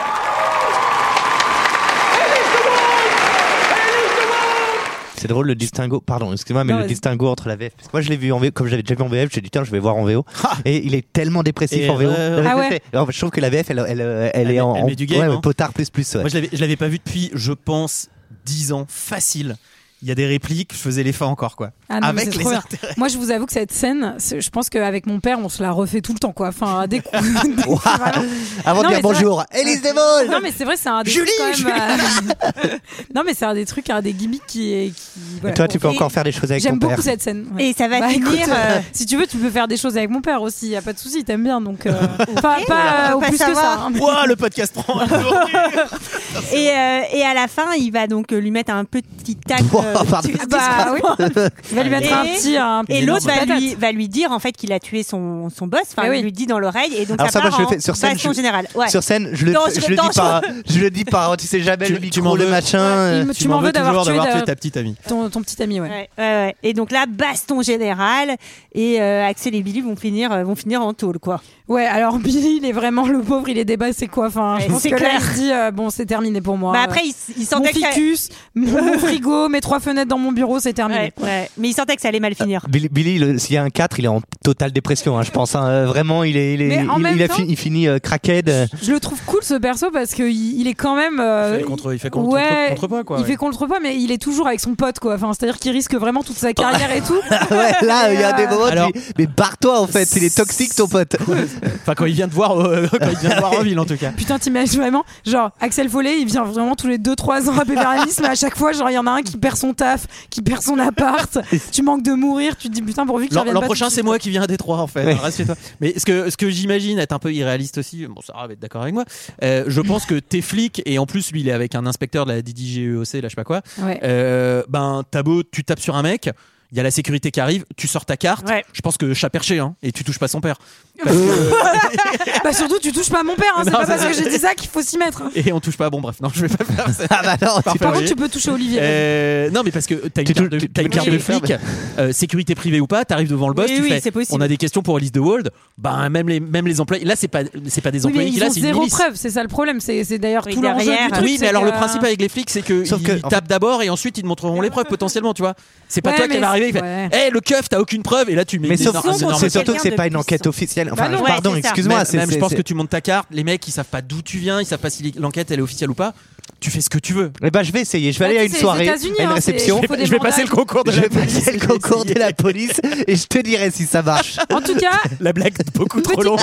[SPEAKER 2] Elise de Wall Elise de Wall
[SPEAKER 6] C'est drôle le distinguo, pardon, excuse-moi, mais
[SPEAKER 1] Non,
[SPEAKER 6] le
[SPEAKER 1] vas-y.
[SPEAKER 6] distinguo entre la VF. Parce que moi, je l'ai vu en VF, comme j'avais déjà vu en VF, j'ai dit, tiens, je vais voir en VO. Et il est tellement dépressif
[SPEAKER 9] Et
[SPEAKER 6] en VO.
[SPEAKER 9] ouais, ouais,
[SPEAKER 1] Ah
[SPEAKER 6] Je
[SPEAKER 1] ouais.
[SPEAKER 6] sais. Alors, je trouve que la VF, elle, elle, elle, est
[SPEAKER 9] met-
[SPEAKER 6] en,
[SPEAKER 9] elle met du game,
[SPEAKER 6] ouais,
[SPEAKER 9] hein.
[SPEAKER 6] ouais, potard plus plus. ouais.
[SPEAKER 9] Moi, je l'avais- je l'avais pas vu depuis, je pense, 10 ans, facile. Il y a des répliques, je faisais l'effort encore, quoi.
[SPEAKER 1] Ah non, mais
[SPEAKER 9] Avec
[SPEAKER 1] c'est
[SPEAKER 9] les
[SPEAKER 1] trop bien.
[SPEAKER 9] intérêts.
[SPEAKER 1] Moi, je vous avoue que cette scène, c'est- je pense qu'avec mon père, on se la refait tout le temps, quoi. Enfin, à des coups.
[SPEAKER 6] Waouh.
[SPEAKER 1] Non,
[SPEAKER 6] Avant de
[SPEAKER 1] mais c'est
[SPEAKER 6] dire bonjour, Élise Desmôles
[SPEAKER 1] non, mais c'est vrai, c'est un des
[SPEAKER 6] Julie,
[SPEAKER 1] trucs quand même. euh, non, mais c'est un des trucs, un des gimmicks qui est. Qui, voilà.
[SPEAKER 6] Toi, tu peux
[SPEAKER 1] Et
[SPEAKER 6] encore faire des choses avec ton
[SPEAKER 1] J'aime
[SPEAKER 6] père.
[SPEAKER 1] beaucoup cette scène. ouais.
[SPEAKER 8] Et ça va
[SPEAKER 1] Bah,
[SPEAKER 8] finir.
[SPEAKER 1] écoute, euh,
[SPEAKER 8] euh,
[SPEAKER 1] si tu veux, tu peux faire des choses avec mon père aussi, y a pas de souci, t'aimes bien donc. euh, pas pas,
[SPEAKER 8] on
[SPEAKER 1] euh, au
[SPEAKER 8] peut pas
[SPEAKER 1] plus que ça.
[SPEAKER 8] savoir.
[SPEAKER 1] hein.
[SPEAKER 9] Ouah, le podcast prend un tour.
[SPEAKER 8] et, euh, et à la fin, il va donc euh, lui mettre un petit tacle.
[SPEAKER 6] Wow,
[SPEAKER 8] euh,
[SPEAKER 6] pardon.
[SPEAKER 8] dessus.
[SPEAKER 1] Bah oui. Il va lui mettre un
[SPEAKER 8] Et-
[SPEAKER 1] petit. un
[SPEAKER 8] Et
[SPEAKER 1] petit-
[SPEAKER 8] l'autre va
[SPEAKER 1] patate.
[SPEAKER 8] lui, va lui dire en fait qu'il a tué son, son boss, enfin
[SPEAKER 1] Mais oui.
[SPEAKER 8] il lui dit dans l'oreille et donc
[SPEAKER 6] Eh Alors
[SPEAKER 8] ça,
[SPEAKER 6] ça, moi,
[SPEAKER 8] part
[SPEAKER 6] je le
[SPEAKER 8] en
[SPEAKER 6] fais sur scène,
[SPEAKER 8] baston
[SPEAKER 6] je-
[SPEAKER 8] générale. Ouais.
[SPEAKER 6] Sur scène, je le,
[SPEAKER 8] Dangereux,
[SPEAKER 6] je le dis
[SPEAKER 8] dangereux.
[SPEAKER 6] pas. Je le dis pas. hein, Tu sais jamais
[SPEAKER 9] Tu-
[SPEAKER 6] le
[SPEAKER 9] tu
[SPEAKER 6] micro,
[SPEAKER 9] m'en
[SPEAKER 6] le
[SPEAKER 9] veux.
[SPEAKER 6] machin.
[SPEAKER 1] Il
[SPEAKER 6] euh,
[SPEAKER 1] me- Tu m'en veux d'avoir tué euh,
[SPEAKER 9] d'avoir
[SPEAKER 1] de-
[SPEAKER 9] tué ta petite amie.
[SPEAKER 1] ton ton petit ami, ouais.
[SPEAKER 8] Ouais, ouais, ouais. Et donc là, baston général et euh, Axel et Billy vont finir euh, vont finir en tôle quoi.
[SPEAKER 1] Ouais, alors Billy, il est vraiment le pauvre, il est débassé quoi. Enfin, je
[SPEAKER 8] Ouais,
[SPEAKER 1] pense que
[SPEAKER 8] c'est
[SPEAKER 1] là,
[SPEAKER 8] clair.
[SPEAKER 1] il se dit euh, bon, c'est terminé pour moi.
[SPEAKER 8] Bah après il, s- il
[SPEAKER 1] mon
[SPEAKER 8] sentait que ça-
[SPEAKER 1] ficus, mon, mon frigo, mes trois fenêtres dans mon bureau, c'est terminé.
[SPEAKER 8] Ouais, ouais. mais il sentait que ça allait
[SPEAKER 6] Euh,
[SPEAKER 8] mal finir.
[SPEAKER 6] Billy, Billy, le- s'il y a un 4, il est en totale dépression, hein, je pense. hein. Euh, Vraiment, il est, il, est-
[SPEAKER 1] Mais en
[SPEAKER 6] il-
[SPEAKER 1] même
[SPEAKER 6] il a
[SPEAKER 1] temps-
[SPEAKER 6] fi- il finit euh, crackhead. euh.
[SPEAKER 1] Je le trouve cool ce perso parce que il, il est quand même. euh,
[SPEAKER 9] il fait contre, il fait contre,
[SPEAKER 1] ouais,
[SPEAKER 9] contre- contrepoids, quoi.
[SPEAKER 1] il
[SPEAKER 9] ouais.
[SPEAKER 1] fait contrepoids, mais il est toujours avec son pote quoi. Enfin, c'est-à-dire qu'il risque vraiment toute sa carrière et tout.
[SPEAKER 6] ouais, là,
[SPEAKER 1] Et,
[SPEAKER 6] il y a des
[SPEAKER 1] euh,
[SPEAKER 6] moments. où tu
[SPEAKER 9] alors-
[SPEAKER 6] dis, mais barre-toi en fait, il est toxique ton pote.
[SPEAKER 9] Enfin, quand il vient de voir, euh, quand il vient de voir en ville, en tout cas.
[SPEAKER 1] Putain, t'imagines vraiment Genre, Axel Follet, il vient vraiment tous les 2-3 ans à Beverly Hills, mais à chaque fois, genre, il y en a un qui perd son taf, qui perd son appart, tu manques de mourir, tu te dis putain, pourvu qu'il
[SPEAKER 9] L'an
[SPEAKER 1] revienne
[SPEAKER 9] l'an
[SPEAKER 1] pas
[SPEAKER 9] prochain,
[SPEAKER 1] tout de
[SPEAKER 9] c'est
[SPEAKER 1] suite.
[SPEAKER 9] moi qui viens à Détroit, en fait.
[SPEAKER 6] Ouais.
[SPEAKER 9] Alors, Reste toi. Mais ce que, ce que j'imagine être un peu irréaliste aussi, bon, Sarah va être d'accord avec moi, euh, je pense que t'es flic, et en plus, lui, il est avec un inspecteur de la DDGEOC, E là, je sais pas quoi.
[SPEAKER 1] Ouais.
[SPEAKER 9] Euh, ben, t'as beau, tu tapes sur un mec, il y a la sécurité qui arrive, tu sors ta carte,
[SPEAKER 8] Ouais.
[SPEAKER 9] je pense que chat perché, hein, et tu touches pas son père. Parce que-
[SPEAKER 1] Bah surtout, tu touches pas à mon père, hein, c'est
[SPEAKER 9] Non,
[SPEAKER 1] pas
[SPEAKER 9] ça,
[SPEAKER 1] parce que
[SPEAKER 9] c'est-
[SPEAKER 1] j'ai dit ça qu'il faut s'y mettre. hein.
[SPEAKER 9] et on touche pas, bon, bref, non, je vais pas faire ça.
[SPEAKER 6] Ah bah non, tu-
[SPEAKER 9] Parfait,
[SPEAKER 1] Par
[SPEAKER 9] oui.
[SPEAKER 1] contre, tu peux toucher Olivier.
[SPEAKER 9] Euh, non, mais parce que t'as une
[SPEAKER 6] Tu tou-
[SPEAKER 9] carte de,
[SPEAKER 6] tu-
[SPEAKER 9] t'as une
[SPEAKER 6] tu
[SPEAKER 9] carte
[SPEAKER 6] touches
[SPEAKER 9] de
[SPEAKER 6] le fer,
[SPEAKER 9] flic, euh, sécurité privée ou pas, t'arrives devant le boss,
[SPEAKER 8] Oui,
[SPEAKER 9] tu
[SPEAKER 8] oui,
[SPEAKER 9] fais,
[SPEAKER 8] c'est possible.
[SPEAKER 9] On a des questions pour Alice de Wald. Ben même les même les employés. Là, c'est pas c'est pas
[SPEAKER 1] Oui,
[SPEAKER 9] des
[SPEAKER 1] mais
[SPEAKER 9] employés qui
[SPEAKER 1] ils
[SPEAKER 9] là,
[SPEAKER 1] ont
[SPEAKER 9] c'est une
[SPEAKER 1] zéro
[SPEAKER 9] milice.
[SPEAKER 1] preuve, c'est ça le problème. C'est c'est d'ailleurs
[SPEAKER 8] Oui,
[SPEAKER 1] tout l'enjeu
[SPEAKER 8] derrière,
[SPEAKER 1] du truc.
[SPEAKER 9] Oui,
[SPEAKER 1] c'est
[SPEAKER 9] mais alors
[SPEAKER 1] que-
[SPEAKER 9] le principe avec les flics, c'est que
[SPEAKER 6] Sauf
[SPEAKER 9] ils
[SPEAKER 6] que, en fait-
[SPEAKER 9] tapent d'abord et ensuite ils te montreront les preuves potentiellement, tu vois. C'est pas
[SPEAKER 1] Ouais,
[SPEAKER 9] toi qui
[SPEAKER 1] mais
[SPEAKER 9] va arriver. Il fait,
[SPEAKER 1] ouais.
[SPEAKER 9] Eh, le keuf, t'as aucune preuve et là tu mets.
[SPEAKER 6] Mais
[SPEAKER 9] une
[SPEAKER 6] sauf-
[SPEAKER 9] énorme-
[SPEAKER 8] Sans
[SPEAKER 9] un énorme-
[SPEAKER 8] compter
[SPEAKER 6] c'est surtout que c'est
[SPEAKER 8] quelqu'un
[SPEAKER 6] pas
[SPEAKER 8] de
[SPEAKER 6] une enquête
[SPEAKER 8] puissant.
[SPEAKER 6] officielle. Enfin,
[SPEAKER 1] Bah non,
[SPEAKER 6] je-
[SPEAKER 1] ouais,
[SPEAKER 6] pardon,
[SPEAKER 8] c'est ça.
[SPEAKER 6] excuse-moi.
[SPEAKER 9] même,
[SPEAKER 6] c'est-
[SPEAKER 9] même, je
[SPEAKER 6] c'est-
[SPEAKER 9] pense
[SPEAKER 6] c'est-
[SPEAKER 9] que tu montes ta carte, les mecs ils savent pas d'où tu viens, ils savent pas si l'enquête elle est officielle ou pas. Tu fais ce que tu veux.
[SPEAKER 6] Eh ben, je vais essayer. Je vais
[SPEAKER 1] Ouais,
[SPEAKER 6] aller à
[SPEAKER 1] tu
[SPEAKER 6] une
[SPEAKER 1] sais, les
[SPEAKER 6] soirée,
[SPEAKER 1] États-Unis,
[SPEAKER 6] à une
[SPEAKER 1] hein, c'est-
[SPEAKER 6] réception.
[SPEAKER 1] faut des
[SPEAKER 9] Je vais passer le
[SPEAKER 1] mandats.
[SPEAKER 9] concours de
[SPEAKER 6] Je
[SPEAKER 9] la,
[SPEAKER 6] vais passer le concours de la police et je te dirai si ça marche.
[SPEAKER 1] En tout cas,
[SPEAKER 9] la blague beaucoup trop
[SPEAKER 1] Petit-
[SPEAKER 9] longue.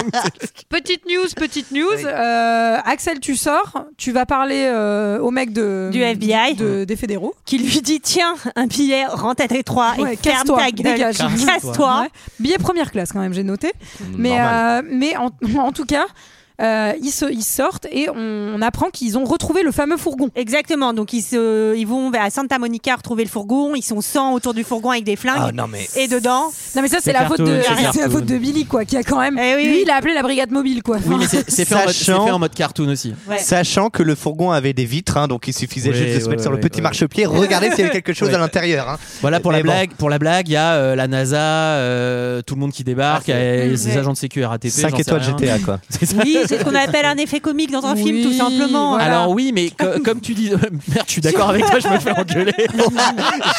[SPEAKER 1] petite news, petite news. Euh, Axel, tu sors, tu vas parler euh, au mec de
[SPEAKER 8] Du FBI.
[SPEAKER 1] de- des fédéraux.
[SPEAKER 8] Qui lui dit tiens un billet rentre à Détroit
[SPEAKER 1] Ouais,
[SPEAKER 8] Ah, et ferme
[SPEAKER 1] casse-toi,
[SPEAKER 8] ta gueule,
[SPEAKER 1] dégage.
[SPEAKER 8] casse-toi.
[SPEAKER 1] Ouais. Billet première classe quand même, j'ai noté. Mais,
[SPEAKER 5] Normal.
[SPEAKER 1] euh, mais en, en tout cas, euh, ils, se- ils sortent et on, on apprend qu'ils ont retrouvé le fameux fourgon.
[SPEAKER 8] Exactement. Donc ils se, ils vont à Santa Monica retrouver le fourgon. Ils sont 100 autour du fourgon avec des flingues.
[SPEAKER 6] Ah, non, mais-
[SPEAKER 8] Et dedans,
[SPEAKER 1] Non mais ça c'est
[SPEAKER 9] C'est
[SPEAKER 1] la faute
[SPEAKER 9] cartoon,
[SPEAKER 1] de
[SPEAKER 9] c'est
[SPEAKER 1] c'est la
[SPEAKER 9] cartoon.
[SPEAKER 1] faute de Billy quoi, qui a quand même.
[SPEAKER 8] Eh oui.
[SPEAKER 1] Lui il a appelé la brigade mobile quoi.
[SPEAKER 9] Oui, mais c'est c'est fait, en mode- c'est
[SPEAKER 6] Sachant-
[SPEAKER 9] fait en mode cartoon aussi.
[SPEAKER 8] Ouais.
[SPEAKER 6] Sachant que le fourgon avait des vitres, hein, donc il suffisait
[SPEAKER 9] Ouais,
[SPEAKER 6] juste de se
[SPEAKER 9] ouais,
[SPEAKER 6] mettre sur le
[SPEAKER 9] ouais,
[SPEAKER 6] petit
[SPEAKER 9] ouais.
[SPEAKER 6] marchepied, regarder s'il y avait quelque chose
[SPEAKER 9] Ouais.
[SPEAKER 6] à l'intérieur. hein.
[SPEAKER 9] Voilà pour la
[SPEAKER 6] Mais bon.
[SPEAKER 9] blague. Pour la blague, il y a euh, la NASA, euh, tout le monde qui débarque,
[SPEAKER 6] Ah,
[SPEAKER 9] euh, ses
[SPEAKER 8] Ouais.
[SPEAKER 9] agents de sécu RATP.
[SPEAKER 6] 5
[SPEAKER 9] j'en sais
[SPEAKER 6] étoiles
[SPEAKER 9] rien.
[SPEAKER 6] GTA, quoi.
[SPEAKER 9] C'est ça.
[SPEAKER 8] oui, c'est ce qu'on appelle un effet comique dans un film, tout
[SPEAKER 1] Oui,
[SPEAKER 8] simplement.
[SPEAKER 1] voilà.
[SPEAKER 9] Alors oui, mais co- comme tu dis, euh, merde, je suis d'accord avec toi, je me fais engueuler.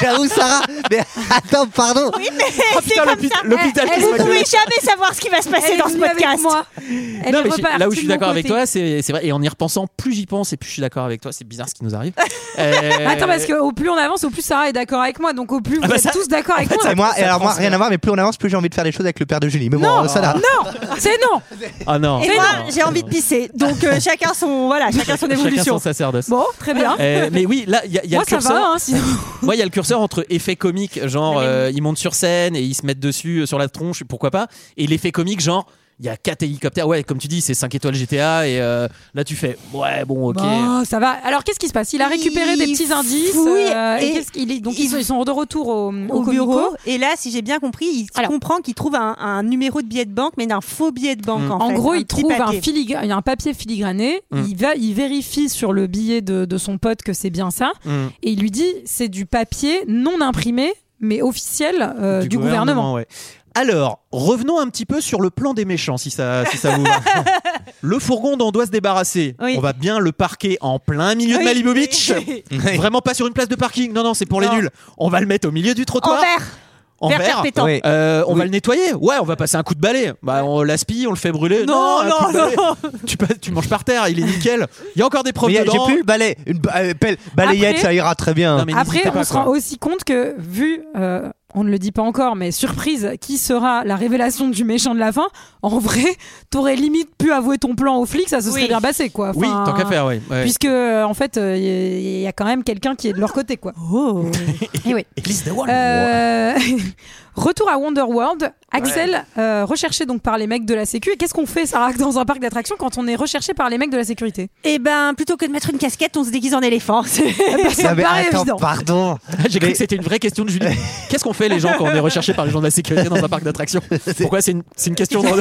[SPEAKER 6] J'avoue, Sarah, mais attends, pardon.
[SPEAKER 8] Oui, mais
[SPEAKER 9] Oh,
[SPEAKER 8] c'est
[SPEAKER 9] putain,
[SPEAKER 8] comme
[SPEAKER 9] l'hôpital
[SPEAKER 8] ça.
[SPEAKER 9] l'hôpital qui
[SPEAKER 1] Elle-
[SPEAKER 9] se
[SPEAKER 1] elle-
[SPEAKER 9] fait
[SPEAKER 8] Vous
[SPEAKER 9] engueuler.
[SPEAKER 8] pouvez jamais savoir ce qui va se passer
[SPEAKER 1] Elle est
[SPEAKER 8] dans ce
[SPEAKER 1] venue avec
[SPEAKER 8] podcast.
[SPEAKER 1] moi. Elle
[SPEAKER 9] Non,
[SPEAKER 1] est
[SPEAKER 9] mais je-
[SPEAKER 1] repartie
[SPEAKER 9] là où je suis
[SPEAKER 1] de mon
[SPEAKER 9] d'accord avec
[SPEAKER 1] côté.
[SPEAKER 9] toi, c'est c'est vrai. Et en y repensant, plus j'y pense et plus je suis d'accord avec toi. C'est bizarre ce qui nous arrive. Euh,
[SPEAKER 1] Attends parce que au plus on avance, au plus Sarah est d'accord avec moi, donc au plus vous
[SPEAKER 9] Ah bah
[SPEAKER 1] êtes
[SPEAKER 9] ça-
[SPEAKER 1] tous d'accord avec moi.
[SPEAKER 6] Et moi, et alors moi,
[SPEAKER 9] prend
[SPEAKER 6] rien à voir, mais plus on avance, plus j'ai envie de faire des choses avec le père de Julie. Mais bon,
[SPEAKER 1] Non,
[SPEAKER 6] ça là.
[SPEAKER 1] non, c'est non.
[SPEAKER 9] Ah non.
[SPEAKER 8] Et
[SPEAKER 1] Mais
[SPEAKER 8] moi,
[SPEAKER 9] non.
[SPEAKER 8] j'ai envie de pisser. Donc euh, chacun son voilà, chacun son
[SPEAKER 9] Chacun
[SPEAKER 8] évolution.
[SPEAKER 9] son sacerdoce.
[SPEAKER 1] Bon, très bien.
[SPEAKER 9] Euh, mais oui, là, il y a, il y a
[SPEAKER 1] Moi
[SPEAKER 9] le
[SPEAKER 1] ça
[SPEAKER 9] curseur.
[SPEAKER 1] va, hein, sinon.
[SPEAKER 9] Moi, il y a le curseur entre effet comique, genre
[SPEAKER 8] Mais oui.
[SPEAKER 9] euh, ils montent sur scène et ils se mettent dessus euh, sur la tronche, pourquoi pas, et l'effet comique, genre il y a 4 hélicoptères. Ouais, comme tu dis, c'est 5 étoiles GTA, et euh, là tu fais ouais, bon, ok.
[SPEAKER 8] Bah,
[SPEAKER 1] Bon, ça va. Alors qu'est-ce qui se passe Il a récupéré des
[SPEAKER 8] Il
[SPEAKER 1] petits indices.
[SPEAKER 8] fouille
[SPEAKER 1] euh, et
[SPEAKER 8] et
[SPEAKER 1] qu'est-ce qu'il est- donc
[SPEAKER 8] il-
[SPEAKER 1] ils sont, ils sont de retour au, au
[SPEAKER 8] au
[SPEAKER 1] Comico.
[SPEAKER 8] bureau. Et là, si j'ai bien compris, il
[SPEAKER 1] Alors.
[SPEAKER 8] comprend qu'il trouve un, un numéro de billet de banque, mais d'un faux billet de banque.
[SPEAKER 9] Mm.
[SPEAKER 8] En,
[SPEAKER 1] En
[SPEAKER 8] fait,
[SPEAKER 1] gros,
[SPEAKER 8] un
[SPEAKER 1] il
[SPEAKER 8] petit
[SPEAKER 1] trouve un,
[SPEAKER 8] papier.
[SPEAKER 1] filigra- un papier filigrané.
[SPEAKER 9] Mm.
[SPEAKER 1] Il va, il vérifie sur le billet de, de son pote que c'est bien ça,
[SPEAKER 9] Hmm.
[SPEAKER 1] et il lui dit c'est du papier non imprimé mais officiel euh, du, gouvernement.
[SPEAKER 9] ouais. Alors, revenons un petit peu sur le plan des méchants, si ça, si ça vous va. le fourgon dont on doit se débarrasser,
[SPEAKER 8] Oui.
[SPEAKER 9] on va bien le parquer en plein milieu de
[SPEAKER 8] Oui.
[SPEAKER 9] Malibu Beach.
[SPEAKER 6] Oui.
[SPEAKER 9] Vraiment pas sur une place de parking, non, non, c'est pour les
[SPEAKER 8] Non.
[SPEAKER 9] nuls. On va le mettre au milieu du
[SPEAKER 8] En
[SPEAKER 9] trottoir.
[SPEAKER 8] vert,
[SPEAKER 9] En
[SPEAKER 8] vert
[SPEAKER 9] verre.
[SPEAKER 8] perpétant.
[SPEAKER 6] Oui.
[SPEAKER 9] Euh, on va le nettoyer Ouais, on va passer un coup de balai. Bah, on l'aspille, on le fait brûler.
[SPEAKER 8] Non,
[SPEAKER 9] un
[SPEAKER 8] non,
[SPEAKER 9] coup de balai. Tu, passes- tu manges par terre, il est nickel. Il y a encore des preuves
[SPEAKER 6] Mais y a- j'ai
[SPEAKER 9] dedans.
[SPEAKER 6] plus le balai, une ba- euh, pelle, balayette,
[SPEAKER 1] Après-
[SPEAKER 6] ça ira très bien.
[SPEAKER 9] Non, mais n'hésitez
[SPEAKER 1] Après,
[SPEAKER 9] pas,
[SPEAKER 1] on se
[SPEAKER 9] quoi.
[SPEAKER 1] rend aussi compte que vu euh, on ne le dit pas encore, mais surprise, qui sera la révélation du méchant de la fin En vrai, t'aurais limite pu avouer ton plan aux flics, ça se serait
[SPEAKER 8] Oui.
[SPEAKER 1] bien passé, quoi.
[SPEAKER 9] Oui,
[SPEAKER 1] Enfin,
[SPEAKER 9] tant qu'à faire, oui. Ouais.
[SPEAKER 1] Puisque, euh, en fait, il y, y a quand même quelqu'un qui est de leur côté, quoi.
[SPEAKER 8] Oh.
[SPEAKER 1] Et oui.
[SPEAKER 9] Elise de Wall.
[SPEAKER 1] Euh, Retour à Wonderworld. Axel, euh, recherché donc par les mecs de la Sécu. Et qu'est-ce qu'on fait, Sarah, dans un parc d'attractions quand on est recherché par les mecs de la sécurité
[SPEAKER 8] Eh ben, plutôt que de mettre une casquette, on se déguise en éléphant.
[SPEAKER 1] Ça me
[SPEAKER 6] mais
[SPEAKER 1] paraît
[SPEAKER 6] attends,
[SPEAKER 1] évident.
[SPEAKER 6] pardon.
[SPEAKER 9] J'ai cru
[SPEAKER 6] Mais-
[SPEAKER 9] que c'était une vraie question de Julie. Qu'est-ce qu'on fait les gens quand on est recherché par les gens de la sécurité dans un parc d'attractions Pourquoi c'est une, c'est une question de...
[SPEAKER 8] Moi,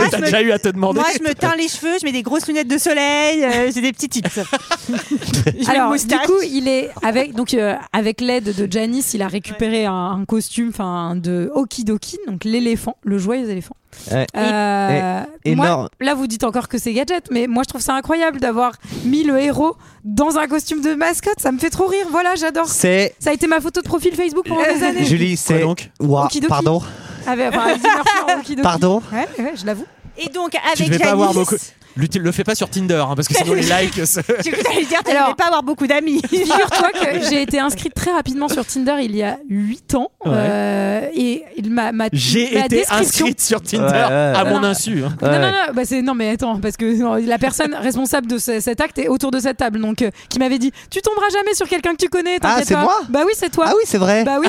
[SPEAKER 9] que
[SPEAKER 8] je
[SPEAKER 9] t'as
[SPEAKER 8] me-
[SPEAKER 9] déjà eu à te demander
[SPEAKER 8] Moi, je me teins les cheveux, je mets des grosses lunettes de soleil, euh, j'ai des petits tips. J'ai une
[SPEAKER 1] Alors, du
[SPEAKER 8] moustache.
[SPEAKER 1] coup, il est avec donc euh, avec l'aide de Janice, il a récupéré un, un costume, enfin de Okidoki, donc l'éléphant, le joyeux éléphant.
[SPEAKER 6] Ouais.
[SPEAKER 1] Euh,
[SPEAKER 6] Et-
[SPEAKER 1] moi,
[SPEAKER 6] énorme.
[SPEAKER 1] là, vous dites encore que c'est gadget, mais moi, je trouve ça incroyable d'avoir mis le héros dans un costume de mascotte. Ça me fait trop rire. Voilà, j'adore.
[SPEAKER 6] C'est.
[SPEAKER 1] Ça a été ma photo de profil Facebook pendant des années.
[SPEAKER 6] Julie, c'est.
[SPEAKER 9] donc
[SPEAKER 6] Ouah,
[SPEAKER 1] Okidoki.
[SPEAKER 6] pardon.
[SPEAKER 1] Avec, enfin, avec Eddie Murphy en Okidoki.
[SPEAKER 6] Pardon.
[SPEAKER 1] Ouais, ouais, je l'avoue.
[SPEAKER 8] Et donc,
[SPEAKER 9] Tu
[SPEAKER 8] avec
[SPEAKER 9] devais pas avoir beaucoup.
[SPEAKER 8] Janice,
[SPEAKER 9] L'utile- Le fais pas sur Tinder hein, parce que sinon les likes. ça-
[SPEAKER 8] tu allais dire, tu
[SPEAKER 1] Alors-
[SPEAKER 8] devais pas avoir beaucoup d'amis.
[SPEAKER 1] Figure-toi que j'ai été inscrite très rapidement sur Tinder il y a 8 ans.
[SPEAKER 9] Ouais.
[SPEAKER 1] euh, et il m'a ma,
[SPEAKER 9] J'ai
[SPEAKER 1] ma
[SPEAKER 9] été
[SPEAKER 1] description
[SPEAKER 9] inscrite sur Tinder
[SPEAKER 6] Ouais, ouais,
[SPEAKER 9] à
[SPEAKER 6] ouais.
[SPEAKER 9] mon insu. hein.
[SPEAKER 1] Non,
[SPEAKER 6] Ouais.
[SPEAKER 1] non, non, bah c'est, non, mais attends, parce que non, la personne responsable de ce- cet acte est autour de cette table, donc euh, qui m'avait dit Tu tomberas jamais sur quelqu'un que tu connais, t'inquiète
[SPEAKER 6] Ah, c'est
[SPEAKER 1] pas.
[SPEAKER 6] moi
[SPEAKER 1] Bah oui, c'est toi.
[SPEAKER 6] Ah oui, c'est vrai.
[SPEAKER 1] Bah oui.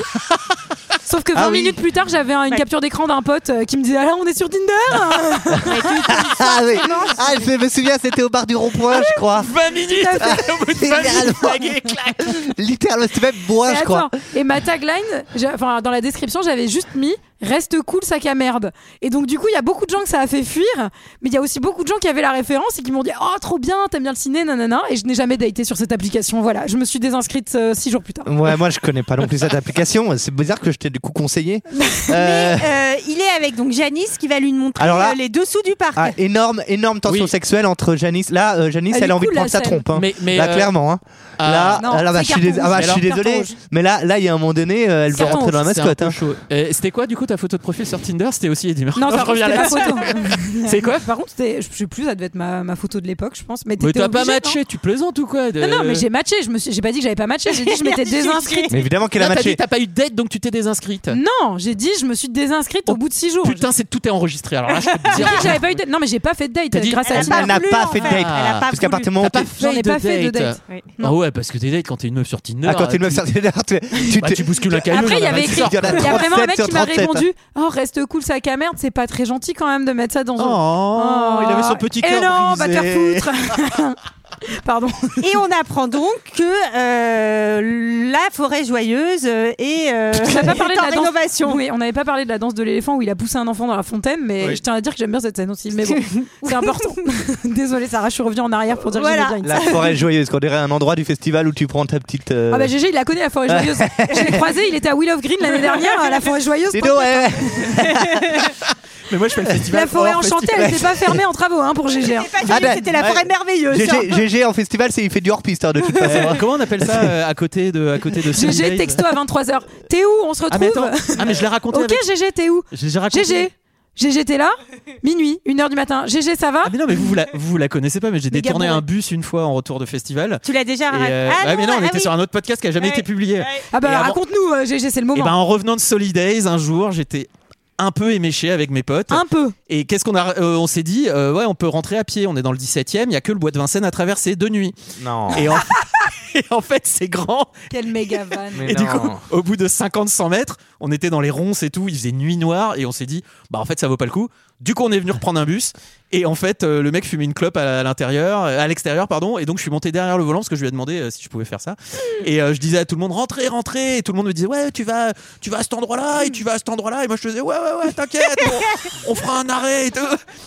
[SPEAKER 1] Sauf que 20
[SPEAKER 6] Ah oui.
[SPEAKER 1] minutes plus tard, j'avais un- une
[SPEAKER 8] Ouais.
[SPEAKER 1] capture d'écran d'un pote euh, qui me disait Ah là, on est sur Tinder hein,
[SPEAKER 6] Ah oui. Ah, je me souviens, c'était au bar du rond-point, je crois.
[SPEAKER 9] 20 minutes Au bout de 20 minutes,
[SPEAKER 6] Littéralement.
[SPEAKER 9] la gueule claque.
[SPEAKER 6] Littéralement, c'était même moi,
[SPEAKER 1] Et
[SPEAKER 6] je crois.
[SPEAKER 1] attends, et ma tagline, j'ai- enfin dans la description, j'avais juste mis Reste cool, sac à merde. Et donc, du coup, il y a beaucoup de gens que ça a fait fuir, mais il y a aussi beaucoup de gens qui avaient la référence et qui m'ont dit Oh, trop bien, t'aimes bien le ciné, nanana. Et je n'ai jamais daté sur cette application. Voilà, je me suis désinscrite 6 jours plus tard.
[SPEAKER 6] Ouais, moi je connais pas non plus cette application. C'est bizarre que je t'ai du coup conseillé. Euh,
[SPEAKER 8] Euh, il est avec donc Janice qui va lui montrer
[SPEAKER 6] Alors là-
[SPEAKER 8] euh, les dessous du parc.
[SPEAKER 6] ah, énorme, énorme tension
[SPEAKER 9] Oui.
[SPEAKER 6] sexuelle entre Janice. Là, euh, Janice,
[SPEAKER 1] Elle
[SPEAKER 6] elle,
[SPEAKER 1] est
[SPEAKER 6] a envie
[SPEAKER 1] cool,
[SPEAKER 6] de prendre
[SPEAKER 1] la
[SPEAKER 6] sa
[SPEAKER 1] scène.
[SPEAKER 6] trompe. hein.
[SPEAKER 9] Mais- mais,
[SPEAKER 6] là,
[SPEAKER 9] euh,
[SPEAKER 6] clairement. hein.
[SPEAKER 9] Ah,
[SPEAKER 6] là,
[SPEAKER 1] non,
[SPEAKER 6] ah, là, bah,
[SPEAKER 1] c'est
[SPEAKER 6] je suis, dés-
[SPEAKER 1] carton
[SPEAKER 6] ah, bah,
[SPEAKER 1] rouge.
[SPEAKER 6] je suis
[SPEAKER 1] Alors,
[SPEAKER 6] désolé.
[SPEAKER 1] carton rouge.
[SPEAKER 6] Mais là, là, il y a un moment donné, euh, elle veut
[SPEAKER 1] Carton
[SPEAKER 6] rentrer dans la
[SPEAKER 1] rouge,
[SPEAKER 9] c'est un
[SPEAKER 6] mascotte.
[SPEAKER 9] peu
[SPEAKER 6] hein.
[SPEAKER 9] chaud. Euh, C'était quoi du coup ta photo de profil sur Tinder C'était aussi Eddie Murphy.
[SPEAKER 1] Non,
[SPEAKER 9] Je
[SPEAKER 1] par contre,
[SPEAKER 9] reviens
[SPEAKER 1] c'était ma
[SPEAKER 9] là-dessus.
[SPEAKER 1] photo. hein.
[SPEAKER 9] C'est quoi
[SPEAKER 1] Par contre, c'était- je sais plus, ça devait être ma, ma photo de l'époque, je pense. Mais,
[SPEAKER 9] Mais
[SPEAKER 1] t'étais
[SPEAKER 9] t'as pas
[SPEAKER 1] obligée,
[SPEAKER 9] matché, euh. tu plaisantes ou quoi de-
[SPEAKER 1] Non, non, non, mais j'ai matché. Je me suis, j'ai pas dit que j'avais pas matché. J'ai dit que je m'étais désinscrite.
[SPEAKER 6] hein. Mais évidemment qu'elle
[SPEAKER 9] Là,
[SPEAKER 6] a
[SPEAKER 9] t'as dit
[SPEAKER 6] matché.
[SPEAKER 9] t'as pas eu de date donc tu t'es désinscrite.
[SPEAKER 1] Non, j'ai dit je me suis désinscrite au
[SPEAKER 9] Oh,
[SPEAKER 1] bout de 6 jours.
[SPEAKER 9] Putain, c'est tout est enregistré. Alors là, je peux te
[SPEAKER 1] J'ai
[SPEAKER 9] dire.
[SPEAKER 1] dit que j'avais pas eu de date. Non, mais j'ai pas fait de date
[SPEAKER 9] T'as dit-
[SPEAKER 1] grâce à
[SPEAKER 8] Elle a
[SPEAKER 1] ça.
[SPEAKER 8] pas
[SPEAKER 6] Elle n'a
[SPEAKER 8] voulu,
[SPEAKER 6] pas
[SPEAKER 8] en
[SPEAKER 6] fait de
[SPEAKER 8] fait.
[SPEAKER 6] date.
[SPEAKER 8] Elle a pas
[SPEAKER 6] Parce qu'à
[SPEAKER 8] voulu.
[SPEAKER 6] partir du moment
[SPEAKER 9] T'as
[SPEAKER 6] où
[SPEAKER 9] pas
[SPEAKER 6] tu-
[SPEAKER 1] J'en ai
[SPEAKER 9] fait
[SPEAKER 1] pas fait de
[SPEAKER 9] de date.
[SPEAKER 1] date.
[SPEAKER 8] Oui.
[SPEAKER 9] Ah ouais, parce que tes dates, quand t'es une meuf sur Tinder.
[SPEAKER 6] Ah, quand une
[SPEAKER 9] euh,
[SPEAKER 6] meuf sur Tinder, tu, tu,
[SPEAKER 9] bah, tu bouscules un caillou.
[SPEAKER 1] Après, il y
[SPEAKER 9] j'en avais
[SPEAKER 1] avait
[SPEAKER 9] un
[SPEAKER 1] écrit.
[SPEAKER 9] sort.
[SPEAKER 1] Il y a
[SPEAKER 6] Il y en a
[SPEAKER 1] vraiment un
[SPEAKER 6] 37
[SPEAKER 1] mec
[SPEAKER 6] sur
[SPEAKER 1] qui m'a
[SPEAKER 6] 37, hein.
[SPEAKER 1] répondu Oh, reste cool, sac à merde. C'est pas très gentil quand même de mettre ça dans
[SPEAKER 9] Oh,
[SPEAKER 1] un.
[SPEAKER 9] il avait son petit
[SPEAKER 1] Eh
[SPEAKER 9] cœur
[SPEAKER 1] non, va te
[SPEAKER 9] brisé.
[SPEAKER 1] faire foutre. Pardon.
[SPEAKER 8] Et on apprend donc que euh, la forêt joyeuse euh, est, euh,
[SPEAKER 1] On n'a pas parlé
[SPEAKER 8] est
[SPEAKER 1] de
[SPEAKER 8] en
[SPEAKER 1] la danse.
[SPEAKER 8] rénovation.
[SPEAKER 1] Oui, on n'avait pas parlé de la danse de l'éléphant où il a poussé un enfant dans la fontaine, mais
[SPEAKER 9] Oui.
[SPEAKER 1] je tiens à dire que j'aime bien cette scène aussi. Mais bon, c'est important. Désolée, Sarah, je suis revenue en arrière pour dire
[SPEAKER 8] Voilà.
[SPEAKER 1] que j'aimais bien
[SPEAKER 6] La
[SPEAKER 1] une scène.
[SPEAKER 6] forêt joyeuse, qu'on dirait un endroit du festival où tu prends ta petite. euh,
[SPEAKER 1] Ah bah GG, il la connaît la forêt joyeuse. je l'ai croisé, il était à Will of Green l'année dernière, à la forêt joyeuse.
[SPEAKER 6] Dis donc, ouais, ouais.
[SPEAKER 9] Mais moi, je fais le festival.
[SPEAKER 1] La forêt
[SPEAKER 9] hors
[SPEAKER 1] enchantée, elle
[SPEAKER 9] festival.
[SPEAKER 1] n'était pas fermée en travaux hein, pour GG. hein.
[SPEAKER 8] C'était pas
[SPEAKER 6] Ah
[SPEAKER 8] joli,
[SPEAKER 6] ben,
[SPEAKER 8] c'était la
[SPEAKER 6] ouais.
[SPEAKER 8] forêt merveilleuse. hein.
[SPEAKER 6] GG, GG en festival, c'est il fait du hors-piste hein, de toute façon.
[SPEAKER 9] Euh, Comment on appelle ça euh, à côté de à côté de
[SPEAKER 1] GG
[SPEAKER 9] Sunrise
[SPEAKER 1] texto à 23h. T'es où On se
[SPEAKER 9] Ah mais
[SPEAKER 1] retrouve
[SPEAKER 9] attends, ah mais je l'ai raconté.
[SPEAKER 1] Ok
[SPEAKER 9] avec-
[SPEAKER 1] GG, t'es où
[SPEAKER 9] Je l'ai raconté.
[SPEAKER 1] GG GG, t'es là Minuit, 1h du matin. GG, ça va
[SPEAKER 9] Ah mais non mais vous vous la, vous vous la connaissez pas mais j'ai détourné
[SPEAKER 1] Gabouré.
[SPEAKER 9] un bus une fois en retour de festival.
[SPEAKER 8] Tu l'as déjà
[SPEAKER 9] Et,
[SPEAKER 8] raconté.
[SPEAKER 9] euh, ouais, mais non on
[SPEAKER 8] ah
[SPEAKER 9] était
[SPEAKER 8] oui.
[SPEAKER 9] sur un autre podcast qui a jamais
[SPEAKER 8] Ouais.
[SPEAKER 9] été publié.
[SPEAKER 8] Ouais.
[SPEAKER 1] Ah
[SPEAKER 9] Et
[SPEAKER 1] bah
[SPEAKER 9] avant-
[SPEAKER 1] raconte-nous euh, GG, c'est le
[SPEAKER 9] Et
[SPEAKER 1] moment.
[SPEAKER 9] ben en revenant de Solidays un jour j'étais un peu éméché avec mes
[SPEAKER 8] Ah.
[SPEAKER 9] potes
[SPEAKER 1] Un peu.
[SPEAKER 9] et qu'est-ce qu'on a euh, on s'est dit euh, ouais on peut rentrer à pied on est dans le 17 e il y a que le bois de Vincennes à traverser de nuit
[SPEAKER 6] Non.
[SPEAKER 8] Ah.
[SPEAKER 9] et en, et en fait c'est grand
[SPEAKER 1] Quel méga van.
[SPEAKER 9] et du coup au bout de 50-100 mètres on était dans les ronces et tout il faisait nuit noire et on s'est dit bah en fait ça vaut pas le coup du coup on est venu reprendre un bus et en fait euh, le mec fumait une clope à l'intérieur euh, à l'extérieur pardon et donc je suis monté derrière le volant parce que je lui ai demandé euh, si je pouvais faire ça et euh, je disais à tout le monde rentrez rentrez et tout le monde me disait ouais tu vas tu vas à cet endroit là et tu vas à cet endroit là et moi je faisais ouais ouais ouais t'inquiète on, on fera un arrêt et tout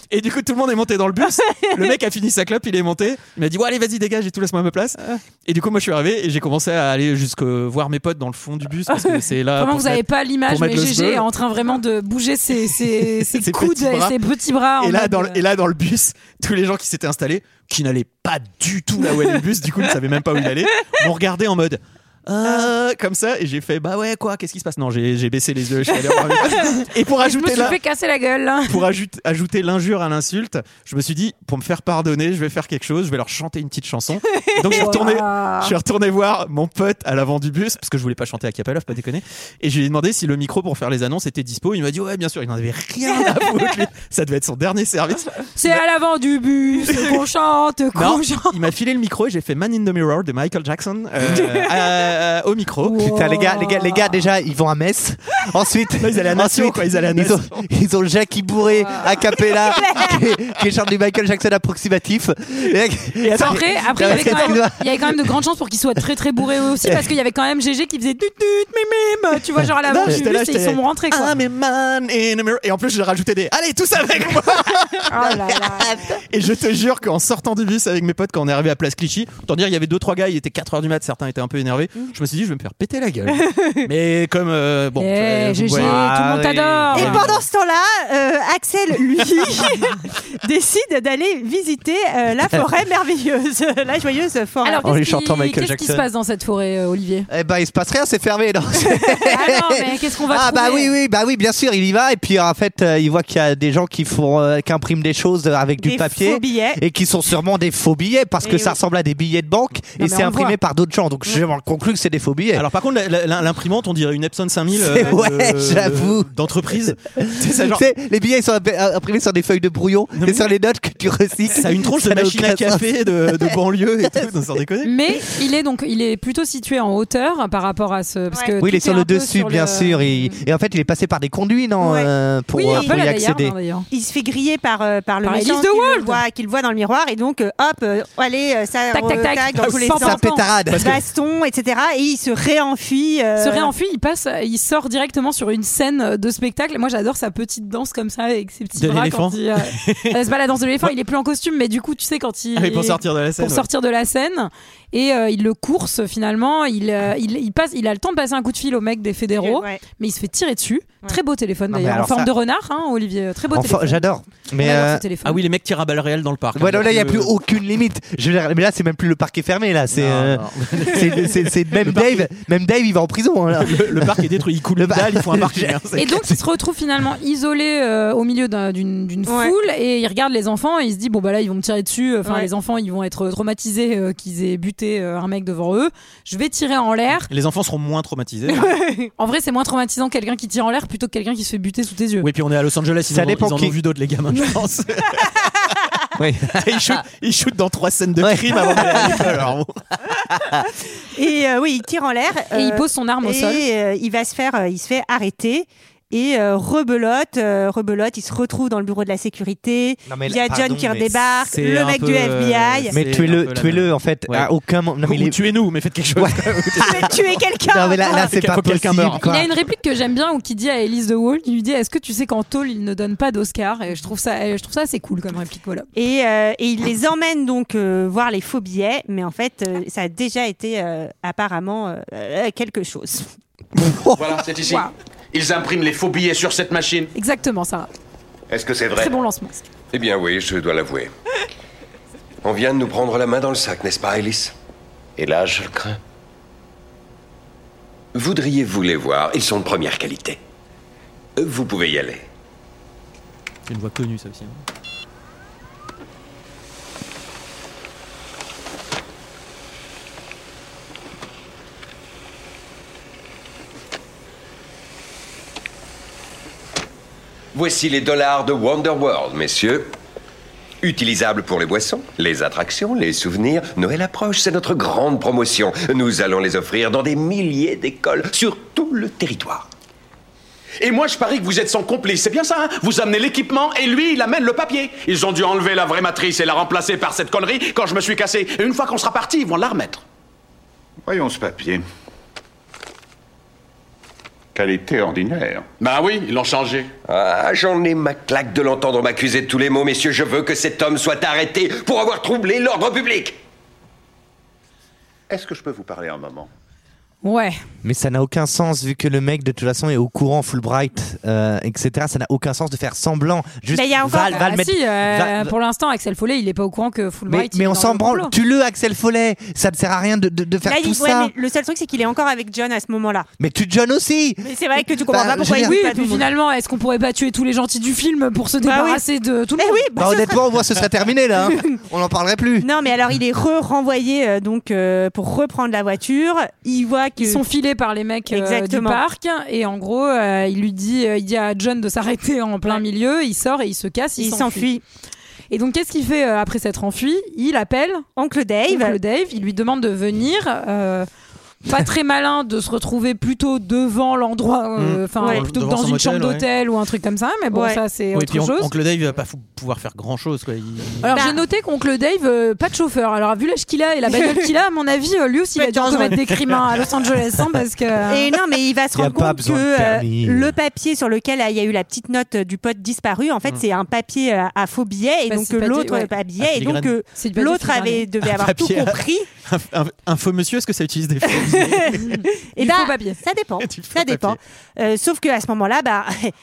[SPEAKER 9] et du coup tout le monde est monté dans le bus le mec a fini sa clope il est monté il m'a dit ouais allez vas-y dégage et tout laisse-moi ma place et du coup moi je suis arrivé et j'ai commencé à aller jusque voir mes potes dans le fond du bus parce que c'est
[SPEAKER 1] Vraiment,
[SPEAKER 9] là Ah, pour
[SPEAKER 1] vous
[SPEAKER 9] se
[SPEAKER 1] n'avez pas l'image,
[SPEAKER 9] pour
[SPEAKER 1] mais
[SPEAKER 9] mettre le
[SPEAKER 1] GG est
[SPEAKER 9] sbeul.
[SPEAKER 1] en train vraiment de bouger ses, ses, ses
[SPEAKER 9] Ses
[SPEAKER 1] coudes
[SPEAKER 9] petits
[SPEAKER 1] et
[SPEAKER 9] bras.
[SPEAKER 1] ses petits bras. en
[SPEAKER 9] Et là,
[SPEAKER 1] mode,
[SPEAKER 9] dans le,
[SPEAKER 1] euh,
[SPEAKER 9] et là, dans le bus, tous les gens qui s'étaient installés, qui n'allaient pas du tout là où allait le bus, du coup, ils ne savaient même pas où il allait, m'ont regardé en mode Ah, comme ça, et j'ai fait bah ouais, quoi, qu'est-ce qui se passe Non, j'ai j'ai baissé les yeux, je suis allé voir. Et pour
[SPEAKER 1] Je me
[SPEAKER 9] ajouter
[SPEAKER 1] suis
[SPEAKER 9] là,
[SPEAKER 1] fait casser la gueule. hein.
[SPEAKER 9] pour ajoute- ajouter l'injure à l'insulte, je me suis dit pour me faire pardonner, je vais faire quelque chose, je vais leur chanter une petite chanson. Donc je suis retourné, je suis retourné voir mon pote à l'avant du bus parce que je voulais pas chanter à cappella, faut pas déconner. Et je lui ai demandé si le micro pour faire les annonces était dispo. Il m'a dit ouais, bien sûr. Il n'en avait rien à foutre. lui. Ça devait être son dernier service.
[SPEAKER 1] C'est à l'avant du bus qu'on chante,
[SPEAKER 9] Non,
[SPEAKER 1] qu'on chante.
[SPEAKER 9] il m'a filé le micro et j'ai fait Man in the Mirror de Michael Jackson euh, à- à- au micro.
[SPEAKER 6] Putain, les gars, les gars, les gars, déjà, ils vont à Metz. Ensuite,
[SPEAKER 9] ils allaient à Nation,
[SPEAKER 6] ensuite,
[SPEAKER 9] quoi, ils allaient à
[SPEAKER 6] ils
[SPEAKER 9] Nation.
[SPEAKER 6] ont, ils ont Jackie Bourré à Capella, qui, est- qui est chante du Michael Jackson approximatif. Et,
[SPEAKER 1] Après, après il, y avait quand même, euh, il y avait quand même de grandes chances pour qu'ils soient très très bourrés eux aussi parce qu'il y avait quand même GG qui faisait tut tut mais tu vois genre à l'avant
[SPEAKER 9] Non,
[SPEAKER 1] du
[SPEAKER 9] j'étais là,
[SPEAKER 1] bus et ils
[SPEAKER 9] j'étais- Ah,
[SPEAKER 1] sont rentrés quoi.
[SPEAKER 9] I'm a man in a mirror. Et en plus, j'ai rajouté des Allez, tous avec moi
[SPEAKER 1] Oh là là.
[SPEAKER 9] Et je te jure qu'en sortant du bus avec mes potes, quand on est arrivé à Place Clichy, autant dire, il y avait deux trois gars, il était 4h du mat, certains étaient un peu énervés.
[SPEAKER 6] Mm.
[SPEAKER 9] Je me suis dit, je vais me faire péter la gueule. Mais comme. euh, bon.
[SPEAKER 1] Eh,
[SPEAKER 9] euh, vous
[SPEAKER 1] GG,
[SPEAKER 9] voyez-
[SPEAKER 1] tout le monde
[SPEAKER 9] Ah,
[SPEAKER 1] t'adore.
[SPEAKER 9] oui.
[SPEAKER 8] Et
[SPEAKER 1] Ouais.
[SPEAKER 8] pendant ce temps-là, euh, Axel, lui, décide d'aller visiter euh, la forêt merveilleuse, la joyeuse forêt.
[SPEAKER 1] Alors
[SPEAKER 6] En lui
[SPEAKER 1] qu'est-ce qui,
[SPEAKER 6] chantant Michael
[SPEAKER 1] qu'est-ce qui se
[SPEAKER 6] Jackson.
[SPEAKER 1] passe dans cette forêt euh, Olivier
[SPEAKER 6] Eh ben, il se passe rien, c'est fermé. Non
[SPEAKER 1] Ah non mais qu'est-ce qu'on va
[SPEAKER 6] ah bah
[SPEAKER 1] trouver
[SPEAKER 6] oui oui bah oui bien sûr il y va et puis en fait euh, il voit qu'il y a des gens qui font euh, qui impriment des choses euh, avec
[SPEAKER 8] Des
[SPEAKER 6] du papier
[SPEAKER 8] faux billets.
[SPEAKER 6] et qui sont sûrement des faux billets parce que
[SPEAKER 8] Et
[SPEAKER 6] ça
[SPEAKER 8] oui.
[SPEAKER 6] ressemble à des billets de banque
[SPEAKER 1] mais
[SPEAKER 6] et c'est
[SPEAKER 1] on
[SPEAKER 6] imprimé
[SPEAKER 1] voit.
[SPEAKER 6] par d'autres gens donc je m'en conclus que c'est des faux billets.
[SPEAKER 9] Alors par contre, la- la- la- l'imprimante, on dirait une Epson 5000. euh,
[SPEAKER 6] C'est- ouais,
[SPEAKER 9] de-
[SPEAKER 6] j'avoue.
[SPEAKER 9] D'entreprise. C'est ça, genre,
[SPEAKER 6] Tu sais, les billets ils sont imp- imprimés sur des feuilles de brouillon et sur les notes que tu recycles.
[SPEAKER 9] ça a une tronche de
[SPEAKER 6] Ça n'a
[SPEAKER 9] machine à
[SPEAKER 6] aucun sens.
[SPEAKER 9] café de, de banlieue et tout, non, sans déconner.
[SPEAKER 1] Mais il est donc il est plutôt situé en hauteur par rapport à ce parce que
[SPEAKER 6] Oui, il
[SPEAKER 1] tout
[SPEAKER 6] est sur
[SPEAKER 1] un
[SPEAKER 6] le
[SPEAKER 1] peu
[SPEAKER 6] dessus,
[SPEAKER 1] sur
[SPEAKER 6] bien
[SPEAKER 1] le-
[SPEAKER 6] sûr. il- Et en fait, il est passé par des conduits, non,
[SPEAKER 8] Ouais.
[SPEAKER 6] euh, pour,
[SPEAKER 1] Oui,
[SPEAKER 6] euh,
[SPEAKER 1] un
[SPEAKER 6] pour
[SPEAKER 1] peu
[SPEAKER 6] y
[SPEAKER 1] la Gaillarde,
[SPEAKER 6] accéder.
[SPEAKER 1] hein, d'ailleurs.
[SPEAKER 8] Il se fait griller par, euh, par le
[SPEAKER 1] Par
[SPEAKER 8] méchant
[SPEAKER 1] Alice
[SPEAKER 8] qui
[SPEAKER 1] de
[SPEAKER 8] le,
[SPEAKER 1] Wald.
[SPEAKER 8] voit, qui le voit dans le miroir et donc euh, hop, euh, allez, euh, ça
[SPEAKER 1] Tac, tac,
[SPEAKER 8] re-
[SPEAKER 1] tac.
[SPEAKER 8] dans tous les
[SPEAKER 1] Pam, pam,
[SPEAKER 8] sens,
[SPEAKER 6] Ça
[SPEAKER 1] J'entends.
[SPEAKER 6] pétarade.
[SPEAKER 8] baston, etc. Et il se réenfuit. euh,
[SPEAKER 1] Se réenfuit, il passe, il sort directement sur une scène de spectacle. Moi, j'adore sa petite danse comme ça avec ses petits
[SPEAKER 9] De
[SPEAKER 1] bras
[SPEAKER 9] l'éléphant.
[SPEAKER 1] quand il. euh, euh, c'est pas la danse de l'éléphant, il est plus en costume, mais du coup, tu sais quand il.
[SPEAKER 9] Ah oui, pour sortir de la scène.
[SPEAKER 1] pour
[SPEAKER 9] ouais.
[SPEAKER 1] sortir de la scène et euh, il le course finalement il, euh, il, il passe il a le temps de passer un coup de fil au mec des fédéraux
[SPEAKER 8] ouais.
[SPEAKER 1] mais il se fait tirer dessus très beau téléphone
[SPEAKER 6] Non, mais
[SPEAKER 1] d'ailleurs en
[SPEAKER 6] alors
[SPEAKER 1] forme
[SPEAKER 6] ça-
[SPEAKER 1] de renard hein, Olivier très beau
[SPEAKER 6] Enfin,
[SPEAKER 1] téléphone
[SPEAKER 6] J'adore.
[SPEAKER 1] On
[SPEAKER 6] Mais
[SPEAKER 1] adore
[SPEAKER 6] euh,
[SPEAKER 1] ce téléphone.
[SPEAKER 9] Ah oui, les mecs tirent à balles réelles dans le parc.
[SPEAKER 6] voilà, là, il n'y a plus
[SPEAKER 9] Euh,
[SPEAKER 6] aucune limite. Je veux dire, mais là, c'est même plus le parc est fermé. Là, c'est
[SPEAKER 9] Non,
[SPEAKER 6] euh,
[SPEAKER 9] non.
[SPEAKER 6] c'est- c'est- c'est- même
[SPEAKER 9] parc
[SPEAKER 6] Dave, même Dave, il va en prison. hein, là.
[SPEAKER 9] le, le parc est détruit, il coule
[SPEAKER 6] Le
[SPEAKER 9] une
[SPEAKER 6] parc-
[SPEAKER 9] dalle, il faut un parking. hein, c'est-
[SPEAKER 1] et donc il se retrouve finalement isolé euh, au milieu d'un- d'une d'une
[SPEAKER 8] Ouais.
[SPEAKER 1] foule et il regarde les enfants et il se dit bon bah là ils vont me tirer dessus enfin
[SPEAKER 8] Ouais.
[SPEAKER 1] les enfants ils vont être traumatisés euh, qu'ils aient buté euh, un mec devant eux je vais tirer en l'air
[SPEAKER 9] Les enfants seront moins traumatisés.
[SPEAKER 1] en vrai c'est moins traumatisant quelqu'un qui tire en l'air plutôt que quelqu'un qui se fait buter sous tes yeux
[SPEAKER 9] Oui, puis on est à Los Angeles, ils,
[SPEAKER 6] Ça
[SPEAKER 9] en, ont-
[SPEAKER 6] dépend
[SPEAKER 9] ils en
[SPEAKER 6] qui.
[SPEAKER 9] ont vu d'autres, les gamins, je pense. Ah.
[SPEAKER 6] Oui.
[SPEAKER 9] ils, shootent, ils shootent dans trois scènes de
[SPEAKER 6] Ouais.
[SPEAKER 9] crime avant d'aller à l'école, alors bon.
[SPEAKER 8] Et euh, oui, il tire en l'air.
[SPEAKER 1] et il
[SPEAKER 8] euh,
[SPEAKER 1] pose son arme au
[SPEAKER 8] et,
[SPEAKER 1] sol
[SPEAKER 8] euh, il va se faire, euh, il se fait arrêter. Et euh, rebelote, euh, rebelote, il se retrouve dans le bureau de la sécurité.
[SPEAKER 6] Non, mais
[SPEAKER 8] il y
[SPEAKER 6] là,
[SPEAKER 8] a John
[SPEAKER 6] pardon,
[SPEAKER 8] qui
[SPEAKER 6] mais
[SPEAKER 8] redébarque,
[SPEAKER 9] c'est
[SPEAKER 8] le
[SPEAKER 9] un
[SPEAKER 8] mec
[SPEAKER 9] peu,
[SPEAKER 8] du
[SPEAKER 9] euh,
[SPEAKER 8] FBI.
[SPEAKER 9] c'est-
[SPEAKER 6] Mais
[SPEAKER 9] un peu
[SPEAKER 6] tuez-le,
[SPEAKER 9] la
[SPEAKER 6] tuez-le.
[SPEAKER 9] même.
[SPEAKER 6] En fait,
[SPEAKER 9] Ouais.
[SPEAKER 6] à aucun moment. Non, mais
[SPEAKER 9] Ou
[SPEAKER 6] il est-
[SPEAKER 9] tuez-nous, mais faites quelque chose.
[SPEAKER 8] Mais tuer quelqu'un
[SPEAKER 9] Ah,
[SPEAKER 8] hein.
[SPEAKER 6] Non, mais là, là, c'est
[SPEAKER 9] Quelqu'un-
[SPEAKER 6] pas
[SPEAKER 9] faut que quelqu'un
[SPEAKER 6] possible.
[SPEAKER 9] meure.
[SPEAKER 1] Il
[SPEAKER 6] quoi.
[SPEAKER 1] y a une réplique que j'aime bien où qui dit à Elise de Wall, il lui dit Est-ce que tu sais qu'en tôle, il ne donne pas d'Oscar Et je trouve ça, euh, je trouve ça assez cool comme réplique. Voilà.
[SPEAKER 8] Et, euh, et il les emmène donc euh, voir les faux billets, mais en fait, euh, ça a déjà été euh, apparemment euh, euh, quelque chose.
[SPEAKER 3] Voilà, c'est ici.
[SPEAKER 1] Wow.
[SPEAKER 3] Ils impriment les faux billets sur cette machine.
[SPEAKER 1] Exactement, Sarah.
[SPEAKER 5] Est-ce que c'est vrai
[SPEAKER 1] Très bon lancement.
[SPEAKER 5] Eh bien oui, je dois l'avouer. On vient de nous prendre la main dans le sac, n'est-ce pas, Alice
[SPEAKER 4] Et là, je le crains.
[SPEAKER 5] Voudriez-vous les voir Ils sont de première qualité. Euh, Vous pouvez y aller.
[SPEAKER 9] C'est une voix connue, ça aussi. hein.
[SPEAKER 5] Voici les dollars de Wonderworld, messieurs. Utilisables pour les boissons, les attractions, les souvenirs. Noël approche, c'est notre grande promotion. Nous allons les offrir dans des milliers d'écoles sur tout le territoire.
[SPEAKER 2] Et moi, je parie que vous êtes son complice, c'est bien ça, hein Vous amenez l'équipement et lui, il amène le papier. Ils ont dû enlever la vraie matrice et la remplacer par cette connerie quand je me suis cassé. Et une fois qu'on sera parti, ils vont la remettre.
[SPEAKER 4] Voyons ce papier. Qualité ordinaire.
[SPEAKER 3] Bah oui, ils l'ont changé.
[SPEAKER 5] Ah, j'en ai ma claque de l'entendre m'accuser de tous les maux, messieurs. Je veux que cet homme soit arrêté pour avoir troublé l'ordre public.
[SPEAKER 4] Est-ce que je peux vous parler un moment
[SPEAKER 1] Ouais.
[SPEAKER 6] Mais ça n'a aucun sens vu que le mec de toute façon est au courant Fulbright, euh, etc. Ça n'a aucun sens de faire semblant. Juste,
[SPEAKER 8] Mais il y a encore-
[SPEAKER 6] va- va
[SPEAKER 1] Ah
[SPEAKER 6] le mettre-
[SPEAKER 1] si, euh,
[SPEAKER 6] va- va-
[SPEAKER 1] pour l'instant, Axel Follet, il est pas au courant que
[SPEAKER 6] mais,
[SPEAKER 1] Fulbright. il
[SPEAKER 6] mais
[SPEAKER 1] est
[SPEAKER 6] on
[SPEAKER 1] dans
[SPEAKER 6] s'en
[SPEAKER 1] le
[SPEAKER 6] branle.
[SPEAKER 1] complot.
[SPEAKER 6] Tu le Axel Follet, ça ne sert à rien de, de- de faire
[SPEAKER 8] Là, il-
[SPEAKER 6] tout
[SPEAKER 8] ouais,
[SPEAKER 6] ça.
[SPEAKER 8] mais le seul truc, c'est qu'il est encore avec John à ce moment-là.
[SPEAKER 6] Mais tu John aussi.
[SPEAKER 8] Mais c'est vrai que tu comprends
[SPEAKER 6] Bah,
[SPEAKER 8] pas pourquoi
[SPEAKER 6] je
[SPEAKER 8] il
[SPEAKER 6] veux
[SPEAKER 1] Oui,
[SPEAKER 8] dit
[SPEAKER 1] et
[SPEAKER 8] pas tout
[SPEAKER 1] puis
[SPEAKER 8] le monde.
[SPEAKER 1] finalement, est-ce qu'on pourrait pas tuer tous les gentils du film pour se
[SPEAKER 8] Bah oui.
[SPEAKER 1] débarrasser de tout le
[SPEAKER 8] Mais
[SPEAKER 1] monde
[SPEAKER 8] oui, bah,
[SPEAKER 6] Bah,
[SPEAKER 8] ce
[SPEAKER 6] honnêtement, on voit ce serait terminé là. hein. On n'en parlerait plus.
[SPEAKER 8] Non, mais alors il est re-renvoyé euh, donc euh, pour reprendre la voiture. Il voit qu'ils
[SPEAKER 1] Ils sont filés par les mecs euh, du
[SPEAKER 8] Exactement.
[SPEAKER 1] parc et en gros, euh, il lui dit, euh, il dit à John de s'arrêter en plein milieu. Il sort et il se casse. Il,
[SPEAKER 8] il s'enfuit.
[SPEAKER 1] Et donc, qu'est-ce qu'il fait euh, après s'être enfui Il appelle
[SPEAKER 8] Oncle Dave.
[SPEAKER 1] Oncle Dave. Il lui demande de venir. euh, pas très malin de se retrouver plutôt devant l'endroit, euh, enfin
[SPEAKER 8] Ouais.
[SPEAKER 1] plutôt que
[SPEAKER 9] Mmh. Devant
[SPEAKER 1] dans
[SPEAKER 9] son
[SPEAKER 1] une
[SPEAKER 9] hôtel,
[SPEAKER 1] chambre
[SPEAKER 9] ouais.
[SPEAKER 1] d'hôtel ou un truc comme ça. Mais bon,
[SPEAKER 8] Ouais.
[SPEAKER 1] ça c'est
[SPEAKER 9] Oui,
[SPEAKER 1] autre
[SPEAKER 9] puis on-
[SPEAKER 1] chose.
[SPEAKER 9] Oncle Dave va pas fou- pouvoir faire grand chose quoi. Il-
[SPEAKER 1] Alors
[SPEAKER 8] Bah.
[SPEAKER 1] j'ai noté qu'oncle Dave, euh, pas de chauffeur. Alors vu l'âge qu'il a et la bagnole qu'il a, à mon avis, euh, lui aussi il
[SPEAKER 8] Pas
[SPEAKER 1] a
[SPEAKER 8] de
[SPEAKER 1] dû en
[SPEAKER 8] chance,
[SPEAKER 1] commettre des crimes hein, à Los Angeles hein, parce que.
[SPEAKER 8] Et non, mais il va se
[SPEAKER 6] Y a
[SPEAKER 8] rendre
[SPEAKER 6] pas
[SPEAKER 8] compte que
[SPEAKER 6] besoin de permis.
[SPEAKER 8] euh, le papier sur lequel euh, il y a eu la petite note euh, du pote disparu, en fait, c'est un papier euh, à faux billet et
[SPEAKER 1] Bah,
[SPEAKER 8] donc
[SPEAKER 1] c'est
[SPEAKER 8] euh,
[SPEAKER 1] pas dit-
[SPEAKER 8] l'autre
[SPEAKER 1] ouais.
[SPEAKER 8] euh, pas
[SPEAKER 9] À
[SPEAKER 8] billet et donc
[SPEAKER 9] filigrane.
[SPEAKER 8] euh,
[SPEAKER 1] C'est du hein, papier
[SPEAKER 8] l'autre
[SPEAKER 1] filigrane.
[SPEAKER 8] avait devait avoir tout
[SPEAKER 9] papier à-
[SPEAKER 8] compris.
[SPEAKER 9] Un, un- un faux monsieur, est-ce que ça utilise des faux
[SPEAKER 8] Et
[SPEAKER 1] Du
[SPEAKER 8] bah,
[SPEAKER 1] faux papier.
[SPEAKER 8] ça dépend,
[SPEAKER 9] Du faux
[SPEAKER 8] ça dépend. Euh, sauf que à ce moment-là, bah.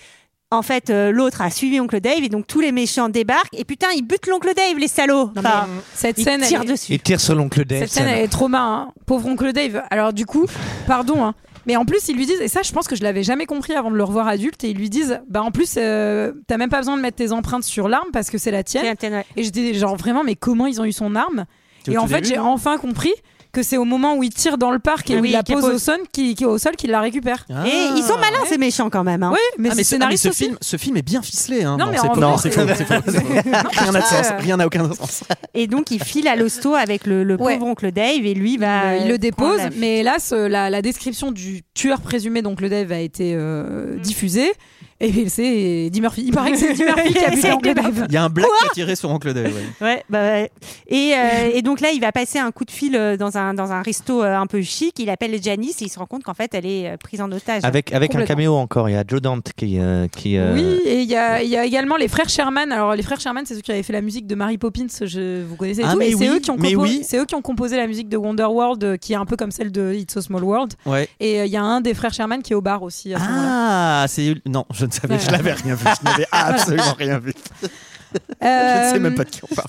[SPEAKER 8] En fait, euh, l'autre a suivi Oncle Dave et donc tous les méchants débarquent et putain, ils butent l'Oncle Dave, les salauds.
[SPEAKER 1] Non, mais euh,
[SPEAKER 8] Enfin,
[SPEAKER 1] cette
[SPEAKER 8] ils
[SPEAKER 1] scène,
[SPEAKER 8] tirent
[SPEAKER 1] elle, est-
[SPEAKER 8] dessus.
[SPEAKER 6] Il tire sur l'oncle Dave.
[SPEAKER 1] cette scène
[SPEAKER 6] ça-
[SPEAKER 1] elle est trauma. Hein. Pauvre oncle Dave. Alors du coup, pardon. hein, Mais en plus ils lui disent et ça je pense que je l'avais jamais compris avant de le revoir adulte et ils lui disent bah en plus euh, t'as même pas besoin de mettre tes empreintes sur l'arme parce que c'est la tienne. Et j'étais genre vraiment, mais comment ils ont eu son arme
[SPEAKER 9] C'est au
[SPEAKER 1] Et en
[SPEAKER 9] tout
[SPEAKER 1] fait,
[SPEAKER 9] début,
[SPEAKER 1] j'ai
[SPEAKER 9] non
[SPEAKER 1] enfin compris que c'est au moment où il tire dans le parc et où
[SPEAKER 8] Oui,
[SPEAKER 1] il la
[SPEAKER 8] qu'il
[SPEAKER 1] pose,
[SPEAKER 8] pose.
[SPEAKER 1] au, sol, qui, qui- au sol qu'il la récupère.
[SPEAKER 9] Ah.
[SPEAKER 8] Et ils sont malins, ces méchants quand même. hein.
[SPEAKER 1] Oui, mais c'est
[SPEAKER 9] Ah, ce, ah, mais
[SPEAKER 1] scénariste
[SPEAKER 9] ce
[SPEAKER 1] aussi.
[SPEAKER 9] film, ce film est bien ficelé. Hein.
[SPEAKER 1] Non, mais
[SPEAKER 9] c'est
[SPEAKER 1] en
[SPEAKER 9] faux,
[SPEAKER 1] vrai, euh,
[SPEAKER 9] c'est faux,
[SPEAKER 1] c'est-
[SPEAKER 9] c'est faux, c'est faux. Rien n'a de sens, rien n'a aucun sens.
[SPEAKER 8] Et donc, il file à l'hosto avec le, le
[SPEAKER 1] Ouais.
[SPEAKER 8] pauvre oncle Dave et lui va.
[SPEAKER 1] il le
[SPEAKER 8] euh, prendre
[SPEAKER 1] dépose,
[SPEAKER 8] la-
[SPEAKER 1] mais hélas, euh, la, la description du tueur présumé, donc le Dave, a été euh,
[SPEAKER 8] Mm.
[SPEAKER 1] diffusée. Et c'est Eddie Murphy. Il paraît que c'est Eddie Murphy qui a buté
[SPEAKER 8] C'est
[SPEAKER 1] Oncle Dave.
[SPEAKER 9] Il y a un black qui a tiré sur Oncle Dave. ouais.
[SPEAKER 8] Ouais, bah ouais. Et, euh, et donc là, il va passer un coup de fil euh, dans un, dans un resto euh, un peu chic. Il appelle Janice et il se rend compte qu'en fait, elle est euh, prise en otage.
[SPEAKER 6] Avec, avec un
[SPEAKER 1] Complètement.
[SPEAKER 6] caméo encore, il y a Joe Dante qui. euh, qui euh,
[SPEAKER 1] Oui, et il y, a- il y a également les frères Sherman. Alors, les frères Sherman, c'est ceux qui avaient fait la musique de Mary Poppins, je, vous connaissez et
[SPEAKER 9] Ah,
[SPEAKER 1] tout.
[SPEAKER 9] mais
[SPEAKER 1] et c'est
[SPEAKER 9] oui,
[SPEAKER 1] eux, qui ont
[SPEAKER 9] mais
[SPEAKER 1] compo-
[SPEAKER 9] oui.
[SPEAKER 1] c'est eux qui ont composé la musique de Wonderworld, euh, qui est un peu comme celle de It's a Small World.
[SPEAKER 9] Ouais.
[SPEAKER 1] Et euh, il y a un des frères Sherman qui est au bar aussi. à ce moment-là.
[SPEAKER 9] Ah, c'est non, je ne savais, je
[SPEAKER 1] Ouais.
[SPEAKER 9] l'avais rien vu, je n'avais absolument rien vu. Je ne sais
[SPEAKER 1] Euh,
[SPEAKER 9] même pas de qui on parle.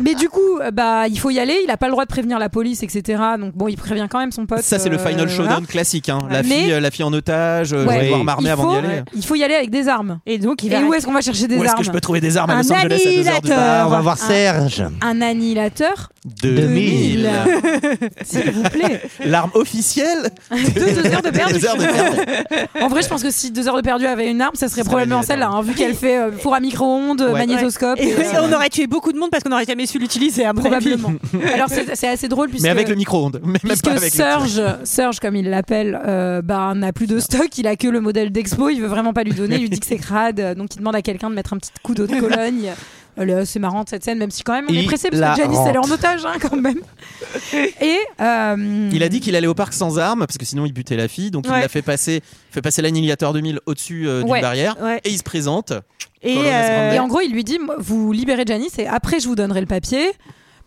[SPEAKER 1] Mais du coup, euh, bah, il faut y aller. Il a pas le droit de prévenir la police, etc. Donc bon, il prévient quand même son pote.
[SPEAKER 9] Ça, c'est le
[SPEAKER 1] euh,
[SPEAKER 9] final
[SPEAKER 1] voilà.
[SPEAKER 9] showdown classique. Hein. La,
[SPEAKER 1] Mais-
[SPEAKER 9] fille, euh, la fille en otage, euh, je
[SPEAKER 1] Ouais.
[SPEAKER 9] vais devoir m'armer
[SPEAKER 1] il
[SPEAKER 9] avant
[SPEAKER 1] faut, euh,
[SPEAKER 9] d'y aller.
[SPEAKER 1] il faut y aller avec des armes.
[SPEAKER 8] Et donc, il
[SPEAKER 1] Et
[SPEAKER 8] va.
[SPEAKER 1] où est-ce qu'on va chercher des
[SPEAKER 9] Où est-ce
[SPEAKER 1] armes
[SPEAKER 9] que je peux trouver des armes à
[SPEAKER 8] Un
[SPEAKER 9] Los Angeles à 2h du
[SPEAKER 8] annihilateur.
[SPEAKER 9] mat
[SPEAKER 6] Ah, on va voir
[SPEAKER 8] Ah.
[SPEAKER 6] Serge.
[SPEAKER 1] Un annihilateur 2000.
[SPEAKER 9] 2000.
[SPEAKER 1] S'il vous plaît.
[SPEAKER 9] L'arme officielle
[SPEAKER 1] Deux, deux heures de perdu.
[SPEAKER 9] Deux heures de perdu.
[SPEAKER 1] En vrai, je pense que si deux heures de perdu avait une arme, ça serait
[SPEAKER 9] serait
[SPEAKER 1] probablement
[SPEAKER 9] l'annihilateur.
[SPEAKER 1] celle-là, hein, vu qu'elle fait euh, four à micro-ondes,
[SPEAKER 9] Ouais.
[SPEAKER 1] magnétoscope.
[SPEAKER 8] Et
[SPEAKER 1] et, euh,
[SPEAKER 8] on aurait tué beaucoup de monde parce qu'on n'aurait jamais su l'utiliser, à mon avis.
[SPEAKER 1] probablement. Alors c'est c'est assez drôle puisque.
[SPEAKER 9] Mais avec le micro-ondes. Mais même pas
[SPEAKER 1] Puisque
[SPEAKER 9] avec le
[SPEAKER 1] Serge, Serge, comme il l'appelle, euh, bah, n'a plus de stock, il a que le modèle d'expo, il veut vraiment pas lui donner, il lui dit que c'est crade, euh, donc il demande à quelqu'un de mettre un petit coup d'eau de Cologne. Euh, le- C'est marrant cette scène, même si quand même on est
[SPEAKER 6] Il
[SPEAKER 1] pressé parce
[SPEAKER 6] la
[SPEAKER 1] que Janice elle est en
[SPEAKER 6] rentre.
[SPEAKER 1] otage hein, quand même. Et euh,
[SPEAKER 9] Il a dit qu'il allait au parc sans armes parce que sinon il butait la fille, donc
[SPEAKER 8] Ouais.
[SPEAKER 9] il l'a fait passer, fait passer l'annihilateur 2000 au-dessus euh, d'une
[SPEAKER 1] Ouais.
[SPEAKER 9] barrière
[SPEAKER 8] Ouais.
[SPEAKER 9] et il se présente.
[SPEAKER 8] Et,
[SPEAKER 9] Colonel
[SPEAKER 8] euh,
[SPEAKER 1] Et en gros, il lui dit moi, Vous libérez Janice et après, je vous donnerai le papier.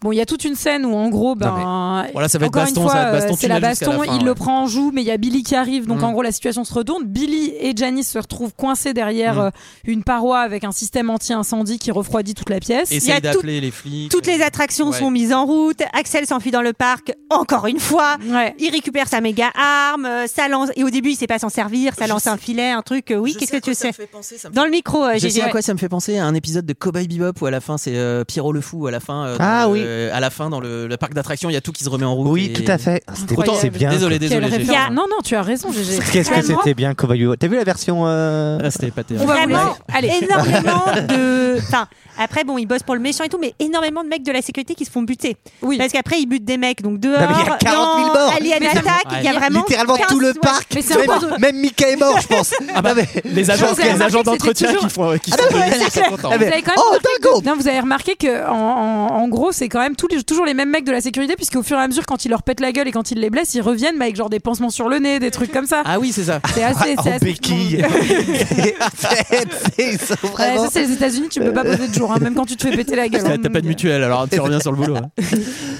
[SPEAKER 1] Bon, il y a toute une scène où en gros, ben.
[SPEAKER 9] Voilà, ça va être
[SPEAKER 1] encore
[SPEAKER 9] baston,
[SPEAKER 1] une fois,
[SPEAKER 9] ça va être baston,
[SPEAKER 1] euh, c'est la
[SPEAKER 9] tunnel jusqu'à la
[SPEAKER 1] baston,
[SPEAKER 9] fin,
[SPEAKER 1] il le
[SPEAKER 9] ouais.
[SPEAKER 1] prend en joue, mais il y a Billy qui arrive, donc
[SPEAKER 9] Mm.
[SPEAKER 1] en gros, la situation se retourne. Billy et Janice se retrouvent coincés derrière
[SPEAKER 9] Mm.
[SPEAKER 1] euh, une paroi avec un système anti-incendie qui refroidit toute la pièce.
[SPEAKER 9] Et
[SPEAKER 8] Il y a
[SPEAKER 9] essaye d'appeler les flics. euh.
[SPEAKER 8] toutes les attractions
[SPEAKER 9] Ouais.
[SPEAKER 8] sont mises en route. Axel s'enfuit dans le parc, encore une fois.
[SPEAKER 1] Ouais.
[SPEAKER 8] Il récupère sa méga arme, euh, ça lance et au début il sait pas s'en servir, ça
[SPEAKER 9] Je
[SPEAKER 8] lance
[SPEAKER 9] sais-
[SPEAKER 8] un filet, un truc. euh, oui,
[SPEAKER 9] Je
[SPEAKER 8] qu'est-ce
[SPEAKER 9] sais
[SPEAKER 8] que
[SPEAKER 9] à quoi
[SPEAKER 8] tu
[SPEAKER 9] ça me
[SPEAKER 8] sais
[SPEAKER 9] fait penser, ça me
[SPEAKER 8] Dans le micro, euh,
[SPEAKER 9] Je sais
[SPEAKER 8] Gégé.
[SPEAKER 9] à quoi ça me fait penser à un épisode de Cowboy Bebop où à la fin c'est euh, Pierrot le fou à la fin euh, dans
[SPEAKER 6] Ah
[SPEAKER 9] le-
[SPEAKER 6] oui.
[SPEAKER 9] à la fin dans le, le parc d'attractions il y a tout qui se remet en route
[SPEAKER 6] Oui,
[SPEAKER 9] et-
[SPEAKER 6] tout à fait. C'était-
[SPEAKER 1] Incroyable.
[SPEAKER 6] C'est bien.
[SPEAKER 9] désolé
[SPEAKER 1] Quelle
[SPEAKER 9] désolé j'ai-
[SPEAKER 1] référence.
[SPEAKER 8] Il y a-
[SPEAKER 1] Non, non, tu as raison, GG.
[SPEAKER 6] Qu'est-ce que
[SPEAKER 1] Vraiment,
[SPEAKER 6] c'était bien, Cowboy Bebop T'as vu la version euh,
[SPEAKER 9] Ah, c'était épaté, hein.
[SPEAKER 1] On va vous
[SPEAKER 8] Vraiment,
[SPEAKER 1] laisser. Allez.
[SPEAKER 8] énormément de. Enfin, après, bon, ils bossent pour le méchant et tout, mais énormément de mecs de la sécurité qui se font buter.
[SPEAKER 1] Oui.
[SPEAKER 8] Parce qu'après, ils butent des mecs, donc dehors.
[SPEAKER 6] Non, Ah, mais il y a 40 000 morts.
[SPEAKER 8] dans Alien
[SPEAKER 1] Mais ça-
[SPEAKER 8] Attack, il y a
[SPEAKER 9] Ouais.
[SPEAKER 8] vraiment.
[SPEAKER 6] littéralement
[SPEAKER 8] 15
[SPEAKER 6] tout le
[SPEAKER 8] ouais.
[SPEAKER 6] parc
[SPEAKER 1] Mais c'est important
[SPEAKER 6] même, même Mika est mort, je pense.
[SPEAKER 9] Ah bah,
[SPEAKER 6] Non, mais-
[SPEAKER 9] les
[SPEAKER 1] Non,
[SPEAKER 9] agents
[SPEAKER 1] vous avez
[SPEAKER 9] les
[SPEAKER 1] remarqué
[SPEAKER 9] agents
[SPEAKER 1] que c'était
[SPEAKER 9] d'entretien
[SPEAKER 1] toujours-
[SPEAKER 9] qui font qui
[SPEAKER 6] Ah
[SPEAKER 9] sont
[SPEAKER 6] non, mais-
[SPEAKER 9] ils sont contents.
[SPEAKER 6] Ah, mais-
[SPEAKER 1] Vous avez quand même
[SPEAKER 6] Oh,
[SPEAKER 1] remarqué
[SPEAKER 6] dingo
[SPEAKER 1] Non, vous avez remarqué que en, en- en gros, c'est quand même tous les- toujours les mêmes mecs de la sécurité, puisque au fur et à mesure, quand ils leur pètent la gueule et quand ils les blessent, ils reviennent mais avec genre des pansements sur le nez, des trucs comme ça.
[SPEAKER 9] Ah oui, c'est ça.
[SPEAKER 1] C'est assez. c'est
[SPEAKER 6] en
[SPEAKER 1] assez-
[SPEAKER 6] béquille. c'est c'est
[SPEAKER 1] Ouais,
[SPEAKER 6] vraiment.
[SPEAKER 1] ça, c'est les États-Unis, tu peux pas poser de jour, hein, même quand tu te fais péter la gueule. hein.
[SPEAKER 9] T'as t'as pas de mutuelle, alors tu reviens sur le boulot. hein.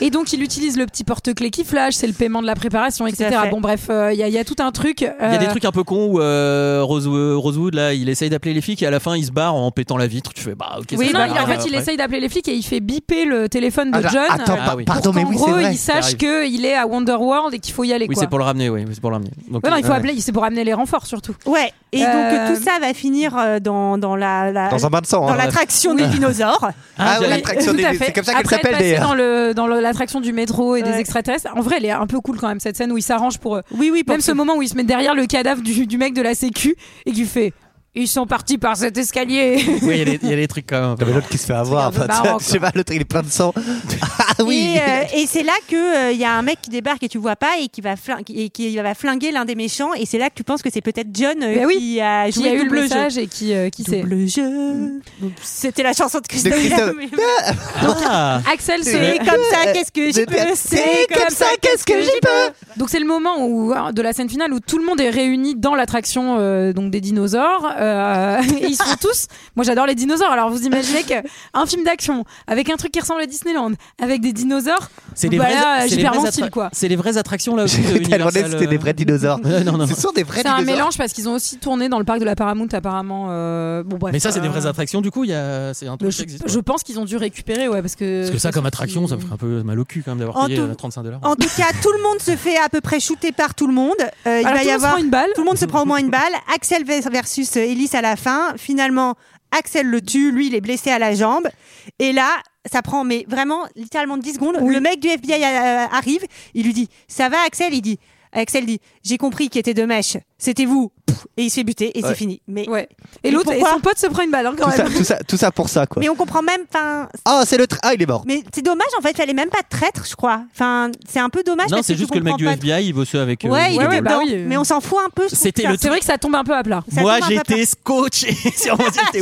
[SPEAKER 1] Et donc, il utilise le petit porte-clés qui flash, c'est le paiement de la préparation,
[SPEAKER 8] à
[SPEAKER 1] etc.
[SPEAKER 8] fait.
[SPEAKER 1] Bon, bref, euh, il y, a- il y a tout un truc.
[SPEAKER 9] Il y a des
[SPEAKER 1] euh,
[SPEAKER 9] trucs un peu cons où euh, Rose- euh, Rosewood, là, il essaye d'appeler les flics et à la fin, il se barre en pétant la vitre. Tu fais, bah, ok,
[SPEAKER 1] Oui,
[SPEAKER 9] ça
[SPEAKER 1] non,
[SPEAKER 9] va,
[SPEAKER 1] il- en
[SPEAKER 9] euh,
[SPEAKER 1] fait, il
[SPEAKER 9] après.
[SPEAKER 1] essaye d'appeler les flics et il fait biper le téléphone de
[SPEAKER 6] Ah,
[SPEAKER 1] John.
[SPEAKER 6] Attends,
[SPEAKER 1] euh,
[SPEAKER 9] Ah
[SPEAKER 6] pa-
[SPEAKER 9] oui.
[SPEAKER 1] pour
[SPEAKER 6] pardon, mais
[SPEAKER 1] qu'en
[SPEAKER 6] oui, c'est
[SPEAKER 1] gros,
[SPEAKER 6] vrai.
[SPEAKER 1] il sache
[SPEAKER 9] arrive.
[SPEAKER 1] qu'il est à Wonderworld et qu'il faut y aller.
[SPEAKER 9] Oui,
[SPEAKER 1] quoi.
[SPEAKER 9] c'est pour le ramener, oui, oui, c'est pour le ramener. Donc, euh,
[SPEAKER 1] Ouais, non, il faut
[SPEAKER 6] Ouais.
[SPEAKER 1] appeler, c'est pour amener les renforts surtout.
[SPEAKER 8] Ouais. Et donc
[SPEAKER 1] Euh,
[SPEAKER 8] tout ça va finir euh, dans, dans la, la-
[SPEAKER 6] Dans un bain de sang.
[SPEAKER 8] dans
[SPEAKER 6] hein.
[SPEAKER 8] l'attraction des dinosaures.
[SPEAKER 6] Ah,
[SPEAKER 9] j'avais-
[SPEAKER 6] ouais, l'attraction
[SPEAKER 1] Tout
[SPEAKER 6] des.
[SPEAKER 1] à fait.
[SPEAKER 6] C'est comme ça qu'elle
[SPEAKER 1] Après être
[SPEAKER 6] s'appelle
[SPEAKER 1] passé
[SPEAKER 6] d'ailleurs.
[SPEAKER 1] dans le dans le- l'attraction du métro et des
[SPEAKER 8] Ouais.
[SPEAKER 1] extraterrestres. En vrai, elle est un peu cool quand même cette scène où il s'arrange pour euh,
[SPEAKER 8] Oui, oui. pour
[SPEAKER 1] même ce
[SPEAKER 8] que-
[SPEAKER 1] moment où il se met derrière le cadavre du, du mec de la sécu et qu'il fait ils sont partis par cet escalier.
[SPEAKER 9] Oui, il y a des- il y, a des trucs quand
[SPEAKER 6] Comme
[SPEAKER 9] même.
[SPEAKER 6] l'autre qui se fait avoir.
[SPEAKER 1] C'est un peu
[SPEAKER 6] enfin, tu
[SPEAKER 1] marrant,
[SPEAKER 6] vois, Je sais
[SPEAKER 1] quoi.
[SPEAKER 6] pas, l'autre il est plein de sang. Ah oui
[SPEAKER 8] Et, euh, et c'est là que il y a un mec qui débarque et tu vois pas et qui va flinguer, et qui va flinguer l'un des méchants et c'est là que tu penses que c'est peut-être John euh,
[SPEAKER 1] Bah oui,
[SPEAKER 8] qui a
[SPEAKER 1] Qui
[SPEAKER 8] joué
[SPEAKER 1] a eu le
[SPEAKER 8] double jeu.
[SPEAKER 1] message et qui euh, qui sait.
[SPEAKER 8] Double jeu. C'était la chanson de Christophe.
[SPEAKER 6] Christophe.
[SPEAKER 8] Mais-
[SPEAKER 9] Ah,
[SPEAKER 1] Axel
[SPEAKER 8] C'est
[SPEAKER 1] se
[SPEAKER 8] comme ça, qu'est-ce que j'y peux C'est comme ça, qu'est-ce que j'y peux
[SPEAKER 1] Donc c'est le moment où hein, de la scène finale où tout le monde est réuni dans l'attraction euh, donc des dinosaures. euh, et ils sont tous. Moi j'adore les dinosaures. Alors vous imaginez qu'un film d'action avec un truc qui ressemble à Disneyland avec des dinosaures.
[SPEAKER 9] c'est
[SPEAKER 1] Bah là,
[SPEAKER 9] c'est
[SPEAKER 1] j'ai
[SPEAKER 9] les
[SPEAKER 1] perdu
[SPEAKER 9] vraies
[SPEAKER 1] mon style,
[SPEAKER 9] attra-
[SPEAKER 1] quoi.
[SPEAKER 9] C'est les vraies attractions là aussi. de
[SPEAKER 6] J'ai tellement demandé
[SPEAKER 9] Universal,
[SPEAKER 6] si c'était des
[SPEAKER 9] euh.
[SPEAKER 6] vrais dinosaures.
[SPEAKER 9] Ouais, non, non.
[SPEAKER 6] Ce sont des vrais
[SPEAKER 1] C'est un
[SPEAKER 6] dinosaures.
[SPEAKER 1] mélange parce qu'ils ont aussi tourné dans le parc de la Paramount apparemment. euh, bon bref.
[SPEAKER 9] Mais ça, c'est des
[SPEAKER 1] euh,
[SPEAKER 9] vraies attractions. Du coup, il y a, c'est un
[SPEAKER 1] mais
[SPEAKER 9] truc qui
[SPEAKER 1] je,
[SPEAKER 9] existe.
[SPEAKER 1] je pense qu'ils ont dû récupérer ouais parce que.
[SPEAKER 9] Parce que ça, comme attraction, ça me ferait un peu mal au cul quand même d'avoir
[SPEAKER 8] En
[SPEAKER 9] payé
[SPEAKER 8] tout-
[SPEAKER 9] euh, 35 dollars.
[SPEAKER 8] En tout cas, tout le monde se fait à peu près shooter par tout le monde. Euh, il
[SPEAKER 1] Alors,
[SPEAKER 8] va
[SPEAKER 1] tout le monde
[SPEAKER 8] y
[SPEAKER 1] se
[SPEAKER 8] avoir
[SPEAKER 1] prend une balle.
[SPEAKER 8] Tout le monde se prend au moins une balle. Axel vers- versus euh, Elise à la fin. Finalement, Axel le tue. Lui, il est blessé à la jambe. Et là, ça prend, mais vraiment, littéralement 10 secondes. Le mec du FBI euh, arrive. Il lui dit Ça va, Axel Il dit Axel dit J'ai compris qu'il était de mèche. C'était vous. Pouf. Et il se fait buter. Et c'est fini. Mais,
[SPEAKER 1] Ouais. Et
[SPEAKER 8] Et
[SPEAKER 1] l'autre et
[SPEAKER 8] pourquoi
[SPEAKER 1] son pote se prend une balle hein, quand
[SPEAKER 6] Tout ça,
[SPEAKER 1] même.
[SPEAKER 6] tout, ça, tout ça pour ça, quoi.
[SPEAKER 8] mais on comprend même. Enfin,
[SPEAKER 6] Ah, c'est le. tra- Ah, il est mort.
[SPEAKER 8] mais c'est dommage, en fait. Fallait même pas de traître, je crois. Enfin, c'est un peu dommage.
[SPEAKER 9] non,
[SPEAKER 8] parce
[SPEAKER 9] c'est
[SPEAKER 8] tu
[SPEAKER 9] juste que le mec
[SPEAKER 8] comprends
[SPEAKER 9] du
[SPEAKER 8] pas
[SPEAKER 9] FBI, il bossait avec. euh,
[SPEAKER 8] trop. Ouais, il
[SPEAKER 9] Google.
[SPEAKER 8] était
[SPEAKER 1] bah
[SPEAKER 8] dedans.
[SPEAKER 1] oui.
[SPEAKER 8] Mais on s'en fout un peu. je trouve,
[SPEAKER 9] C'était
[SPEAKER 8] ça.
[SPEAKER 9] le
[SPEAKER 1] C'est vrai que ça tombe un peu à plat.
[SPEAKER 8] Ça
[SPEAKER 9] Moi,
[SPEAKER 8] tombe un peu
[SPEAKER 9] j'étais scotché. Sur moi, j'étais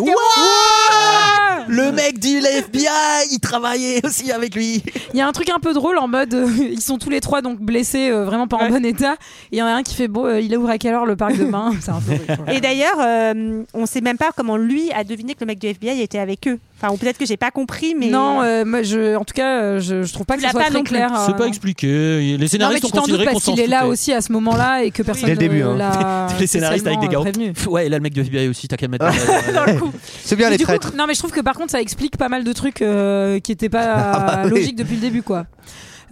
[SPEAKER 9] Wouah Le mec du FBI, il travaillait aussi avec lui.
[SPEAKER 1] Il y a un truc un peu drôle en mode euh, ils sont tous les trois donc blessés, euh, vraiment pas en bon état. Il y en a un qui fait bon, euh, il ouvre à quelle heure le parc demain C'est un peu horrible, quoi.
[SPEAKER 8] Et d'ailleurs, euh, on sait même pas comment lui a deviné que le mec du FBI était avec eux. Enfin, ou peut-être que j'ai pas compris, mais
[SPEAKER 1] Non, euh, moi, je, en tout cas, euh, je, je trouve pas que
[SPEAKER 8] Tu
[SPEAKER 1] ça
[SPEAKER 8] l'as
[SPEAKER 1] soit
[SPEAKER 8] pas
[SPEAKER 1] très
[SPEAKER 8] non plus.
[SPEAKER 1] clair.
[SPEAKER 9] C'est
[SPEAKER 1] euh,
[SPEAKER 9] pas expliqué. Les
[SPEAKER 1] Non mais
[SPEAKER 9] scénaristes
[SPEAKER 1] tu
[SPEAKER 9] ont
[SPEAKER 1] t'en doutes
[SPEAKER 9] considéré qu'on
[SPEAKER 1] parce
[SPEAKER 9] s'en
[SPEAKER 1] qu'il est là
[SPEAKER 9] foutait.
[SPEAKER 1] aussi à ce moment-là et que personne
[SPEAKER 6] Dès le début,
[SPEAKER 1] euh,
[SPEAKER 6] hein.
[SPEAKER 1] l'a
[SPEAKER 9] Les scénaristes avec des
[SPEAKER 1] spécialement,
[SPEAKER 9] gars.
[SPEAKER 1] euh, prévenu.
[SPEAKER 9] Pff, Ouais, et là, le mec du FBI aussi, t'as qu'à mettre. euh,
[SPEAKER 8] dans le coup.
[SPEAKER 6] C'est bien
[SPEAKER 1] Mais
[SPEAKER 6] les
[SPEAKER 1] du coup,
[SPEAKER 6] traîtres.
[SPEAKER 1] non mais je trouve que par contre ça explique pas mal de trucs euh, qui étaient pas
[SPEAKER 6] Ah bah oui.
[SPEAKER 1] logiques depuis le début quoi.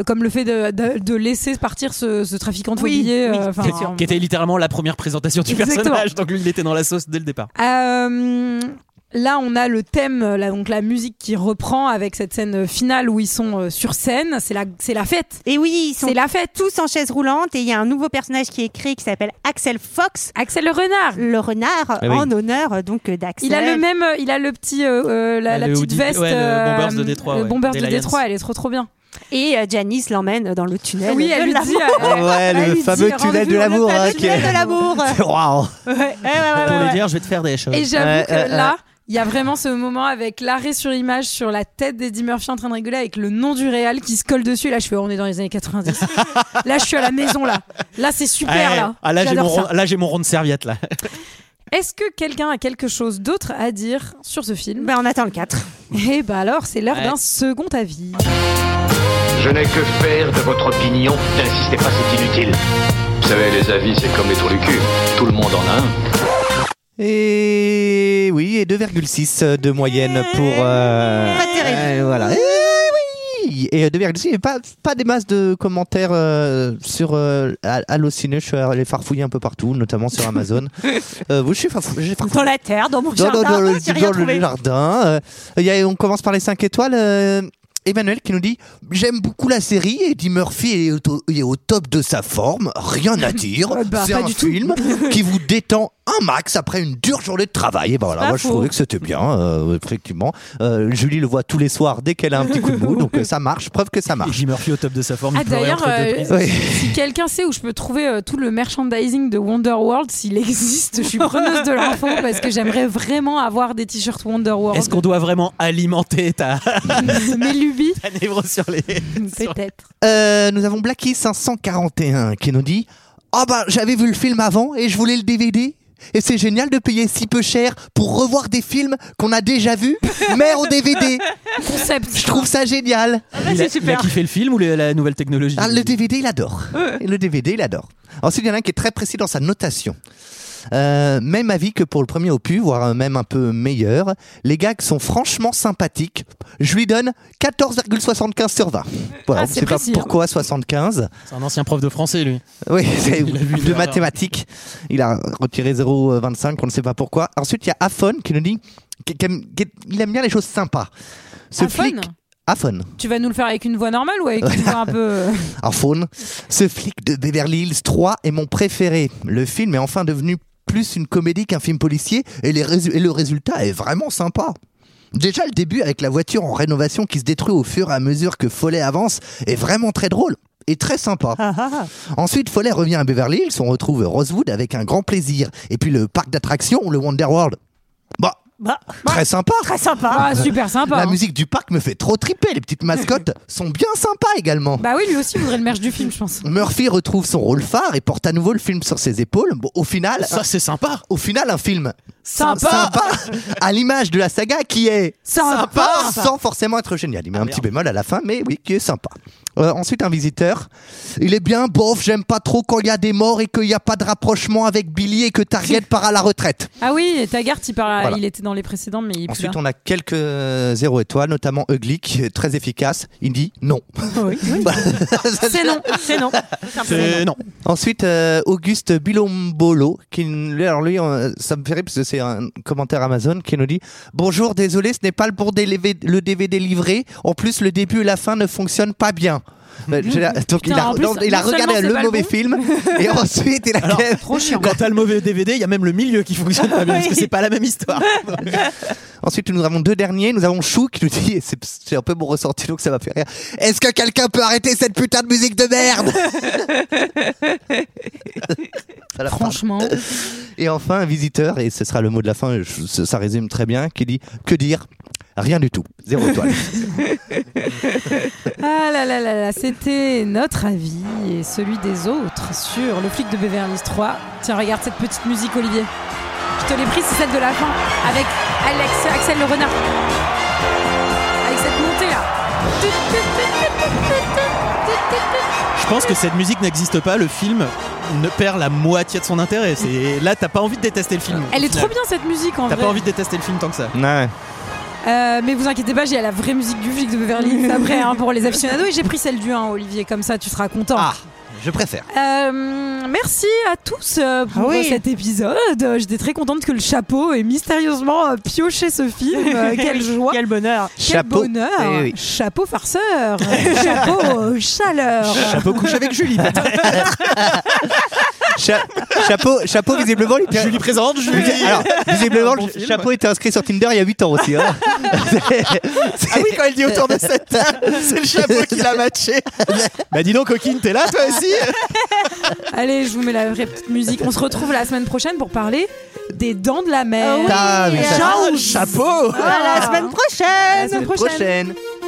[SPEAKER 1] Comme le fait de, de- de laisser partir ce, ce trafiquant de faux
[SPEAKER 8] Oui,
[SPEAKER 1] billets.
[SPEAKER 8] oui,
[SPEAKER 1] euh, enfin,
[SPEAKER 9] qui- qui était littéralement la première présentation du
[SPEAKER 1] Exactement.
[SPEAKER 9] personnage, donc lui il était dans la sauce dès le départ.
[SPEAKER 1] Euh, là, on a le thème, euh, là, donc la musique qui reprend avec cette scène finale où ils sont euh, sur scène. C'est la, c'est la fête.
[SPEAKER 8] Et oui, ils sont
[SPEAKER 1] C'est la fête.
[SPEAKER 8] tous en chaise roulante et il y a un nouveau personnage qui est créé qui s'appelle Axel Fox,
[SPEAKER 1] Axel le renard.
[SPEAKER 8] le renard,
[SPEAKER 6] oui.
[SPEAKER 8] en honneur euh, donc euh, d'Axel.
[SPEAKER 1] Il a le même, euh, il a le petit, euh, euh, la,
[SPEAKER 9] Ah,
[SPEAKER 1] la
[SPEAKER 9] le
[SPEAKER 1] petite
[SPEAKER 9] hoodie,
[SPEAKER 1] veste.
[SPEAKER 9] ouais, le
[SPEAKER 1] euh,
[SPEAKER 9] Bombers de Détroit,
[SPEAKER 1] le
[SPEAKER 9] ouais,
[SPEAKER 1] Bombers
[SPEAKER 9] des
[SPEAKER 1] de
[SPEAKER 9] Lions.
[SPEAKER 1] Détroit, elle est trop trop bien.
[SPEAKER 8] Et euh, Janice l'emmène dans le tunnel.
[SPEAKER 1] oui,
[SPEAKER 8] de
[SPEAKER 1] elle lui
[SPEAKER 8] l'amour.
[SPEAKER 1] dit.
[SPEAKER 6] Ah
[SPEAKER 1] euh,
[SPEAKER 6] ouais,
[SPEAKER 1] elle
[SPEAKER 6] le
[SPEAKER 1] lui dit,
[SPEAKER 6] fameux
[SPEAKER 1] rendez-vous
[SPEAKER 6] tunnel de
[SPEAKER 1] dans le
[SPEAKER 6] l'amour,
[SPEAKER 1] fameux
[SPEAKER 6] hein, qui est-
[SPEAKER 1] tunnel de l'amour.
[SPEAKER 6] Waouh.
[SPEAKER 8] Ouais, ouais, ouais, ouais,
[SPEAKER 9] Pour
[SPEAKER 8] ouais.
[SPEAKER 9] lui dire, je vais te faire des choses.
[SPEAKER 1] Et j'avoue
[SPEAKER 6] Ouais,
[SPEAKER 1] que
[SPEAKER 6] euh,
[SPEAKER 1] là, il y a vraiment ce moment avec l'arrêt sur image sur la tête d'Eddie Murphy en train de rigoler avec le nom du réal qui se colle dessus. Et là, je fais, oh, on est dans les années 90. là, je suis à la maison, là. Là, c'est super,
[SPEAKER 9] Ouais.
[SPEAKER 1] là.
[SPEAKER 9] Ah, là j'ai mon
[SPEAKER 1] J'adore
[SPEAKER 9] rond,
[SPEAKER 1] ça.
[SPEAKER 9] là, j'ai mon rond de serviette là.
[SPEAKER 1] Est-ce que quelqu'un a quelque chose d'autre à dire sur ce film
[SPEAKER 8] Ben, on attend le 4.
[SPEAKER 1] Eh bah alors, c'est l'heure
[SPEAKER 9] Ouais.
[SPEAKER 1] d'un second avis.
[SPEAKER 2] Je n'ai que faire de votre opinion. N'insistez pas, c'est inutile. Vous savez, les avis, c'est comme les trous du cul. Tout le monde en a un.
[SPEAKER 6] Et oui, et 2,6 de moyenne pour. euh,
[SPEAKER 8] Pas terrible.
[SPEAKER 6] euh, voilà. Et oui Et euh, 2,6, et pas, pas des masses de commentaires euh, sur euh, Hall- Allociné. Je suis allé farfouiller un peu partou, notamment sur Amazon. euh, vous, je suis farfou- j'ai farfouillé.
[SPEAKER 8] Dans la terre, dans mon
[SPEAKER 6] Dans,
[SPEAKER 8] jardin.
[SPEAKER 6] dans- dans le-
[SPEAKER 8] j'ai
[SPEAKER 6] dans
[SPEAKER 8] rien
[SPEAKER 6] le
[SPEAKER 8] trouvé.
[SPEAKER 6] jardin. euh, il y a- on commence par les 5 étoiles. euh, Emmanuel qui nous dit J'aime beaucoup la série. Eddie Murphy est au, est au top de sa forme. Rien à dire.
[SPEAKER 1] Bah,
[SPEAKER 6] C'est
[SPEAKER 1] pas
[SPEAKER 6] un
[SPEAKER 1] du tout.
[SPEAKER 6] film qui vous détend un max après une dure journée de travail. Et ben voilà,
[SPEAKER 1] pas
[SPEAKER 6] moi je
[SPEAKER 1] faux.
[SPEAKER 6] trouvais que c'était bien, euh, effectivement. Euh, Julie le voit tous les soirs dès qu'elle a un petit coup de mou, donc euh, ça marche, preuve que ça
[SPEAKER 9] Et
[SPEAKER 6] marche.
[SPEAKER 9] Jim Murphy au top de sa forme.
[SPEAKER 1] Ah,
[SPEAKER 9] il pleurait
[SPEAKER 1] d'ailleurs,
[SPEAKER 9] entre deux
[SPEAKER 1] euh,
[SPEAKER 9] prises.
[SPEAKER 6] Oui.
[SPEAKER 1] si quelqu'un sait où je peux trouver euh, tout le merchandising de Wonderworld, s'il existe, je suis preneuse de l'info parce que j'aimerais vraiment avoir des t-shirts Wonderworld.
[SPEAKER 9] Est-ce qu'on doit vraiment alimenter ta,
[SPEAKER 1] Mes lubies
[SPEAKER 9] ta névrose sur les. sur-
[SPEAKER 1] Mm, Peut-être.
[SPEAKER 6] Euh, nous avons Blackie 541 qui nous dit Ah bah j'avais vu le film avant et je voulais le DVD. Et c'est génial de payer si peu cher pour revoir des films qu'on a déjà vus, mais en DVD.
[SPEAKER 1] Concept.
[SPEAKER 6] Je trouve ça génial.
[SPEAKER 1] Ah, bah,
[SPEAKER 9] Il a, il a kiffé le film ou le- la nouvelle technologie
[SPEAKER 6] Ah, le DVD, il adore. Et Le DVD, il adore. Ensuite, il y en a un qui est très précis dans sa notation. Euh, même avis que pour le premier opus, voire euh, même un peu meilleur. Les gags sont franchement sympathiques. Je lui donne 14,75 sur 20. Voilà,
[SPEAKER 1] Ah,
[SPEAKER 6] je
[SPEAKER 1] c'est
[SPEAKER 6] sais pas
[SPEAKER 1] précis, hein.
[SPEAKER 6] pourquoi 75.
[SPEAKER 9] C'est un ancien prof de français, lui.
[SPEAKER 6] Oui, c'est
[SPEAKER 9] Il a vu une
[SPEAKER 6] de
[SPEAKER 9] erreur.
[SPEAKER 6] mathématiques. Il a retiré 0,25, on ne sait pas pourquoi. Ensuite, il y a Afon qui nous dit qu'il aime, qu'il aime bien les choses sympas. Ce
[SPEAKER 1] Afon
[SPEAKER 6] flic. Afon.
[SPEAKER 1] Tu vas nous le faire avec une voix normale ou avec une voix un peu. euh,
[SPEAKER 6] Afon. Ce flic de Beverly Hills 3 est mon préféré. Le film est enfin devenu plus une comédie qu'un film policier et, les résu- et le résultat est vraiment sympa. Déjà, le début avec la voiture en rénovation qui se détruit au fur et à mesure que Follet avance est vraiment très drôle et très sympa. Ensuite, Follet revient à Beverly Hills, on retrouve Rosewood avec un grand plaisir. Et puis le parc d'attractions, le Wonderworld. Bah,
[SPEAKER 8] Bah,
[SPEAKER 6] très sympa.
[SPEAKER 8] très sympa.
[SPEAKER 1] Ah, super sympa.
[SPEAKER 6] La
[SPEAKER 1] hein.
[SPEAKER 6] musique du parc me fait trop triper. Les petites mascottes sont bien sympas également.
[SPEAKER 1] Bah oui, lui aussi voudrait le merge du film, je pense.
[SPEAKER 6] Murphy retrouve son rôle phare et porte à nouveau le film sur ses épaules. Bon, au final,
[SPEAKER 1] Ah.
[SPEAKER 9] Ça, c'est sympa.
[SPEAKER 6] au final, un film
[SPEAKER 1] Sympa.
[SPEAKER 6] sympa à l'image de la saga qui est
[SPEAKER 1] Sympa. Ah,
[SPEAKER 6] sans forcément être génial. Il met un petit bémol à la fin, mais oui, qui est sympa. Euh, ensuite, un visiteur. Il est bien, bof, j'aime pas trop quand il y a des morts et qu'il n'y a pas de rapprochement avec Billy et que Target part à la retraite.
[SPEAKER 1] Ah oui, et Taggart, il, parle-
[SPEAKER 6] Voilà.
[SPEAKER 1] il était dans les précédents, mais il est plus
[SPEAKER 6] Ensuite,
[SPEAKER 1] là.
[SPEAKER 6] on a quelques euh, zéro étoile, notamment Ugly, qui est très efficace. Il dit non.
[SPEAKER 1] C'est non, c'est non.
[SPEAKER 9] C'est- Euh, Non.
[SPEAKER 6] Ensuite, euh, Auguste Bilombolo, qui, lui, alors lui, euh, ça me fait rire parce que c'est un commentaire Amazon qui nous dit Bonjour, désolé, ce n'est pas le bon DLV le DVD livré. En plus, le début et la fin ne fonctionnent pas bien. Euh, j'ai la-
[SPEAKER 1] Putain,
[SPEAKER 6] donc, il a,
[SPEAKER 1] en plus,
[SPEAKER 6] donc, il a
[SPEAKER 1] non seulement
[SPEAKER 6] regardé
[SPEAKER 1] c'est
[SPEAKER 6] le
[SPEAKER 1] pas le
[SPEAKER 6] mauvais
[SPEAKER 1] bon.
[SPEAKER 6] film et ensuite il a.
[SPEAKER 9] Alors, Quand t'as le mauvais DVD, il y a même le milieu qui fonctionne pas bien Ah, parce que c'est pas la même histoire.
[SPEAKER 6] Ensuite, nous avons deux derniers. Nous avons Chou qui nous dit et c'est c'est un peu mon ressenti, donc ça m'a fait rire Est-ce que quelqu'un peut arrêter cette putain de musique de merde Voilà, pardon.
[SPEAKER 1] Franchement,
[SPEAKER 6] Et enfin, un visiteur, et ce sera le mot de la fin, je- ce- ça résume très bien, qui dit Que dire Rien du tout. Zéro étoile.
[SPEAKER 1] ah là là là là, c'était notre avis et celui des autres sur le flic de Beverly Hills 3. Tiens, regarde cette petite musique, Olivier. Je te l'ai prise, c'est celle de la fin, avec Alex, Axel le renard. Avec cette montée là.
[SPEAKER 9] Je pense que cette musique n'existe pas. Le film ne perd la moitié de son intérêt. C'est là, t'as pas envie de détester le film.
[SPEAKER 1] Elle
[SPEAKER 9] au
[SPEAKER 1] est
[SPEAKER 9] final.
[SPEAKER 1] trop bien cette musique en
[SPEAKER 9] T'as
[SPEAKER 1] vrai.
[SPEAKER 9] pas envie de détester le film tant que ça.
[SPEAKER 6] ouais.
[SPEAKER 1] Euh, mais vous inquiétez pas, j'ai la vraie musique du flic de Beverly Hills après hein, pour les aficionados et j'ai pris celle du 1, Olivier, comme ça tu seras content.
[SPEAKER 6] Ah, je préfère.
[SPEAKER 1] Euh, merci à tous euh, pour
[SPEAKER 8] Ah oui.
[SPEAKER 1] cet épisode. Euh, J'étais très contente que le chapeau ait mystérieusement euh, pioché ce film. Euh, quelle joie,
[SPEAKER 8] Quel bonheur.
[SPEAKER 1] quel
[SPEAKER 6] Chapeau.
[SPEAKER 1] bonheur,
[SPEAKER 6] Eh oui.
[SPEAKER 1] chapeau farceur, chapeau euh, chaleur.
[SPEAKER 9] Chapeau couche avec Julie.
[SPEAKER 6] Cha- chapeau, chapeau, visiblement, il était-
[SPEAKER 9] Julie présente. Julie.
[SPEAKER 6] Visi- Alors, visiblement,
[SPEAKER 9] Un bon
[SPEAKER 6] le
[SPEAKER 9] film.
[SPEAKER 6] chapeau était inscrit sur Tinder il y a 8 ans aussi. hein.
[SPEAKER 9] Ah oui, quand elle dit autour de cette table, c'est le chapeau qui l'a matché. bah dis donc, coquine, t'es là toi aussi
[SPEAKER 1] Allez, je vous mets la vraie petite musique. On se retrouve la semaine prochaine pour parler des dents de la mer.
[SPEAKER 6] Ah, mais ça-
[SPEAKER 9] Chapeau
[SPEAKER 8] À la semaine prochaine.
[SPEAKER 1] À la semaine prochaine.
[SPEAKER 6] prochaine.